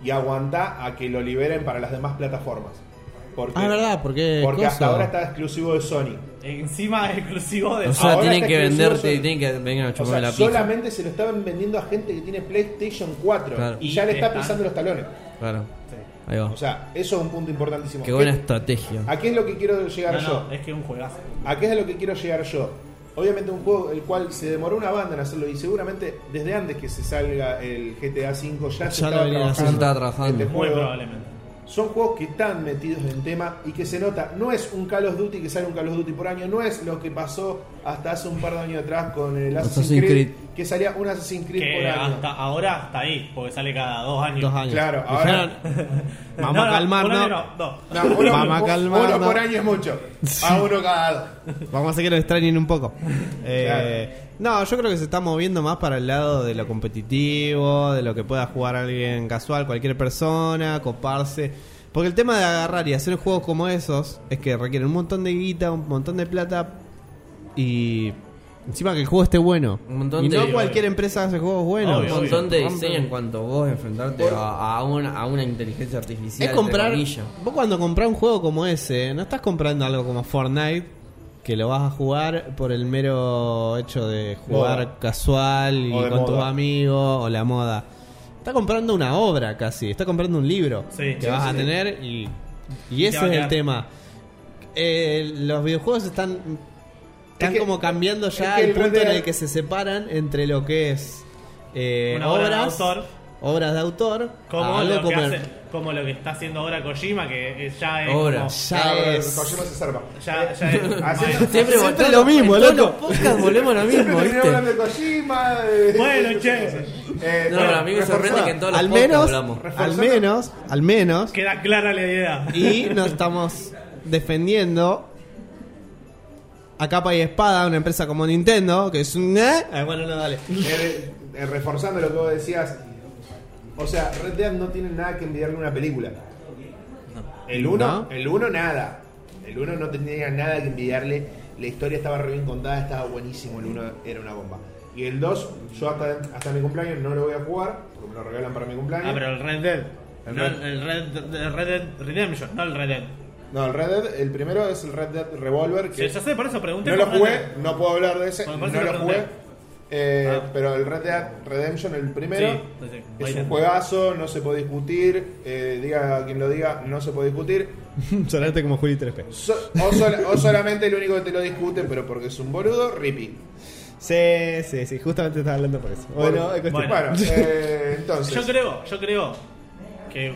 Speaker 1: y aguantá a que lo liberen para las demás plataformas. Porque,
Speaker 2: Ah, verdad, porque.
Speaker 1: porque
Speaker 2: cosa.
Speaker 1: hasta ahora está exclusivo de Sony.
Speaker 3: Encima es exclusivo de
Speaker 4: O sea,
Speaker 1: Ahora
Speaker 4: tienen
Speaker 1: está
Speaker 4: que
Speaker 1: exclusivo
Speaker 4: venderte,
Speaker 1: Sony.
Speaker 4: tienen que vengan a
Speaker 1: O
Speaker 4: chuparme
Speaker 1: sea,
Speaker 4: la pizza.
Speaker 1: solamente se lo estaban vendiendo a gente que tiene PlayStation 4
Speaker 4: Claro.
Speaker 1: y ya le está
Speaker 3: Están-
Speaker 1: pisando los talones.
Speaker 4: Claro,
Speaker 3: Sí.
Speaker 4: ahí va.
Speaker 1: O sea, eh, eso es un punto importantísimo.
Speaker 4: Qué buena
Speaker 1: ¿Qué-
Speaker 4: estrategia.
Speaker 1: ¿A qué es lo que quiero llegar
Speaker 3: No,
Speaker 1: yo?
Speaker 3: no, es que es un juegazo.
Speaker 1: ¿A qué es a lo que quiero llegar yo? Obviamente un juego el cual se demoró una banda en hacerlo y seguramente desde antes que se salga el GTA V ya, se
Speaker 2: Ya lo
Speaker 1: estaba
Speaker 2: venían
Speaker 1: trabajando.
Speaker 4: haciendo. Se estaba trabajando.
Speaker 1: este
Speaker 3: Muy
Speaker 1: juego.
Speaker 3: probablemente.
Speaker 1: Son juegos que están metidos en tema y que se nota. No es un Call of Duty que sale un Call of Duty por año, no es lo que pasó hasta hace un par de años atrás con el Assassin's,
Speaker 4: Assassin's
Speaker 1: Creed,
Speaker 4: Creed.
Speaker 1: que salía un Assassin's Creed por
Speaker 3: Que
Speaker 1: año.
Speaker 3: hasta ahora está ahí, porque sale cada dos años.
Speaker 2: Dos años.
Speaker 1: Claro, ahora-
Speaker 2: Dijeron,
Speaker 3: No,
Speaker 2: Vamos a
Speaker 3: no, un año
Speaker 2: calmarnos.
Speaker 3: no, dos.
Speaker 1: No, uno,
Speaker 2: Vamos a
Speaker 1: uno-
Speaker 2: calmarnos.
Speaker 1: uno por año es mucho. A uno cada dos.
Speaker 2: Vamos a hacer que lo extrañen un poco. Eh, No, yo creo que se está moviendo más para el lado de lo competitivo, de lo que pueda jugar alguien casual, cualquier persona, coparse. Porque el tema de agarrar y hacer juegos como esos es que requieren un montón de guita, un montón de plata y encima que el juego esté bueno.
Speaker 4: Un montón
Speaker 2: y no
Speaker 4: de-
Speaker 2: cualquier empresa hace juegos buenos.
Speaker 3: Obvio,
Speaker 4: un montón de
Speaker 2: Rompe-
Speaker 4: diseño en cuanto vos enfrentarte a, a una, a una inteligencia artificial.
Speaker 2: es comprar.
Speaker 4: entre comillas.
Speaker 2: Vos cuando comprás un juego como ese, no estás comprando algo como Fortnite, que lo vas a jugar por el mero hecho de jugar
Speaker 1: Moda.
Speaker 2: casual y
Speaker 1: O de
Speaker 2: con
Speaker 1: moda.
Speaker 2: tus amigos o la moda. Estás comprando una obra casi, estás comprando un libro
Speaker 3: Sí,
Speaker 2: que
Speaker 3: sí,
Speaker 2: vas a
Speaker 1: sí.
Speaker 2: tener y, y
Speaker 3: te va
Speaker 2: ese
Speaker 3: a
Speaker 2: es el
Speaker 3: quedar.
Speaker 2: tema. Eh, los videojuegos están, están
Speaker 1: que-
Speaker 2: como cambiando ya
Speaker 1: es que
Speaker 2: el
Speaker 1: el Red
Speaker 2: punto en
Speaker 1: Dead-
Speaker 2: el que se separan entre lo que es eh,
Speaker 3: Una obra de
Speaker 2: obras,
Speaker 3: autor.
Speaker 2: obras de autor, a
Speaker 3: Como
Speaker 2: algo
Speaker 3: lo, que
Speaker 2: comer-
Speaker 3: hace- como lo que está haciendo ahora Kojima, que es- ya es.
Speaker 4: Ahora.
Speaker 3: como-
Speaker 2: Ya
Speaker 1: Ah, pero
Speaker 2: es.
Speaker 1: Kojima se salva.
Speaker 3: ya, ya es.
Speaker 1: Haciendo-
Speaker 3: Bueno.
Speaker 4: Siempre,
Speaker 2: Siempre
Speaker 4: vol-
Speaker 2: lo mismo,
Speaker 4: en todos
Speaker 2: loco.
Speaker 4: los podcasts volvemos a lo mismo,
Speaker 1: Siempre terminamos
Speaker 4: ¿viste?
Speaker 1: hablando de Kojima. de-
Speaker 3: Bueno, che.
Speaker 1: Eh,
Speaker 4: No, pero a mí me
Speaker 1: reforzado.
Speaker 4: sorprende que en todos los
Speaker 2: al
Speaker 4: podcasts
Speaker 2: menos,
Speaker 4: hablamos.
Speaker 2: al menos, al menos,
Speaker 3: Queda clara la idea.
Speaker 2: y nos estamos defendiendo a capa y espada una empresa como Nintendo, que es un... ¿eh? Ah, bueno, no, dale.
Speaker 1: Eh, eh, reforzando lo que vos decías. O sea, Red Dead no tiene nada que enviarle a una película. El 1,
Speaker 2: No.
Speaker 1: el 1 nada. El 1 no tenía nada que enviarle. La historia estaba re bien contada, estaba buenísimo. El 1 era una bomba. Y el 2, yo hasta, hasta mi cumpleaños no lo voy a jugar, porque me lo regalan para mi cumpleaños.
Speaker 3: Ah, pero el Red Dead.
Speaker 1: El
Speaker 3: No,
Speaker 1: Red-
Speaker 3: el, Red, el Red Dead Redemption, no el Red Dead.
Speaker 1: No, el Red Dead, el primero es el Red Dead Revolver.
Speaker 3: Sí,
Speaker 1: Que
Speaker 3: ya sé, por eso pregunté.
Speaker 1: No lo
Speaker 3: por Red
Speaker 1: jugué,
Speaker 3: Dead.
Speaker 1: no puedo hablar de ese,
Speaker 3: Bueno,
Speaker 1: no
Speaker 3: parece que
Speaker 1: lo
Speaker 3: lo
Speaker 1: jugué.
Speaker 3: pregunté.
Speaker 1: Eh,
Speaker 3: Ah.
Speaker 1: Pero el Red Dead Redemption, el primero,
Speaker 3: Sí, sí, sí.
Speaker 1: es
Speaker 3: Baila.
Speaker 1: un juegazo, no se puede discutir. eh, diga quien lo diga, no se puede discutir.
Speaker 2: Sonaste como Juli 3P.
Speaker 1: So- o, sol- o solamente el único que te lo discute, pero porque es un boludo, Rippy.
Speaker 2: Sí, sí, sí, justamente estaba hablando por eso. Bueno, es cuestión.
Speaker 1: bueno, eh, entonces.
Speaker 3: Yo creo, yo creo que.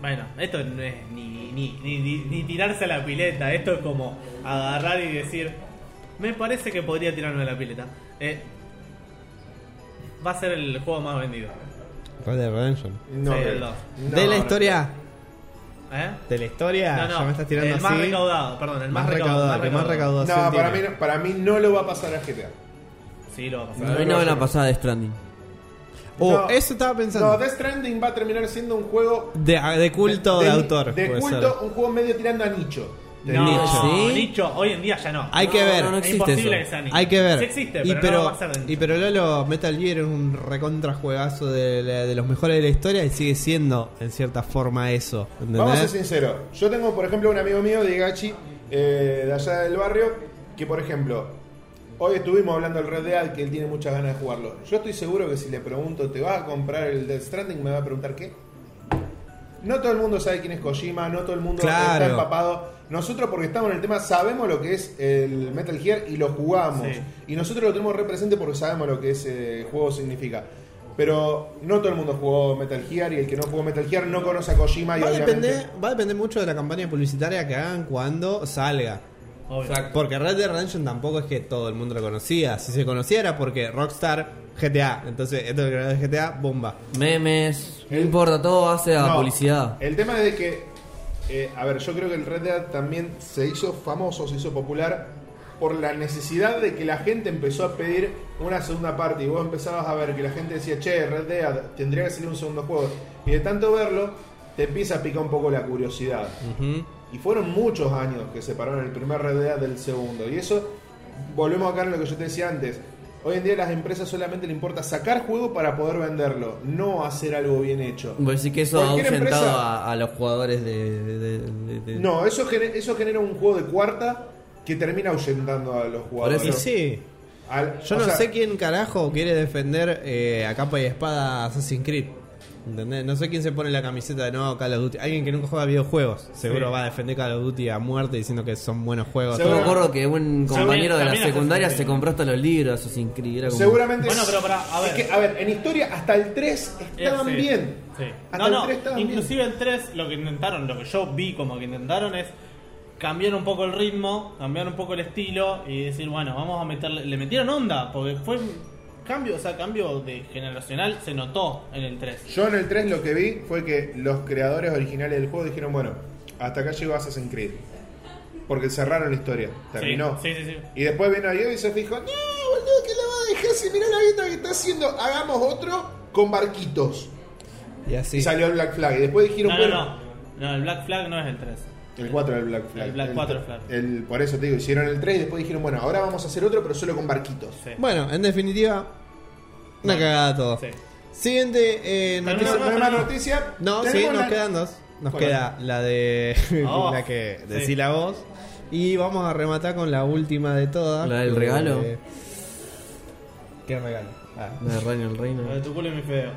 Speaker 3: Bueno, esto no es ni, ni, ni, ni, ni tirarse a la pileta, esto es como agarrar y decir. Me parece que podría tirarme a la pileta. Eh, va a ser el juego más vendido.
Speaker 2: Red Dead Redemption.
Speaker 1: no
Speaker 3: Sí,
Speaker 1: creo.
Speaker 3: el dos.
Speaker 1: No,
Speaker 2: de la
Speaker 1: no.
Speaker 2: historia,
Speaker 3: ¿Eh?
Speaker 2: de la historia,
Speaker 3: no, no,
Speaker 2: ya me estás tirando
Speaker 3: el
Speaker 2: así.
Speaker 3: más recaudado, perdón, el más,
Speaker 2: Más recaudado, que más recaudado.
Speaker 1: No, para mí, no- para mí no lo va a pasar a GTA.
Speaker 3: Sí, lo va a pasar.
Speaker 4: A mí no me la pasada de Stranding.
Speaker 2: Oh,
Speaker 1: No.
Speaker 2: eso estaba
Speaker 1: No,
Speaker 2: pensando.
Speaker 1: Death Stranding va a terminar siendo un juego
Speaker 2: de, de culto de,
Speaker 1: Del-
Speaker 2: autor.
Speaker 1: De
Speaker 2: puede
Speaker 1: culto,
Speaker 2: ser.
Speaker 1: un juego medio tirando a nicho. de
Speaker 3: no,
Speaker 1: nicho.
Speaker 4: ¿Sí?
Speaker 3: nicho, hoy en día ya no.
Speaker 2: Hay
Speaker 3: No,
Speaker 2: que ver.
Speaker 3: no, no
Speaker 4: existe
Speaker 3: es imposible
Speaker 4: eso.
Speaker 3: que sea nicho.
Speaker 2: Hay que ver.
Speaker 3: Sí existe,
Speaker 2: y
Speaker 3: pero, no va a ser de
Speaker 2: y
Speaker 3: nicho.
Speaker 2: pero Lolo, Metal Gear es un recontra juegazo de, la- de los mejores de la historia y sigue siendo, en cierta forma, eso. ¿entendés?
Speaker 1: Vamos a ser sinceros. Yo tengo, por ejemplo, un amigo mío de Gachi, eh, de allá del barrio, que, por ejemplo, hoy estuvimos hablando del Red Dead, que él tiene muchas ganas de jugarlo. Yo estoy seguro que si le pregunto, ¿te vas a comprar el Death Stranding? Me va a preguntar qué. No todo el mundo sabe quién es Kojima, no todo el mundo
Speaker 2: Claro.
Speaker 1: está empapado. Nosotros, porque estamos en el tema, sabemos lo que es el Metal Gear y lo jugamos.
Speaker 3: Sí.
Speaker 1: Y nosotros lo tenemos represente porque sabemos lo que ese juego significa. Pero no todo el mundo jugó Metal Gear y el que no jugó Metal Gear no conoce a Kojima y
Speaker 2: Va a,
Speaker 1: obviamente-
Speaker 2: depender, va a depender mucho de la campaña publicitaria que hagan cuando salga.
Speaker 3: Obvio.
Speaker 2: O sea, porque Red Dead Redemption tampoco es que todo el mundo lo conocía. Si se conociera, porque Rockstar, GTA. Entonces, esto es el de GTA, bomba.
Speaker 4: Memes, no importa, todo hace a
Speaker 1: Eh, No,
Speaker 4: publicidad.
Speaker 1: El tema es de que, eh, a ver, yo creo que el Red Dead también se hizo famoso, se hizo popular por la necesidad de que la gente empezó a pedir una segunda parte y vos empezabas a ver que la gente decía, che, Red Dead, tendría que salir un segundo juego. Y de tanto verlo, te empieza a picar un poco la curiosidad. Y fueron muchos años que separaron el primer Red Dead del segundo. Y eso, volvemos acá a lo que yo te decía antes. Hoy en día a las empresas solamente le importa sacar juego para poder venderlo, no hacer algo bien hecho.
Speaker 4: Voy a decir que eso ha
Speaker 1: Cualquier
Speaker 4: ausentado
Speaker 1: empresa-
Speaker 4: a, a los jugadores de. de- de- de- de-
Speaker 1: No, eso, gene- eso genera un juego de cuarta que termina ahuyentando a los jugadores.
Speaker 4: Por
Speaker 2: Y
Speaker 4: eso.
Speaker 2: sí,
Speaker 1: Al-
Speaker 2: yo
Speaker 1: o
Speaker 2: no
Speaker 1: sea,
Speaker 2: sé quién carajo quiere defender eh, a capa y espada Assassin's Creed. ¿Entendés? No sé quién se pone la camiseta de no Call of Duty. Alguien que nunca juega videojuegos. Seguro va a defender Call of Duty a muerte diciendo que son buenos juegos.
Speaker 4: Yo me
Speaker 1: Seguro-
Speaker 4: acuerdo que un compañero de la
Speaker 3: también
Speaker 4: secundaria
Speaker 3: Assassin's
Speaker 4: se
Speaker 3: Creed.
Speaker 4: compró hasta los libros, eso sin era como-
Speaker 1: Seguramente.
Speaker 3: Bueno, pero pará, a
Speaker 1: Es
Speaker 3: ver.
Speaker 1: que, a ver, en historia hasta el 3 estaban
Speaker 3: Sí,
Speaker 1: bien.
Speaker 3: sí.
Speaker 1: Hasta
Speaker 3: No,
Speaker 1: el
Speaker 3: no,
Speaker 1: 3 estaban
Speaker 3: inclusive el 3 lo que intentaron, lo que yo vi como que intentaron es cambiar un poco el ritmo, cambiar un poco el estilo y decir, bueno, vamos a meterle, le metieron onda, porque fue un cambio, o sea, cambio de generacional se notó en el 3.
Speaker 1: bien. Yo en el 3 lo que vi fue que los creadores originales del juego dijeron, bueno, hasta acá llegó Assassin's Creed. Porque cerraron la historia. Terminó.
Speaker 3: Sí, sí, sí. sí.
Speaker 1: Y después vino Diego y se dijo, no, boludo, que la va a dejar si mirá la vida que está haciendo. Hagamos otro con barquitos.
Speaker 2: Y así.
Speaker 1: Y salió el Black Flag. Y después dijeron,
Speaker 3: No, no,
Speaker 1: bueno,
Speaker 3: no, no, el Black Flag no es el 3.
Speaker 1: El 4 del Black Flag.
Speaker 3: El Black 4 Flag.
Speaker 1: el- por eso te digo, hicieron el 3 y después dijeron, bueno, ahora vamos a hacer otro, pero solo con barquitos.
Speaker 3: Sí.
Speaker 2: Bueno, en definitiva, una cagada todo.
Speaker 3: Sí.
Speaker 2: Siguiente eh,
Speaker 1: No,
Speaker 3: Pero
Speaker 1: no,
Speaker 2: noticia.
Speaker 1: no hay más noticia.
Speaker 2: No, sí,
Speaker 1: Tenemos
Speaker 2: nos
Speaker 1: la-
Speaker 2: quedan dos. Nos
Speaker 1: Bueno.
Speaker 2: queda la de.
Speaker 3: Oh,
Speaker 2: la que
Speaker 3: sí.
Speaker 2: decí la voz. Y vamos a rematar con la última de todas.
Speaker 4: ¿La del
Speaker 2: que-
Speaker 4: regalo?
Speaker 2: ¿Qué regalo? Ah,
Speaker 4: La de Reino el Reino.
Speaker 3: Lo de tu culo y mi feo.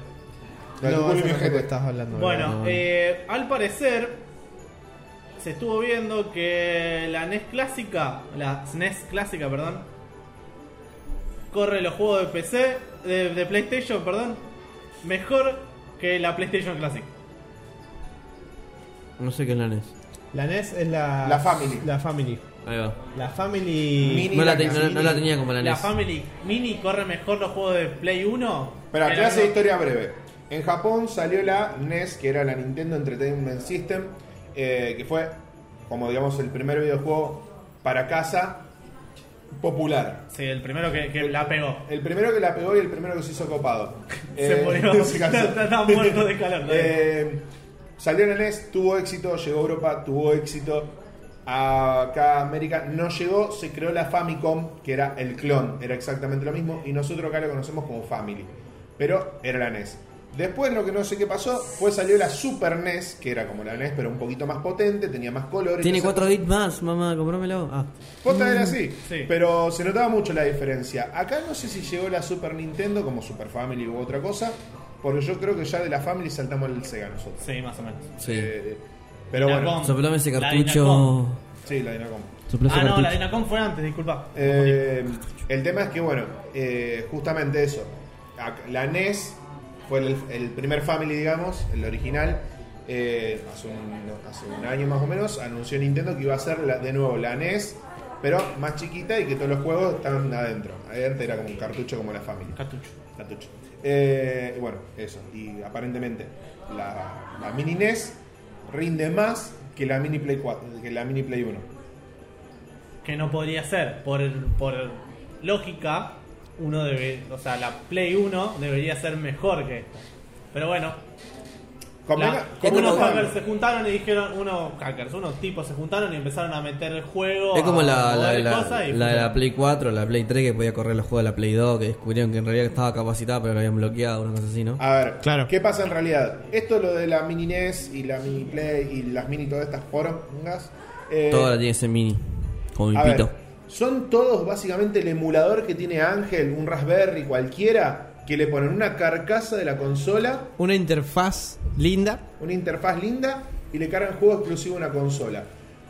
Speaker 1: La de
Speaker 2: no,
Speaker 1: tu culo y
Speaker 2: eso
Speaker 1: mi
Speaker 2: no sé
Speaker 1: ojete.
Speaker 2: qué estás hablando.
Speaker 3: Bueno,
Speaker 4: no.
Speaker 3: eh, al parecer se estuvo viendo que la NES clásica, la SNES clásica, perdón, corre los juegos de PC, de, de PlayStation, perdón, mejor que la PlayStation Classic.
Speaker 4: No sé qué es la NES.
Speaker 2: La NES es la.
Speaker 1: La Family.
Speaker 2: La Family.
Speaker 4: Ahí va.
Speaker 2: La Family.
Speaker 1: Mini.
Speaker 4: No la,
Speaker 1: la
Speaker 4: te- no-
Speaker 1: Cassini.
Speaker 4: no la tenía como la E
Speaker 3: La,
Speaker 4: NES.
Speaker 3: Family Mini corre mejor los juegos de Play 1.
Speaker 1: Espera,
Speaker 3: que
Speaker 1: te
Speaker 3: la- E
Speaker 1: hace historia breve. En Japón salió la NES, que era la Nintendo Entertainment System, eh, que fue, como digamos, el primer videojuego para casa popular.
Speaker 3: Sí, el primero que, que la pegó.
Speaker 1: El primero que la pegó y el primero que se hizo copado.
Speaker 3: se
Speaker 1: Eh,
Speaker 3: murió.
Speaker 1: se cansó.
Speaker 3: Estaba muerto de calor. ¿no?
Speaker 1: Eh, salió en el NES, tuvo éxito, llegó a Europa, tuvo éxito. Acá a América no llegó, se creó la Famicom, que era el clon, era exactamente lo mismo, y nosotros acá lo conocemos como Family, pero era la NES. Después lo que no sé qué pasó fue salió la Super NES, que era como la NES, pero un poquito más potente, tenía más colores.
Speaker 4: Tiene
Speaker 1: entonces-
Speaker 4: 4 bits más, mamá, comprómelo. Ah.
Speaker 1: Posta era así,
Speaker 3: sí.
Speaker 1: pero se notaba mucho la diferencia. Acá no sé si llegó la Super Nintendo como Super Family u otra cosa, porque yo creo que ya de la Family saltamos el Sega nosotros.
Speaker 3: Sí, más o menos.
Speaker 4: Sí.
Speaker 1: Eh, pero
Speaker 3: Dinacom.
Speaker 1: bueno,
Speaker 4: Soplame ese
Speaker 3: La
Speaker 4: cartucho.
Speaker 3: Dinacom.
Speaker 1: sí, la Dinacom.
Speaker 4: Soplame ese
Speaker 3: Ah, no, la
Speaker 4: cartucho.
Speaker 3: Dinacon fue antes, disculpa.
Speaker 1: Eh, el tema es que, bueno, eh, justamente eso. Ac- La NES fue el, el primer Family, digamos, el original. eh, hace, un, hace un año más o menos anunció Nintendo que iba a ser la- de nuevo la NES, pero más chiquita y que todos los juegos estaban adentro. Adentro era como un cartucho como la Family.
Speaker 3: Cartucho.
Speaker 1: Cartucho. Eh, bueno, eso. Y aparentemente la, la mini NES rinde más que la mini Play 4, que la mini Play 1.
Speaker 3: que no podría ser. Por, por lógica, uno debe, o sea, la Play 1 debería ser mejor que esta. Pero bueno,
Speaker 1: Convenga-
Speaker 3: La- unos
Speaker 1: convengamos-
Speaker 3: hackers se juntaron y dijeron, unos hackers, unos tipos se juntaron y empezaron a meter el juego.
Speaker 4: Es como
Speaker 3: a
Speaker 4: la, la,
Speaker 3: mover
Speaker 4: la-
Speaker 3: cosas y
Speaker 4: la de la
Speaker 3: funcionó.
Speaker 4: Play 4, la Play 3 que podía correr los juegos de la Play 2, que descubrieron que en realidad estaba capacitada pero la habían bloqueado, una cosa así, ¿no?
Speaker 1: A ver,
Speaker 2: Claro.
Speaker 1: ¿qué pasa en realidad? Esto lo de la mini NES y la mini Play y las mini todas estas porongas. eh,
Speaker 4: Toda la tiene ese mini, como mi
Speaker 1: a ver,
Speaker 4: pito.
Speaker 1: son todos básicamente el emulador que tiene Ángel, un Raspberry cualquiera, que le ponen una carcasa de la consola,
Speaker 2: Una interfaz linda.
Speaker 1: una interfaz linda y le cargan juego exclusivo a una consola.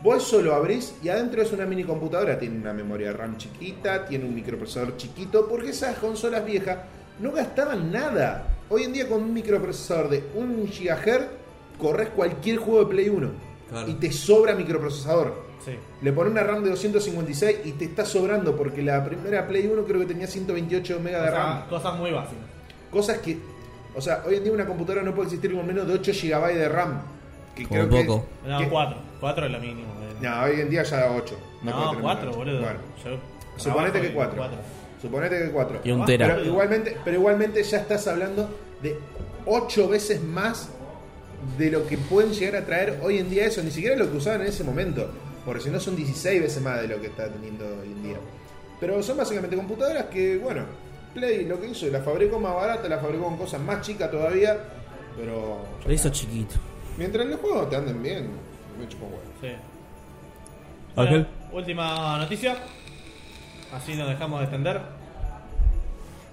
Speaker 1: Vos solo abrís y adentro es una mini computadora, tiene una memoria RAM chiquita, tiene un microprocesador chiquito, porque esas consolas viejas no gastaban nada. Hoy en día con un microprocesador de 1 GHz corres cualquier juego de Play 1
Speaker 4: Claro.
Speaker 1: y te sobra microprocesador.
Speaker 3: Sí.
Speaker 1: Le pones una RAM de 256 y te está sobrando porque la primera Play 1 creo que tenía 128 MB de
Speaker 3: O sea,
Speaker 1: RAM.
Speaker 3: cosas muy básicas.
Speaker 1: Cosas que, o sea, hoy en día una computadora no puede existir con menos de 8 GB de RAM. Que
Speaker 4: Como
Speaker 1: creo
Speaker 4: poco.
Speaker 1: que-
Speaker 3: No,
Speaker 1: que-
Speaker 3: cuatro. Cuatro es lo mínimo. eh.
Speaker 1: No, hoy en día ya da 8.
Speaker 3: No, cuatro, boludo.
Speaker 1: Bueno,
Speaker 3: Yo
Speaker 1: suponete
Speaker 3: trabajo
Speaker 1: que
Speaker 3: y
Speaker 1: 4. Suponete que 4.
Speaker 4: Y un
Speaker 3: Ah,
Speaker 4: tera.
Speaker 1: Pero igualmente, pero igualmente ya estás hablando de 8 veces más de lo que pueden llegar a traer hoy en día eso, ni siquiera lo que usaban en ese momento, porque si no son 16 veces más de lo que está teniendo hoy en día. Pero son básicamente computadoras que, bueno, Play lo que hizo, la fabricó más barata, la fabricó con cosas más chicas todavía, pero
Speaker 4: Lo hizo chiquito.
Speaker 1: mientras los juegos te anden bien, me chupa un huevo.
Speaker 3: Sí.
Speaker 4: Ángel.
Speaker 3: Bueno, última noticia. Así nos dejamos de extender.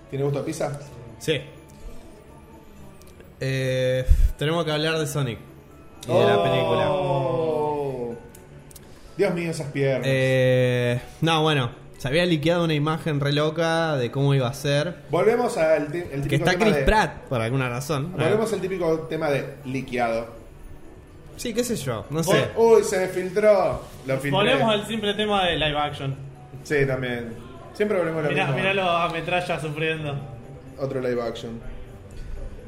Speaker 1: ¿Tiene gusto a pizza?
Speaker 2: Sí. Eh, tenemos que hablar de Sonic y de la película.
Speaker 1: Oh. Dios mío, esas piernas.
Speaker 2: Eh, no, bueno, se había liqueado una imagen re loca de cómo iba a ser.
Speaker 1: Volvemos al ti- el típico
Speaker 2: Que está
Speaker 1: tema
Speaker 2: Chris
Speaker 1: de-
Speaker 2: Pratt, por alguna razón.
Speaker 1: Volvemos al típico tema de liqueado.
Speaker 2: Sí, qué sé yo, no sé.
Speaker 1: Uy, se me filtró. Lo filtré.
Speaker 3: Volvemos al simple tema de live action.
Speaker 1: Sí, también. Siempre volvemos a lo
Speaker 3: Mirá,
Speaker 1: mismo.
Speaker 3: mirá a metralla sufriendo.
Speaker 1: Otro live action.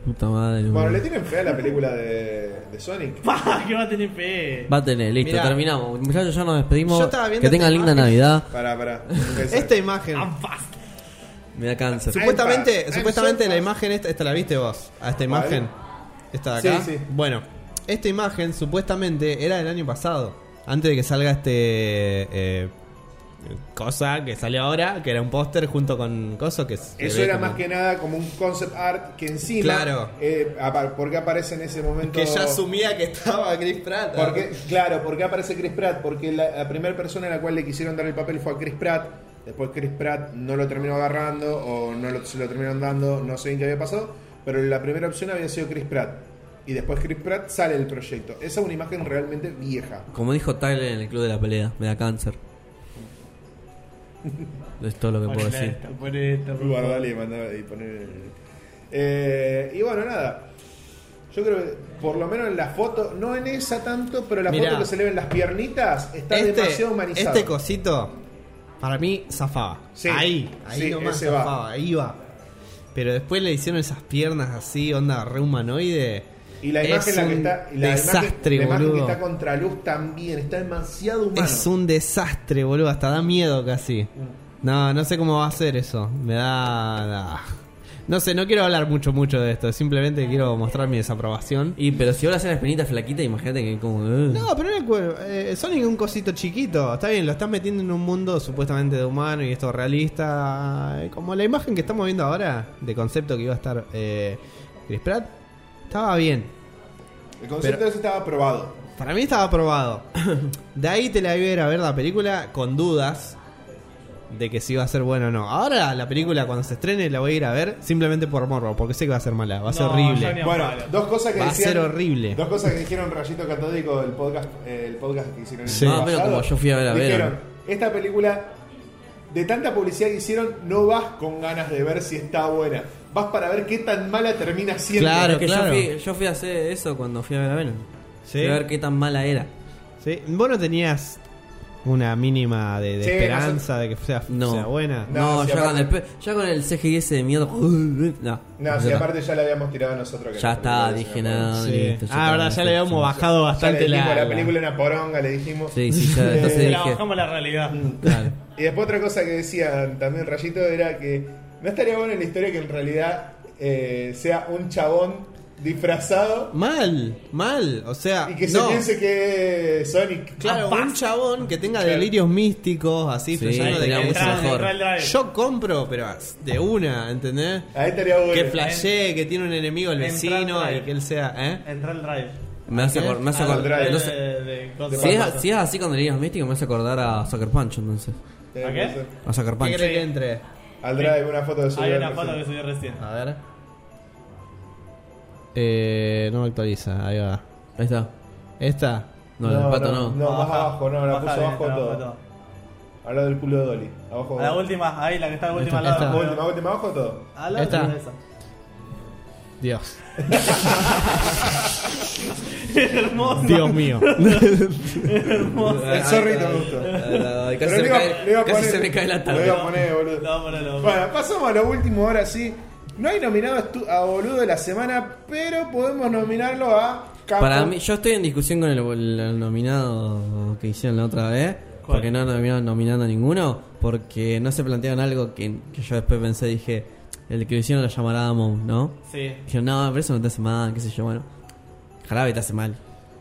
Speaker 4: Puta madre.
Speaker 1: Bueno, le
Speaker 4: boludo.
Speaker 1: tienen fe a la película de, de Sonic.
Speaker 3: Pa, que va a tener fe.
Speaker 4: Va a tener, listo,
Speaker 2: Mirá.
Speaker 4: terminamos. Muchachos, ya nos despedimos.
Speaker 2: Yo estaba viendo
Speaker 4: que tengan
Speaker 2: esta
Speaker 4: linda
Speaker 2: imagen.
Speaker 4: Navidad.
Speaker 1: Pará, pará.
Speaker 2: Esta imagen.
Speaker 3: I'm fast.
Speaker 4: Me da cáncer.
Speaker 1: I'm
Speaker 2: Supuestamente,
Speaker 1: fast.
Speaker 2: supuestamente
Speaker 1: I'm so
Speaker 2: la
Speaker 1: fast.
Speaker 2: imagen esta, esta la viste vos, a esta
Speaker 1: ¿Cuál?
Speaker 2: imagen. Esta de acá.
Speaker 1: Sí, sí.
Speaker 2: Bueno, esta imagen supuestamente era del año pasado, antes de que salga este eh, cosa que sale ahora, que era un póster junto con coso que se
Speaker 1: Eso
Speaker 2: ve
Speaker 1: era
Speaker 2: como-
Speaker 1: más que nada como un concept art que encima.
Speaker 2: Claro.
Speaker 1: eh, apa- ¿Por qué aparece en ese momento?
Speaker 2: que ya asumía que estaba Chris Pratt.
Speaker 1: Porque, claro, ¿por qué aparece Chris Pratt? Porque la, la primera persona a la cual le quisieron dar el papel fue a Chris Pratt. Después Chris Pratt no lo terminó agarrando o no lo, se lo terminaron dando, no sé bien qué había pasado. Pero la primera opción había sido Chris Pratt. Y después Chris Pratt sale del proyecto. Esa es una imagen realmente vieja.
Speaker 4: Como dijo Tyler en el club de la pelea, me da cáncer. es todo lo que puedo
Speaker 3: Ponela
Speaker 4: decir.
Speaker 3: esta, ponela esta, por favor.
Speaker 1: Guardale y mandale y poner el- Eh, y bueno, nada. Yo creo que por lo menos en la foto, no en esa tanto, pero la
Speaker 2: Mirá.
Speaker 1: foto que se le ven las piernitas está
Speaker 2: este,
Speaker 1: demasiado humanizada.
Speaker 2: este cosito, para mí, zafaba.
Speaker 1: Sí.
Speaker 2: ahí, ahí
Speaker 1: Sí,
Speaker 2: nomás
Speaker 1: ese va.
Speaker 2: zafaba, ahí va. Pero después le hicieron esas piernas así, onda re humanoide.
Speaker 1: Y la
Speaker 2: Es
Speaker 1: imagen la que
Speaker 2: un
Speaker 1: está. y la
Speaker 2: desastre,
Speaker 1: imagen, la imagen que
Speaker 2: boludo.
Speaker 1: está contra luz también. Está demasiado humano.
Speaker 2: Es un desastre, boludo. Hasta da miedo
Speaker 1: Mm.
Speaker 2: casi. No, no sé cómo va a ser eso. Me da. da- No sé, no quiero hablar mucho, mucho de esto. Simplemente quiero mostrar mi desaprobación.
Speaker 4: Y pero si ahora hacen las penitas flaquitas, imagínate que como. eh.
Speaker 2: No, pero no es cu- eh, Sonic es un cosito chiquito. Está bien, lo estás metiendo en un mundo supuestamente de humano y esto realista. Eh, Como la imagen que estamos viendo ahora de concepto que iba a estar eh, Chris Pratt. Estaba bien.
Speaker 1: El concepto
Speaker 2: Pero-
Speaker 1: ese estaba aprobado.
Speaker 2: Para mí estaba aprobado. De ahí te la iba a ir a ver la película con dudas de que si iba a ser buena o no. Ahora la película cuando se estrene la voy a ir a ver simplemente por morro, porque sé que va a ser mala, va a ser
Speaker 3: No, ya ni
Speaker 2: horrible.
Speaker 3: a-
Speaker 1: Bueno,
Speaker 3: Pablo.
Speaker 1: dos cosas que
Speaker 2: Va a
Speaker 1: decían.
Speaker 2: ser horrible.
Speaker 1: Dos cosas que dijeron Rayito Catódico del podcast, eh, el podcast que hicieron
Speaker 2: Sí.
Speaker 1: el
Speaker 2: Más
Speaker 4: o menos
Speaker 1: pasado.
Speaker 4: como yo fui a ver a Venom.
Speaker 1: Dijeron, esta película, de tanta publicidad que hicieron, no vas con ganas de ver si está buena. Vas para ver qué tan mala termina siendo.
Speaker 2: Claro.
Speaker 4: Es que yo, fui, yo fui a hacer eso cuando fui a ver a Venom.
Speaker 2: Sí.
Speaker 4: Fui a ver qué tan mala era.
Speaker 2: ¿Sí? Vos no tenías una mínima de, de
Speaker 1: Sí,
Speaker 2: esperanza de que sea,
Speaker 4: No.
Speaker 2: sea buena.
Speaker 1: No,
Speaker 4: No,
Speaker 1: sí,
Speaker 4: ya, con el,
Speaker 1: aparte-
Speaker 4: pe- ya con el CGI ese de miedo. No,
Speaker 1: No, si aparte ya la habíamos tirado nosotros. que
Speaker 4: Ya
Speaker 1: la película
Speaker 4: está,
Speaker 1: es
Speaker 4: dije
Speaker 1: una
Speaker 4: nada.
Speaker 1: poronga.
Speaker 2: Sí.
Speaker 4: listo, ya
Speaker 2: Ah,
Speaker 4: está,
Speaker 2: verdad, ya
Speaker 4: perfecto.
Speaker 2: le habíamos bajado
Speaker 1: Ya le
Speaker 2: bastante
Speaker 1: dijimos,
Speaker 2: la,
Speaker 1: la película era una poronga, le dijimos.
Speaker 4: Sí, sí, ya. Entonces
Speaker 3: Se la
Speaker 4: dije. Mm,
Speaker 3: bajamos la realidad.
Speaker 4: Claro.
Speaker 1: Y después otra cosa que decían también Rayito era que no estaría bueno en la historia que en realidad eh, sea un chabón disfrazado
Speaker 2: Mal, mal. O sea,
Speaker 1: y que
Speaker 2: no.
Speaker 1: se piense que Sonic. Ah,
Speaker 2: Claro,
Speaker 1: capaz.
Speaker 2: un chabón que tenga
Speaker 1: Claro.
Speaker 2: delirios místicos, así,
Speaker 4: Sí,
Speaker 2: flashando de
Speaker 4: sería
Speaker 2: que-
Speaker 4: mucho
Speaker 3: Entrar en
Speaker 4: mejor.
Speaker 3: Real Drive.
Speaker 2: Yo compro, pero de una, ¿entendés?
Speaker 1: Ahí estaría bueno.
Speaker 2: Que flashee, que tiene un enemigo el
Speaker 3: Entrar
Speaker 2: vecino
Speaker 3: drive.
Speaker 2: y que él sea, ¿eh?
Speaker 3: Entré al drive.
Speaker 4: Me hace acordar. Me hace
Speaker 1: Ah,
Speaker 4: acordar-
Speaker 1: drive.
Speaker 4: no
Speaker 3: De-
Speaker 4: sé,
Speaker 3: de- de-
Speaker 4: si, es, si es así con delirios místicos, me hace acordar a Sucker Punch entonces.
Speaker 1: Estaría
Speaker 3: ¿A qué?
Speaker 1: bueno.
Speaker 4: A Sucker
Speaker 2: ¿Qué
Speaker 4: Punch.
Speaker 2: crees que entre?
Speaker 1: Al drive, una foto de su
Speaker 3: Hay
Speaker 1: vida
Speaker 3: una
Speaker 1: recién.
Speaker 3: foto que subí recién.
Speaker 2: A ver. Eh, no me actualiza, ahí va.
Speaker 4: Ahí está.
Speaker 2: Esta.
Speaker 4: No, el pato no.
Speaker 1: no. más
Speaker 3: Baja,
Speaker 1: abajo, no, la
Speaker 3: baja
Speaker 1: puso
Speaker 3: bien,
Speaker 1: abajo
Speaker 3: la
Speaker 1: todo.
Speaker 3: bajó todo.
Speaker 1: Habla del culo de Dolly. Abajo. Ah,
Speaker 3: A la última, ahí la que está la
Speaker 2: Esta,
Speaker 3: última al lado.
Speaker 2: esta.
Speaker 1: última, última, abajo todo.
Speaker 3: A la última
Speaker 2: Esta.
Speaker 3: de esa.
Speaker 2: Dios.
Speaker 3: Hermoso.
Speaker 2: Dios mío.
Speaker 3: Hermoso.
Speaker 1: El zorrito me gustó.
Speaker 4: Ay,
Speaker 1: Pero
Speaker 4: Casi se me
Speaker 1: le iba- le iba a
Speaker 4: cae- casi
Speaker 1: poner-
Speaker 4: se me cae la
Speaker 1: le
Speaker 4: tarde.
Speaker 1: iba a poner, boludo.
Speaker 3: No, ponelo.
Speaker 1: Bueno, pasamos a lo último ahora sí. No hay nominado a estu- a boludo de la semana, pero podemos nominarlo a Capo.
Speaker 4: Para mí, yo estoy en discusión con el, el nominado que hicieron la otra vez.
Speaker 3: ¿Cuál?
Speaker 4: Porque no nominaron nominando a ninguno. Porque no se plantearon algo que, que yo después pensé, dije, el que lo hicieron lo llamaríamos, ¿no?
Speaker 3: Sí.
Speaker 4: Dijeron, no, pero eso no te hace mal, qué sé yo, bueno. Jarabe te hace mal.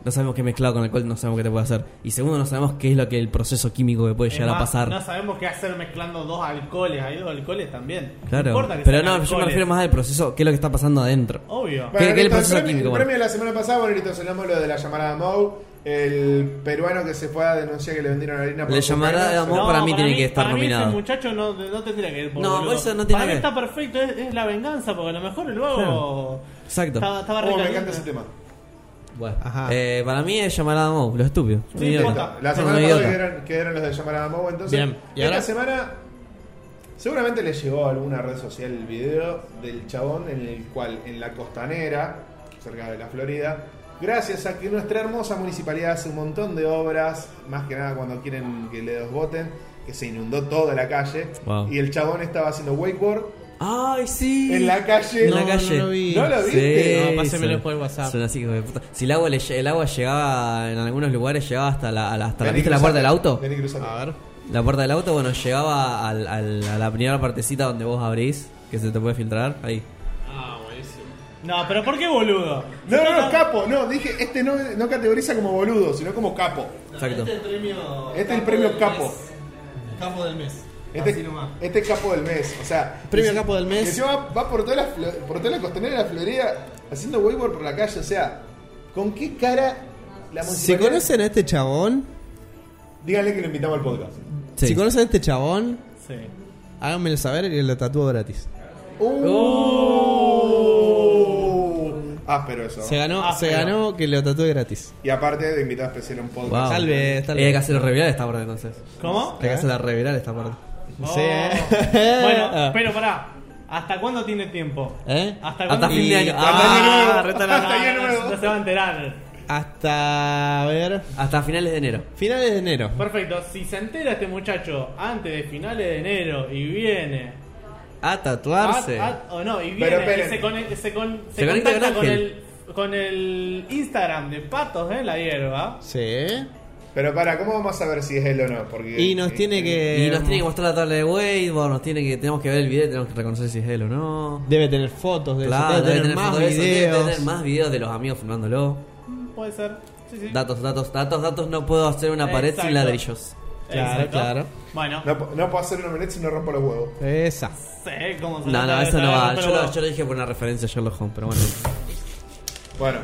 Speaker 4: No sabemos qué mezclado con alcohol, no sabemos qué te puede hacer. Y segundo, no sabemos qué es lo que el proceso químico que puede
Speaker 3: Es
Speaker 4: llegar a
Speaker 3: más,
Speaker 4: pasar.
Speaker 3: No sabemos qué hacer mezclando dos alcoholes. Hay dos alcoholes también. No
Speaker 4: claro.
Speaker 3: importa que
Speaker 4: Pero
Speaker 3: sean
Speaker 4: no, yo me
Speaker 3: alcoholes.
Speaker 4: refiero más al proceso, qué es lo que está pasando adentro.
Speaker 3: Obvio.
Speaker 4: ¿Qué- qué le
Speaker 1: listo,
Speaker 4: pasó a
Speaker 1: el, premio,
Speaker 4: Químico?
Speaker 1: el
Speaker 4: Bueno.
Speaker 1: premio de la semana pasada, bueno, listo, sonamos lo de la llamada de Mou, el peruano que se fue a denunciar que le vendieron harina
Speaker 4: La
Speaker 1: su
Speaker 4: llamada
Speaker 1: pena,
Speaker 4: de
Speaker 1: sonó-
Speaker 4: Mou- para mí tiene que estar
Speaker 3: para mí
Speaker 4: nominado.
Speaker 3: ese muchacho no, no tendría que ir por
Speaker 4: No,
Speaker 3: boludo.
Speaker 4: eso no tiene
Speaker 3: Para mí
Speaker 4: que-
Speaker 3: está perfecto, es, es la venganza, porque a lo mejor luego.
Speaker 4: Claro. Exacto.
Speaker 3: Estaba, estaba re
Speaker 1: Oh, me
Speaker 3: caliente.
Speaker 1: encanta ese tema.
Speaker 4: Bueno,
Speaker 2: Ajá.
Speaker 4: eh, para mí es llamar a Mo, lo estúpido. Un
Speaker 3: Sí,
Speaker 4: idiota.
Speaker 3: posta.
Speaker 1: Listo, La
Speaker 4: Es
Speaker 1: semana
Speaker 4: un
Speaker 1: pasada
Speaker 4: idiota.
Speaker 1: quedaron, quedaron los de llamar a Mou, entonces.
Speaker 2: Bien, ¿y
Speaker 1: Esta
Speaker 2: ahora?
Speaker 1: semana seguramente le llegó a alguna red social el video del chabón en el cual en la costanera, cerca de la Florida, gracias a que nuestra hermosa municipalidad hace un montón de obras, más que nada cuando quieren que le voten, que se inundó toda la calle
Speaker 4: Wow.
Speaker 1: y el chabón estaba haciendo wakeboard
Speaker 4: Ay, sí.
Speaker 1: en la calle.
Speaker 4: En la
Speaker 2: No,
Speaker 4: calle.
Speaker 2: no lo vi.
Speaker 1: ¿No lo viste?
Speaker 2: No, pásemelo
Speaker 4: son-
Speaker 2: por el WhatsApp.
Speaker 4: son así, hijo de puta. Si el agua, le lle- el agua llegaba en algunos lugares, llegaba hasta la, a la- hasta la,
Speaker 1: Vení,
Speaker 4: ¿viste la
Speaker 1: cruzate,
Speaker 4: puerta del auto.
Speaker 1: vení, cruzate.
Speaker 2: A ver.
Speaker 4: La puerta del auto, bueno, llegaba al- al- a la primera partecita donde vos abrís, que se te puede filtrar. Ahí.
Speaker 2: Ah, buenísimo.
Speaker 3: No, pero ¿por qué boludo?
Speaker 1: No, no, no, capo, no, dije, este no, no categoriza como boludo, sino como capo.
Speaker 4: Exacto.
Speaker 3: el premio.
Speaker 1: Este es el premio capo.
Speaker 3: Capo del mes.
Speaker 1: Este, este es capo del mes, o sea.
Speaker 2: Premio
Speaker 1: y-
Speaker 2: capo del mes.
Speaker 1: y encima va, va por, toda la, flo- por toda la costanera de la Florida haciendo wakeboard por la calle, o sea, ¿con qué cara la
Speaker 2: Si
Speaker 1: municipalidad-
Speaker 2: conocen a este chabón,
Speaker 1: Díganle que lo invitamos al podcast.
Speaker 4: Sí.
Speaker 2: si conocen a este chabón,
Speaker 3: Sí.
Speaker 2: háganmelo saber y lo tatúo gratis.
Speaker 1: Uh. Áspero eso.
Speaker 2: Oh. Se ganó,
Speaker 3: Ah,
Speaker 2: se
Speaker 3: pero-
Speaker 2: ganó que lo tatúe gratis.
Speaker 1: Y aparte de invitar especial a un podcast.
Speaker 4: Wow.
Speaker 2: Tal vez, tal
Speaker 4: Y Eh, Hay que
Speaker 2: vez.
Speaker 4: hacerlo reviral esta parte entonces.
Speaker 3: ¿Cómo?
Speaker 4: Hay que hacerla reviral esta parte.
Speaker 2: Sí, ¿eh?
Speaker 3: Oh. Bueno,
Speaker 2: Ah.
Speaker 3: pero pará. ¿Hasta cuándo tiene tiempo?
Speaker 2: ¿Eh?
Speaker 3: ¿Hasta
Speaker 4: Hasta
Speaker 3: cuándo?
Speaker 4: fin de año.
Speaker 3: Y-
Speaker 4: Ah,
Speaker 1: nuevo.
Speaker 4: retalado.
Speaker 1: Hasta año nuevo.
Speaker 3: No se va a enterar.
Speaker 2: Hasta, a ver,
Speaker 4: Hasta finales de enero.
Speaker 2: finales de enero.
Speaker 3: Perfecto. Si se entera este muchacho antes de finales de enero y viene.
Speaker 4: A
Speaker 3: at-
Speaker 4: tatuarse.
Speaker 3: at- o no, y
Speaker 1: Pero
Speaker 3: viene y
Speaker 1: esperen.
Speaker 3: se, conect- se con- se
Speaker 4: Se conecta
Speaker 3: contacta
Speaker 4: con
Speaker 3: con el,
Speaker 4: Ángel.
Speaker 3: con el Instagram de Patos de la Hierba.
Speaker 2: Sí.
Speaker 1: Pero para, ¿cómo vamos a ver si es él o no? Porque, eh,
Speaker 2: Y nos tiene
Speaker 1: ah,
Speaker 2: que.
Speaker 4: Y nos tiene que mostrar la tabla de Wadeboard, nos tiene que, tenemos que ver el video, tenemos que reconocer si es él o no.
Speaker 2: Debe tener fotos de eso,
Speaker 4: Claro,
Speaker 2: debe tener más
Speaker 4: fotos de eso,
Speaker 2: videos.
Speaker 4: debe tener más videos de los amigos filmándolo.
Speaker 3: Mm, Puede ser. Sí, sí.
Speaker 4: Datos, datos, datos, datos, no puedo hacer una pared
Speaker 3: Exacto.
Speaker 4: sin ladrillos.
Speaker 2: Claro, claro.
Speaker 3: Bueno,
Speaker 1: No, po- no puedo hacer una omelette si no rompo los huevos.
Speaker 2: Esa.
Speaker 3: sé cómo se
Speaker 4: No, no,
Speaker 3: nota
Speaker 4: eso
Speaker 3: esa-
Speaker 4: no va.
Speaker 3: pero
Speaker 4: Yo lo,
Speaker 3: bueno.
Speaker 4: yo lo dije por una referencia a Sherlock Holmes, pero bueno.
Speaker 1: Bueno,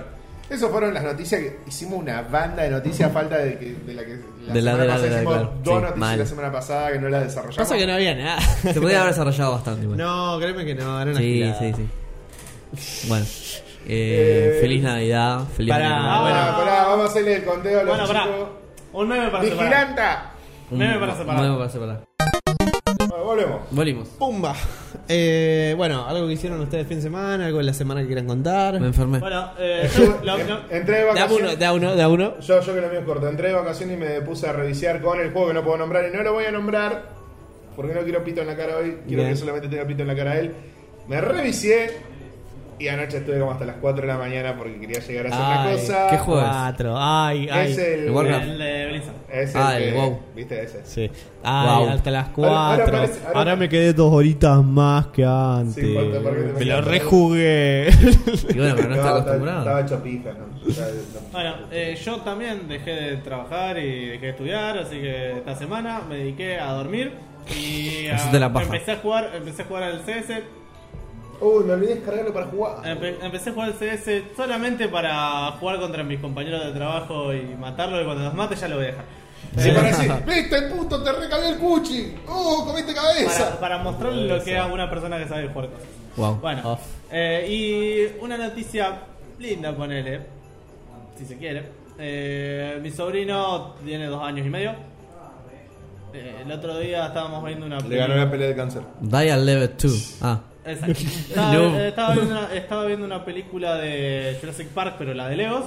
Speaker 1: esas fueron las noticias que hicimos una banda de noticias a falta de, que- de la que la
Speaker 4: De la-
Speaker 1: semana
Speaker 4: de la-
Speaker 1: pasada
Speaker 4: de la-
Speaker 1: hicimos
Speaker 4: claro.
Speaker 1: dos
Speaker 4: Sí,
Speaker 1: noticias
Speaker 4: mal.
Speaker 1: la semana pasada que no las desarrollamos.
Speaker 2: Pasa que no ah. había nada.
Speaker 4: Se podría haber desarrollado bastante igual.
Speaker 2: No, créeme que no, era una
Speaker 4: sí,
Speaker 2: gilada.
Speaker 4: sí, sí. Bueno. eh,
Speaker 1: Eh,
Speaker 4: feliz Navidad, feliz
Speaker 2: pará,
Speaker 4: Año
Speaker 1: Ah,
Speaker 4: Nuevo.
Speaker 1: bueno,
Speaker 3: Ah.
Speaker 1: pará, vamos a hacerle el conteo a los
Speaker 3: Bueno, pará.
Speaker 1: chicos.
Speaker 3: Un 9 para separar.
Speaker 1: ¡Vigilanta!
Speaker 4: Un-
Speaker 3: Nueve para separar.
Speaker 4: nueve para separar.
Speaker 1: Bueno, volvemos.
Speaker 4: Volvimos.
Speaker 2: Pumba. Eh, bueno, algo que hicieron ustedes fin de semana, algo de la semana que quieran contar.
Speaker 4: Me enfermé.
Speaker 3: Bueno, eh, yo- lo- lo-
Speaker 1: Entré de
Speaker 2: Da uno,
Speaker 1: vacaciones.
Speaker 2: da uno, da uno.
Speaker 1: Yo, yo que lo mío es corto. Entré de vacaciones y me puse a revisar con el juego que no puedo nombrar y no lo voy a nombrar porque no quiero pito en la cara hoy. Quiero
Speaker 2: Bien.
Speaker 1: que solamente tenga pito en la cara él. Me revisé Y anoche estuve como hasta las 4 de la mañana porque quería llegar a hacer
Speaker 4: Ay,
Speaker 1: una cosa.
Speaker 4: qué juego.
Speaker 2: Cuatro. Ay, ay.
Speaker 1: Es el.
Speaker 4: El Warcraft.
Speaker 3: El de Blizzard.
Speaker 1: Es
Speaker 4: Ah,
Speaker 1: el
Speaker 4: el
Speaker 1: que-
Speaker 4: WoW.
Speaker 1: ¿Viste ese?
Speaker 2: Sí. Ay,
Speaker 4: Wow.
Speaker 2: hasta las cuatro.
Speaker 1: Ahora- ahora
Speaker 2: Ahora,
Speaker 1: parece- ahora-
Speaker 2: me quedé dos horitas más que antes.
Speaker 1: Sí, falta porque te
Speaker 2: me lo
Speaker 1: falta.
Speaker 2: rejugué.
Speaker 4: Y bueno, pero no está
Speaker 1: Estaba
Speaker 4: acostumbrado.
Speaker 1: hecho pija, ¿no? O sea, no.
Speaker 3: Bueno, eh, yo también dejé de trabajar y dejé de estudiar, así que esta semana me dediqué a dormir y a-
Speaker 4: Hacete la paja.
Speaker 3: empecé a jugar, empecé a jugar al CS, eh.
Speaker 1: Uy, me olvidé descargarlo para jugar.
Speaker 3: Empe- empecé a jugar al CS solamente para jugar contra mis compañeros de trabajo y matarlo y cuando los mate ya lo voy a dejar. eh.
Speaker 1: Sí, para decir, viste, puto, te recagué el cuchi. Uh, comiste cabeza.
Speaker 3: Para, para mostrarle lo que es a una persona que sabe jugar cosas.
Speaker 4: Wow.
Speaker 3: Bueno,
Speaker 4: Off.
Speaker 3: eh, y una noticia linda, ponele, si se quiere. Eh, mi sobrino tiene dos años y medio. Eh, el otro día estábamos viendo una
Speaker 1: Le ganó la pelea de cáncer.
Speaker 4: Dial Level 2. Ah.
Speaker 3: Exacto. Estaba,
Speaker 4: No.
Speaker 3: eh, estaba viendo una, estaba viendo una película de Jurassic Park, pero la de Legos.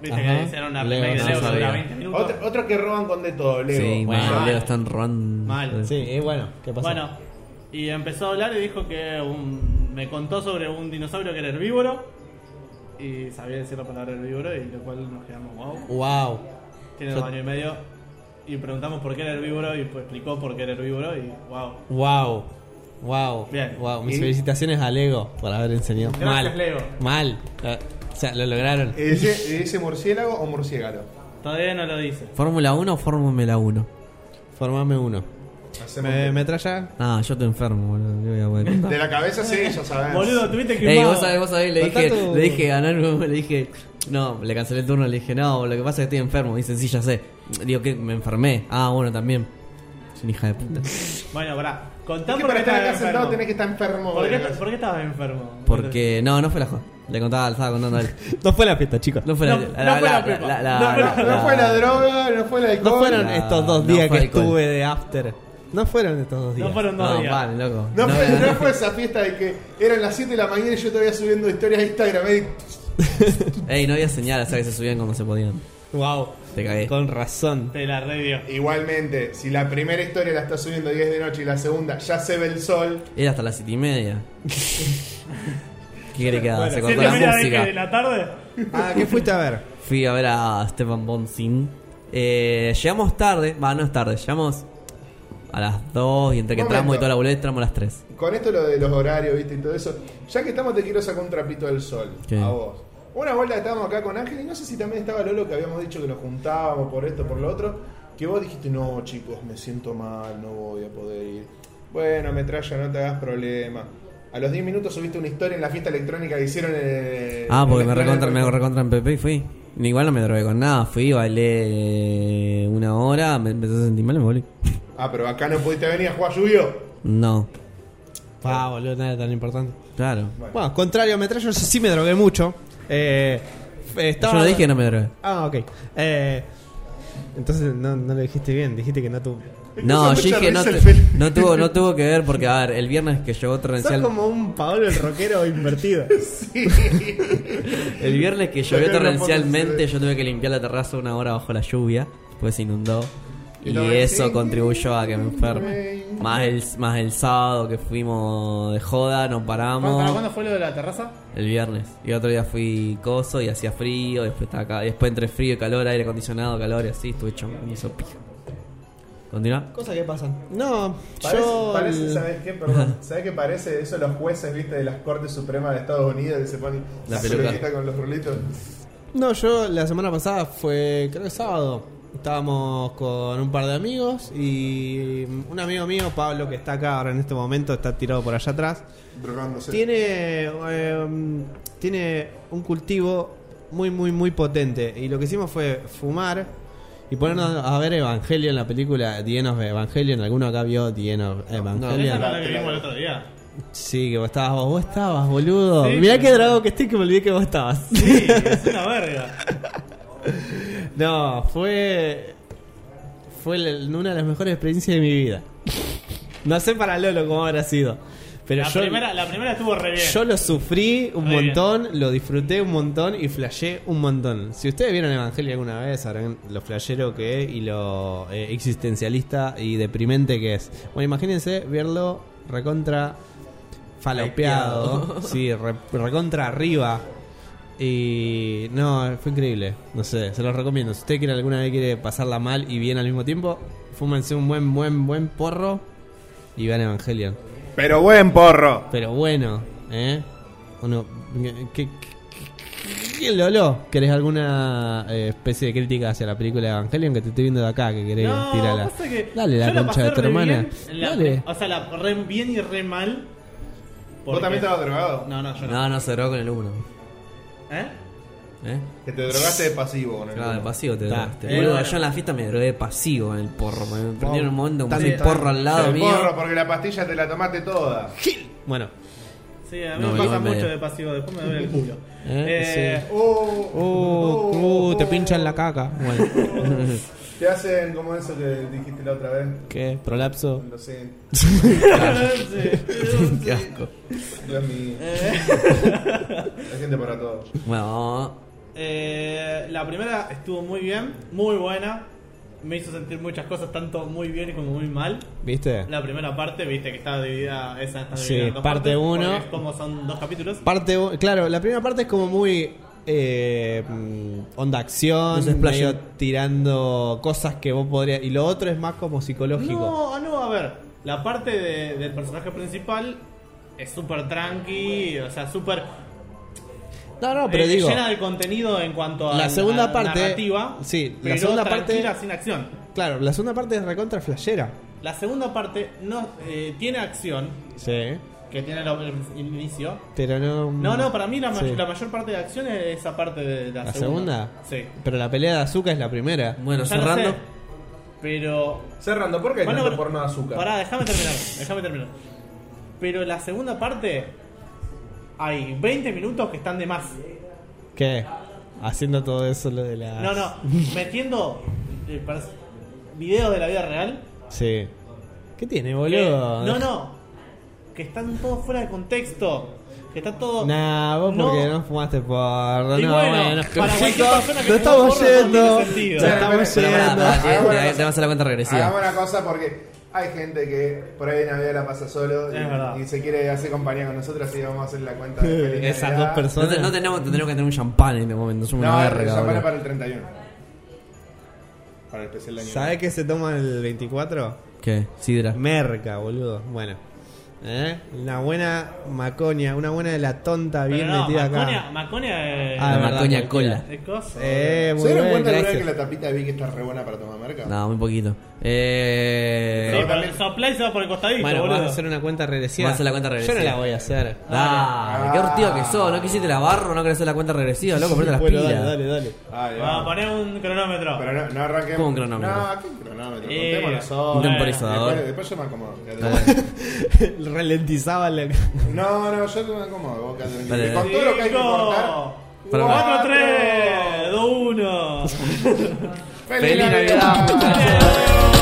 Speaker 3: Viste
Speaker 4: Ajá.
Speaker 3: que hicieron una
Speaker 4: Legos,
Speaker 3: remake de
Speaker 4: no
Speaker 3: Legos
Speaker 4: sabía.
Speaker 3: de 20 minutos.
Speaker 1: Otro, otro que roban con de todo, Lego.
Speaker 4: Sí,
Speaker 3: Bueno.
Speaker 4: mal, Leo están robando.
Speaker 3: Mal.
Speaker 2: sí, y bueno, ¿qué pasó?
Speaker 3: Bueno, y empezó a hablar y dijo que un- me contó sobre un dinosaurio que era herbívoro. Y sabía decir la palabra herbívoro, y lo cual nos quedamos wow.
Speaker 2: Wow.
Speaker 3: Tiene dos años y medio. Y preguntamos por qué era herbívoro, y pues explicó por qué era herbívoro, y wow.
Speaker 2: Wow. Wow.
Speaker 3: Bien.
Speaker 2: Wow. Mis
Speaker 1: ¿Y?
Speaker 2: felicitaciones a Lego por haber enseñado.
Speaker 3: Gracias,
Speaker 2: Mal.
Speaker 3: Lego.
Speaker 2: Mal. Eh, O sea, lo lograron.
Speaker 1: ¿Ese, ese murciélago o murciégalo?
Speaker 3: Todavía no lo dice.
Speaker 4: ¿Fórmula 1 o Fórmula 1?
Speaker 2: Formame uno.
Speaker 1: Hacemos
Speaker 2: ¿Me,
Speaker 1: un-
Speaker 2: me traya?
Speaker 4: Ah, yo te enfermo, boludo. ¿Qué voy a poder contar?
Speaker 1: De la cabeza sí, ya sabes.
Speaker 3: Boludo, tuviste que.
Speaker 4: Ey, vos sabés, vos sabés, le
Speaker 2: Contá
Speaker 4: dije,
Speaker 2: tu-
Speaker 4: le dije a Narco, le dije, no, le cancelé el turno, le dije, no, lo que pasa es que estoy enfermo. Dice, sí, ya sé. Digo, que me enfermé. Ah, bueno, también. Es una hija de puta.
Speaker 3: Bueno, pará.
Speaker 1: Es
Speaker 3: Contá
Speaker 1: que
Speaker 3: por
Speaker 1: para
Speaker 3: qué
Speaker 1: estar acá
Speaker 3: estabas
Speaker 1: sentado
Speaker 3: enfermo.
Speaker 1: tenés que estar enfermo.
Speaker 3: ¿Por, qué,
Speaker 1: boludo.
Speaker 3: por qué estabas enfermo?
Speaker 4: Porque, no, no fue la joda. Le contaba, le estaba contando a él.
Speaker 2: No fue la fiesta, chicos.
Speaker 4: No fue la.
Speaker 3: No,
Speaker 4: la-
Speaker 3: no fue la
Speaker 4: la-
Speaker 3: prepa.
Speaker 4: la- la-
Speaker 3: No fue la-
Speaker 1: No, no fue la droga, no fue el alcohol.
Speaker 2: No fueron
Speaker 4: No,
Speaker 2: estos dos
Speaker 4: no
Speaker 2: días
Speaker 4: fue
Speaker 2: que
Speaker 4: alcohol.
Speaker 2: estuve de after. No fueron estos dos días.
Speaker 3: No fueron dos
Speaker 4: No,
Speaker 3: días.
Speaker 4: vale, loco.
Speaker 1: No,
Speaker 4: No,
Speaker 1: fue,
Speaker 4: no,
Speaker 1: no fue esa fiesta de que eran las 7 de la mañana y yo todavía subiendo historias a Instagram. eh.
Speaker 4: Ey, no había señal, o sea que se subían como se podían.
Speaker 2: Wow.
Speaker 4: Te cagué.
Speaker 2: Con razón.
Speaker 3: Te la redio.
Speaker 1: Igualmente, si la primera historia la estás subiendo 10 de noche y la segunda ya se ve el sol,
Speaker 4: Era hasta las 7 y media. ¿Qué querés que haga? se cortó
Speaker 3: ¿Siete
Speaker 4: la
Speaker 3: media de que
Speaker 4: música.
Speaker 3: de la tarde?
Speaker 2: Ah, ¿qué fuiste a ver?
Speaker 4: Fui a ver a Stefan Bonsin. Eh, llegamos tarde, va, no es tarde, llegamos a las 2 y entre que
Speaker 1: Momento.
Speaker 4: tramo y toda la boludez tramo a las 3.
Speaker 1: con esto lo de los horarios, viste, y todo eso, ya que estamos te quiero sacar un trapito del sol
Speaker 4: ¿Qué?
Speaker 1: a vos. Una vuelta que estábamos acá con Ángel y no sé si también estaba Lolo que habíamos dicho que nos juntábamos por esto, por lo otro, que vos dijiste, no chicos, me siento mal, no voy a poder ir. Bueno, metralla, no te hagas problema. A los 10 minutos subiste una historia en la fiesta electrónica que hicieron en
Speaker 4: Ah, porque me
Speaker 1: en la escuela
Speaker 4: recontra,
Speaker 1: de-
Speaker 4: me recontra en PP y fui. Igual no me drogué con nada, fui, bailé eh, una hora, me empecé a sentir mal y me volví.
Speaker 1: Ah, pero acá no pudiste venir a jugar lluvio.
Speaker 4: No,
Speaker 2: Ah, boludo, nada tan importante.
Speaker 4: claro.
Speaker 2: Bueno, contrario a Metralla, yo sí me drogué mucho. Eh,
Speaker 4: Yo
Speaker 2: estaba...
Speaker 4: no dije que no me drogué.
Speaker 2: Ah, ok. Eh, entonces no, no lo dijiste bien, dijiste que no tú.
Speaker 4: No,
Speaker 1: Esa
Speaker 4: yo dije no,
Speaker 1: mucha
Speaker 4: tu-
Speaker 1: risa, el Fede.
Speaker 4: no, tuvo, no tuvo que ver porque, a ver, el viernes que llegó
Speaker 2: Sos
Speaker 4: torrencial.
Speaker 2: como un Paolo el rockero invertido.
Speaker 4: El viernes que llovió
Speaker 1: Sacaron una foto
Speaker 4: torrencialmente,
Speaker 1: de-
Speaker 4: yo tuve que limpiar la terraza una hora bajo la lluvia, pues se inundó.
Speaker 1: Y
Speaker 4: Y,
Speaker 1: no me-
Speaker 4: eso contribuyó a que me enferme.
Speaker 1: Rain.
Speaker 4: Más el, más el sábado que fuimos de joda, nos
Speaker 3: ¿Para
Speaker 4: paramos.
Speaker 3: cuándo fue lo de la terraza?
Speaker 4: El viernes. Y otro día fui coso y hacía frío, después estaba acá. Después entre frío y calor, aire acondicionado, calor y así, estuve hecho un hizo pija. ¿Continúa?
Speaker 2: Cosas que pasan. No,
Speaker 1: Parece,
Speaker 2: yo.
Speaker 1: parece- ¿sabes qué? Perdón. ¿Sabes qué parece eso los jueces, viste, de las Cortes Supremas de Estados Unidos que se ponen
Speaker 4: La
Speaker 1: la
Speaker 4: peluca.
Speaker 1: peluquita con los rulitos?
Speaker 2: No, yo la semana pasada fue, creo que sábado. Estábamos con un par de amigos y un amigo mío, Pablo, que está acá ahora en este momento, está tirado por allá atrás.
Speaker 1: Drogándose.
Speaker 2: Tiene, eh, tiene un cultivo muy, muy, muy potente. Y lo que hicimos fue fumar y ponernos a ver Evangelio en la película The End of Evangelion. ¿Alguno acá vio The End of Evangelion?
Speaker 3: Esa no la que vimos el otro día.
Speaker 2: Sí, que vos estabas, vos, vos estabas, boludo.
Speaker 3: Sí.
Speaker 2: Mirá qué drago que estoy que me olvidé que vos estabas.
Speaker 3: Sí, es una verga.
Speaker 2: No, fue. Fue la- una de las mejores experiencias de mi vida. No sé para Lolo cómo habrá sido. Pero
Speaker 3: La
Speaker 2: yo.
Speaker 3: primera, la primera estuvo re bien.
Speaker 2: Yo lo sufrí un
Speaker 3: Re bien.
Speaker 2: montón, lo disfruté un montón y flashé un montón. Si ustedes vieron Evangelio alguna vez, sabrán lo flashero que es y lo eh, existencialista y deprimente que es. Bueno, imagínense verlo recontra falopeado, sí, re- recontra arriba. Y no, fue increíble. No sé, se los recomiendo. Si usted quiere alguna vez quiere pasarla mal y bien al mismo tiempo, fúmense un buen, buen, buen porro y vean Evangelion.
Speaker 1: Pero buen porro.
Speaker 2: Pero bueno, ¿eh? Uno, ¿qué, qué, qué- qué- Lolo? ¿Querés alguna eh, especie de crítica hacia la película de Evangelion que te estoy viendo de acá? Que querés
Speaker 3: No,
Speaker 2: tirarla.
Speaker 3: pasa que
Speaker 2: Dale
Speaker 3: yo
Speaker 2: la concha
Speaker 3: pasé
Speaker 2: de tu
Speaker 3: re
Speaker 2: hermana.
Speaker 3: bien, la-
Speaker 2: Dale.
Speaker 3: O sea, la re bien y re mal.
Speaker 1: ¿Vos
Speaker 3: porque-
Speaker 1: también estabas drogado?
Speaker 3: No, no, yo no.
Speaker 4: No, no, se drogó con el 1.
Speaker 3: ¿Eh?
Speaker 4: ¿Eh?
Speaker 1: Que te drogaste de pasivo con el
Speaker 4: Claro, de
Speaker 1: humo.
Speaker 4: pasivo te
Speaker 2: Ta.
Speaker 4: drogaste.
Speaker 3: Eh,
Speaker 4: Boludo,
Speaker 3: bueno.
Speaker 4: yo en la fiesta me drogué de pasivo en el porro. Me prendieron un momento con
Speaker 2: tan-
Speaker 4: un
Speaker 2: tan-
Speaker 4: porro al lado
Speaker 1: El
Speaker 4: mío.
Speaker 1: porro, porque la pastilla te la tomaste toda.
Speaker 2: Bueno.
Speaker 3: Sí, a mí
Speaker 4: No,
Speaker 3: me
Speaker 4: yo
Speaker 3: pasa
Speaker 4: me-
Speaker 3: mucho de pasivo, después me duele el culo.
Speaker 2: Eh,
Speaker 3: Eh,
Speaker 1: Oh,
Speaker 2: Uh, uh,
Speaker 3: oh.
Speaker 2: te pinchan la caca. Bueno,
Speaker 1: Te hacen como eso que dijiste la otra vez.
Speaker 2: ¿qué? Prolapso.
Speaker 1: Lo sé.
Speaker 3: sí.
Speaker 4: Qué asco.
Speaker 1: Yo es mi. Hay gente para todo.
Speaker 4: Bueno,
Speaker 3: Eh, la primera estuvo muy bien, muy buena. Me hizo sentir muchas cosas, tanto muy bien como muy mal.
Speaker 2: ¿Viste?
Speaker 3: La primera parte, viste que está dividida, esa está
Speaker 2: Sí,
Speaker 3: dividida en dos
Speaker 2: parte
Speaker 3: partes,
Speaker 2: uno.
Speaker 3: porque es como son dos capítulos.
Speaker 2: Parte, u- claro, la primera parte es como muy eh, mm, onda acción,
Speaker 4: Los splashing.
Speaker 2: medio tirando cosas que vos podrías. Y lo otro es más como psicológico.
Speaker 3: No, ah, no, a ver. La parte de- del personaje principal es súper tranqui, o sea, súper.
Speaker 2: No, no, pero
Speaker 3: eh,
Speaker 2: digo.
Speaker 3: Llena de contenido en cuanto a
Speaker 2: La segunda
Speaker 3: a
Speaker 2: parte-
Speaker 3: narrativa.
Speaker 2: sí, la
Speaker 3: pero
Speaker 2: segunda parte-
Speaker 3: tranquila, sin acción.
Speaker 2: Claro, la segunda parte es recontra flashera.
Speaker 3: La segunda parte no eh, tiene acción,
Speaker 2: Sí.
Speaker 3: que tiene el, el inicio.
Speaker 2: Pero no.
Speaker 3: No, no, para mí la, ma-
Speaker 2: Sí.
Speaker 3: la mayor parte de acción es esa parte de la,
Speaker 2: ¿La segunda?
Speaker 3: Sí.
Speaker 2: Pero la pelea de azúcar es la primera.
Speaker 4: bueno,
Speaker 3: Ya lo
Speaker 4: cerrando.
Speaker 3: sé, pero
Speaker 1: Cerrando, ¿por qué hay
Speaker 3: Bueno,
Speaker 1: tanto
Speaker 3: pero-
Speaker 1: porno de azúcar?
Speaker 3: Pará, déjame terminar, déjame terminar. Pero la segunda parte hay 20 minutos que están de más.
Speaker 2: ¿Qué? Haciendo todo eso lo de la.
Speaker 3: No, no, metiendo eh, pers- videos de la vida real.
Speaker 2: Sí. ¿Qué tiene,
Speaker 3: que-
Speaker 2: boludo?
Speaker 3: Eh, no, no, que están todos fuera de contexto, que está todo
Speaker 2: Nah, vos porque
Speaker 3: No.
Speaker 2: no, fumaste porro.
Speaker 3: Y
Speaker 2: no,
Speaker 3: bueno,
Speaker 2: bueno,
Speaker 3: para cualquier persona que
Speaker 2: no
Speaker 3: fuma
Speaker 2: estamos
Speaker 3: porro no
Speaker 2: yendo.
Speaker 3: tiene sentido.
Speaker 2: No
Speaker 1: Bueno,
Speaker 2: estamos
Speaker 1: pero-
Speaker 4: Bueno, pará,
Speaker 2: yendo.
Speaker 4: pará,
Speaker 1: Ah,
Speaker 4: te-
Speaker 1: bueno,
Speaker 4: te- te vas a la cuenta
Speaker 1: Hagamos
Speaker 4: regresiva.
Speaker 1: una cosa porque hay gente que por ahí en Navidad la pasa solo
Speaker 3: Es verdad.
Speaker 1: y, y se quiere hacer compañía con nosotros y vamos a hacer la cuenta de feliz
Speaker 2: Esas
Speaker 1: Navidad.
Speaker 2: dos
Speaker 4: No, te-
Speaker 2: personas.
Speaker 4: no tenemos, tendremos que tener un champán en este momento. Es una
Speaker 1: No, el
Speaker 4: verga,
Speaker 1: champán
Speaker 4: boludo.
Speaker 1: es para el 31. Para el especial de año.
Speaker 2: ¿Sabés qué se toma el 24?
Speaker 4: ¿Qué? Sidra.
Speaker 2: Merca, boludo. Bueno. ¿Eh? Una buena macoña, una buena de la tonta
Speaker 3: pero
Speaker 2: bien
Speaker 3: no,
Speaker 2: metida
Speaker 3: Maconia,
Speaker 2: acá.
Speaker 3: Maconia es
Speaker 2: Ah,
Speaker 4: la
Speaker 2: verdad,
Speaker 4: Marcoña
Speaker 2: cualquiera.
Speaker 4: cola.
Speaker 3: es cosa.
Speaker 2: Eh,
Speaker 1: ¿Se dieron
Speaker 2: muy buena,
Speaker 1: cuenta alguna vez
Speaker 2: gracias.
Speaker 1: que la tapita vi que está re buena para tomar merca? Ah,
Speaker 4: No, muy poquito.
Speaker 3: Sí,
Speaker 4: Eh.
Speaker 3: pero el soplá y se va por el costadito,
Speaker 2: Bueno,
Speaker 3: boludo.
Speaker 2: vas a hacer una cuenta regresiva.
Speaker 4: Vas a hacer la cuenta regresiva.
Speaker 2: Yo no la voy a hacer.
Speaker 1: Ah.
Speaker 4: Dale, qué hortiva que sos. No quisiste la barro, no querés hacer la cuenta regresiva, loco. Ponete las
Speaker 2: bueno,
Speaker 4: pilas.
Speaker 2: dale, dale, dale.
Speaker 1: Ah, ya.
Speaker 3: Vamos a poner un cronómetro.
Speaker 1: Pero no, no arranquemos.
Speaker 4: ¿Cómo un cronómetro?
Speaker 1: No, ¿qué cronómetro?
Speaker 3: Eh,
Speaker 1: Contémoslo nosotros.
Speaker 4: un temporizador.
Speaker 1: Después, después yo me acomodo. quédate.
Speaker 2: Ralentizaba la.
Speaker 1: No, no, yo me acomodo. Vos quédate tranquilo.
Speaker 4: Dale,
Speaker 1: Y
Speaker 4: dale.
Speaker 1: Con todo lo que hay que
Speaker 3: Cinco,
Speaker 1: cortar.
Speaker 4: Para-
Speaker 3: cuatro,
Speaker 1: ¡Cuatro!
Speaker 3: tres, dos, uno.
Speaker 1: ¡Feliz
Speaker 4: ¡Feliz
Speaker 1: Navidad!
Speaker 4: Navidad!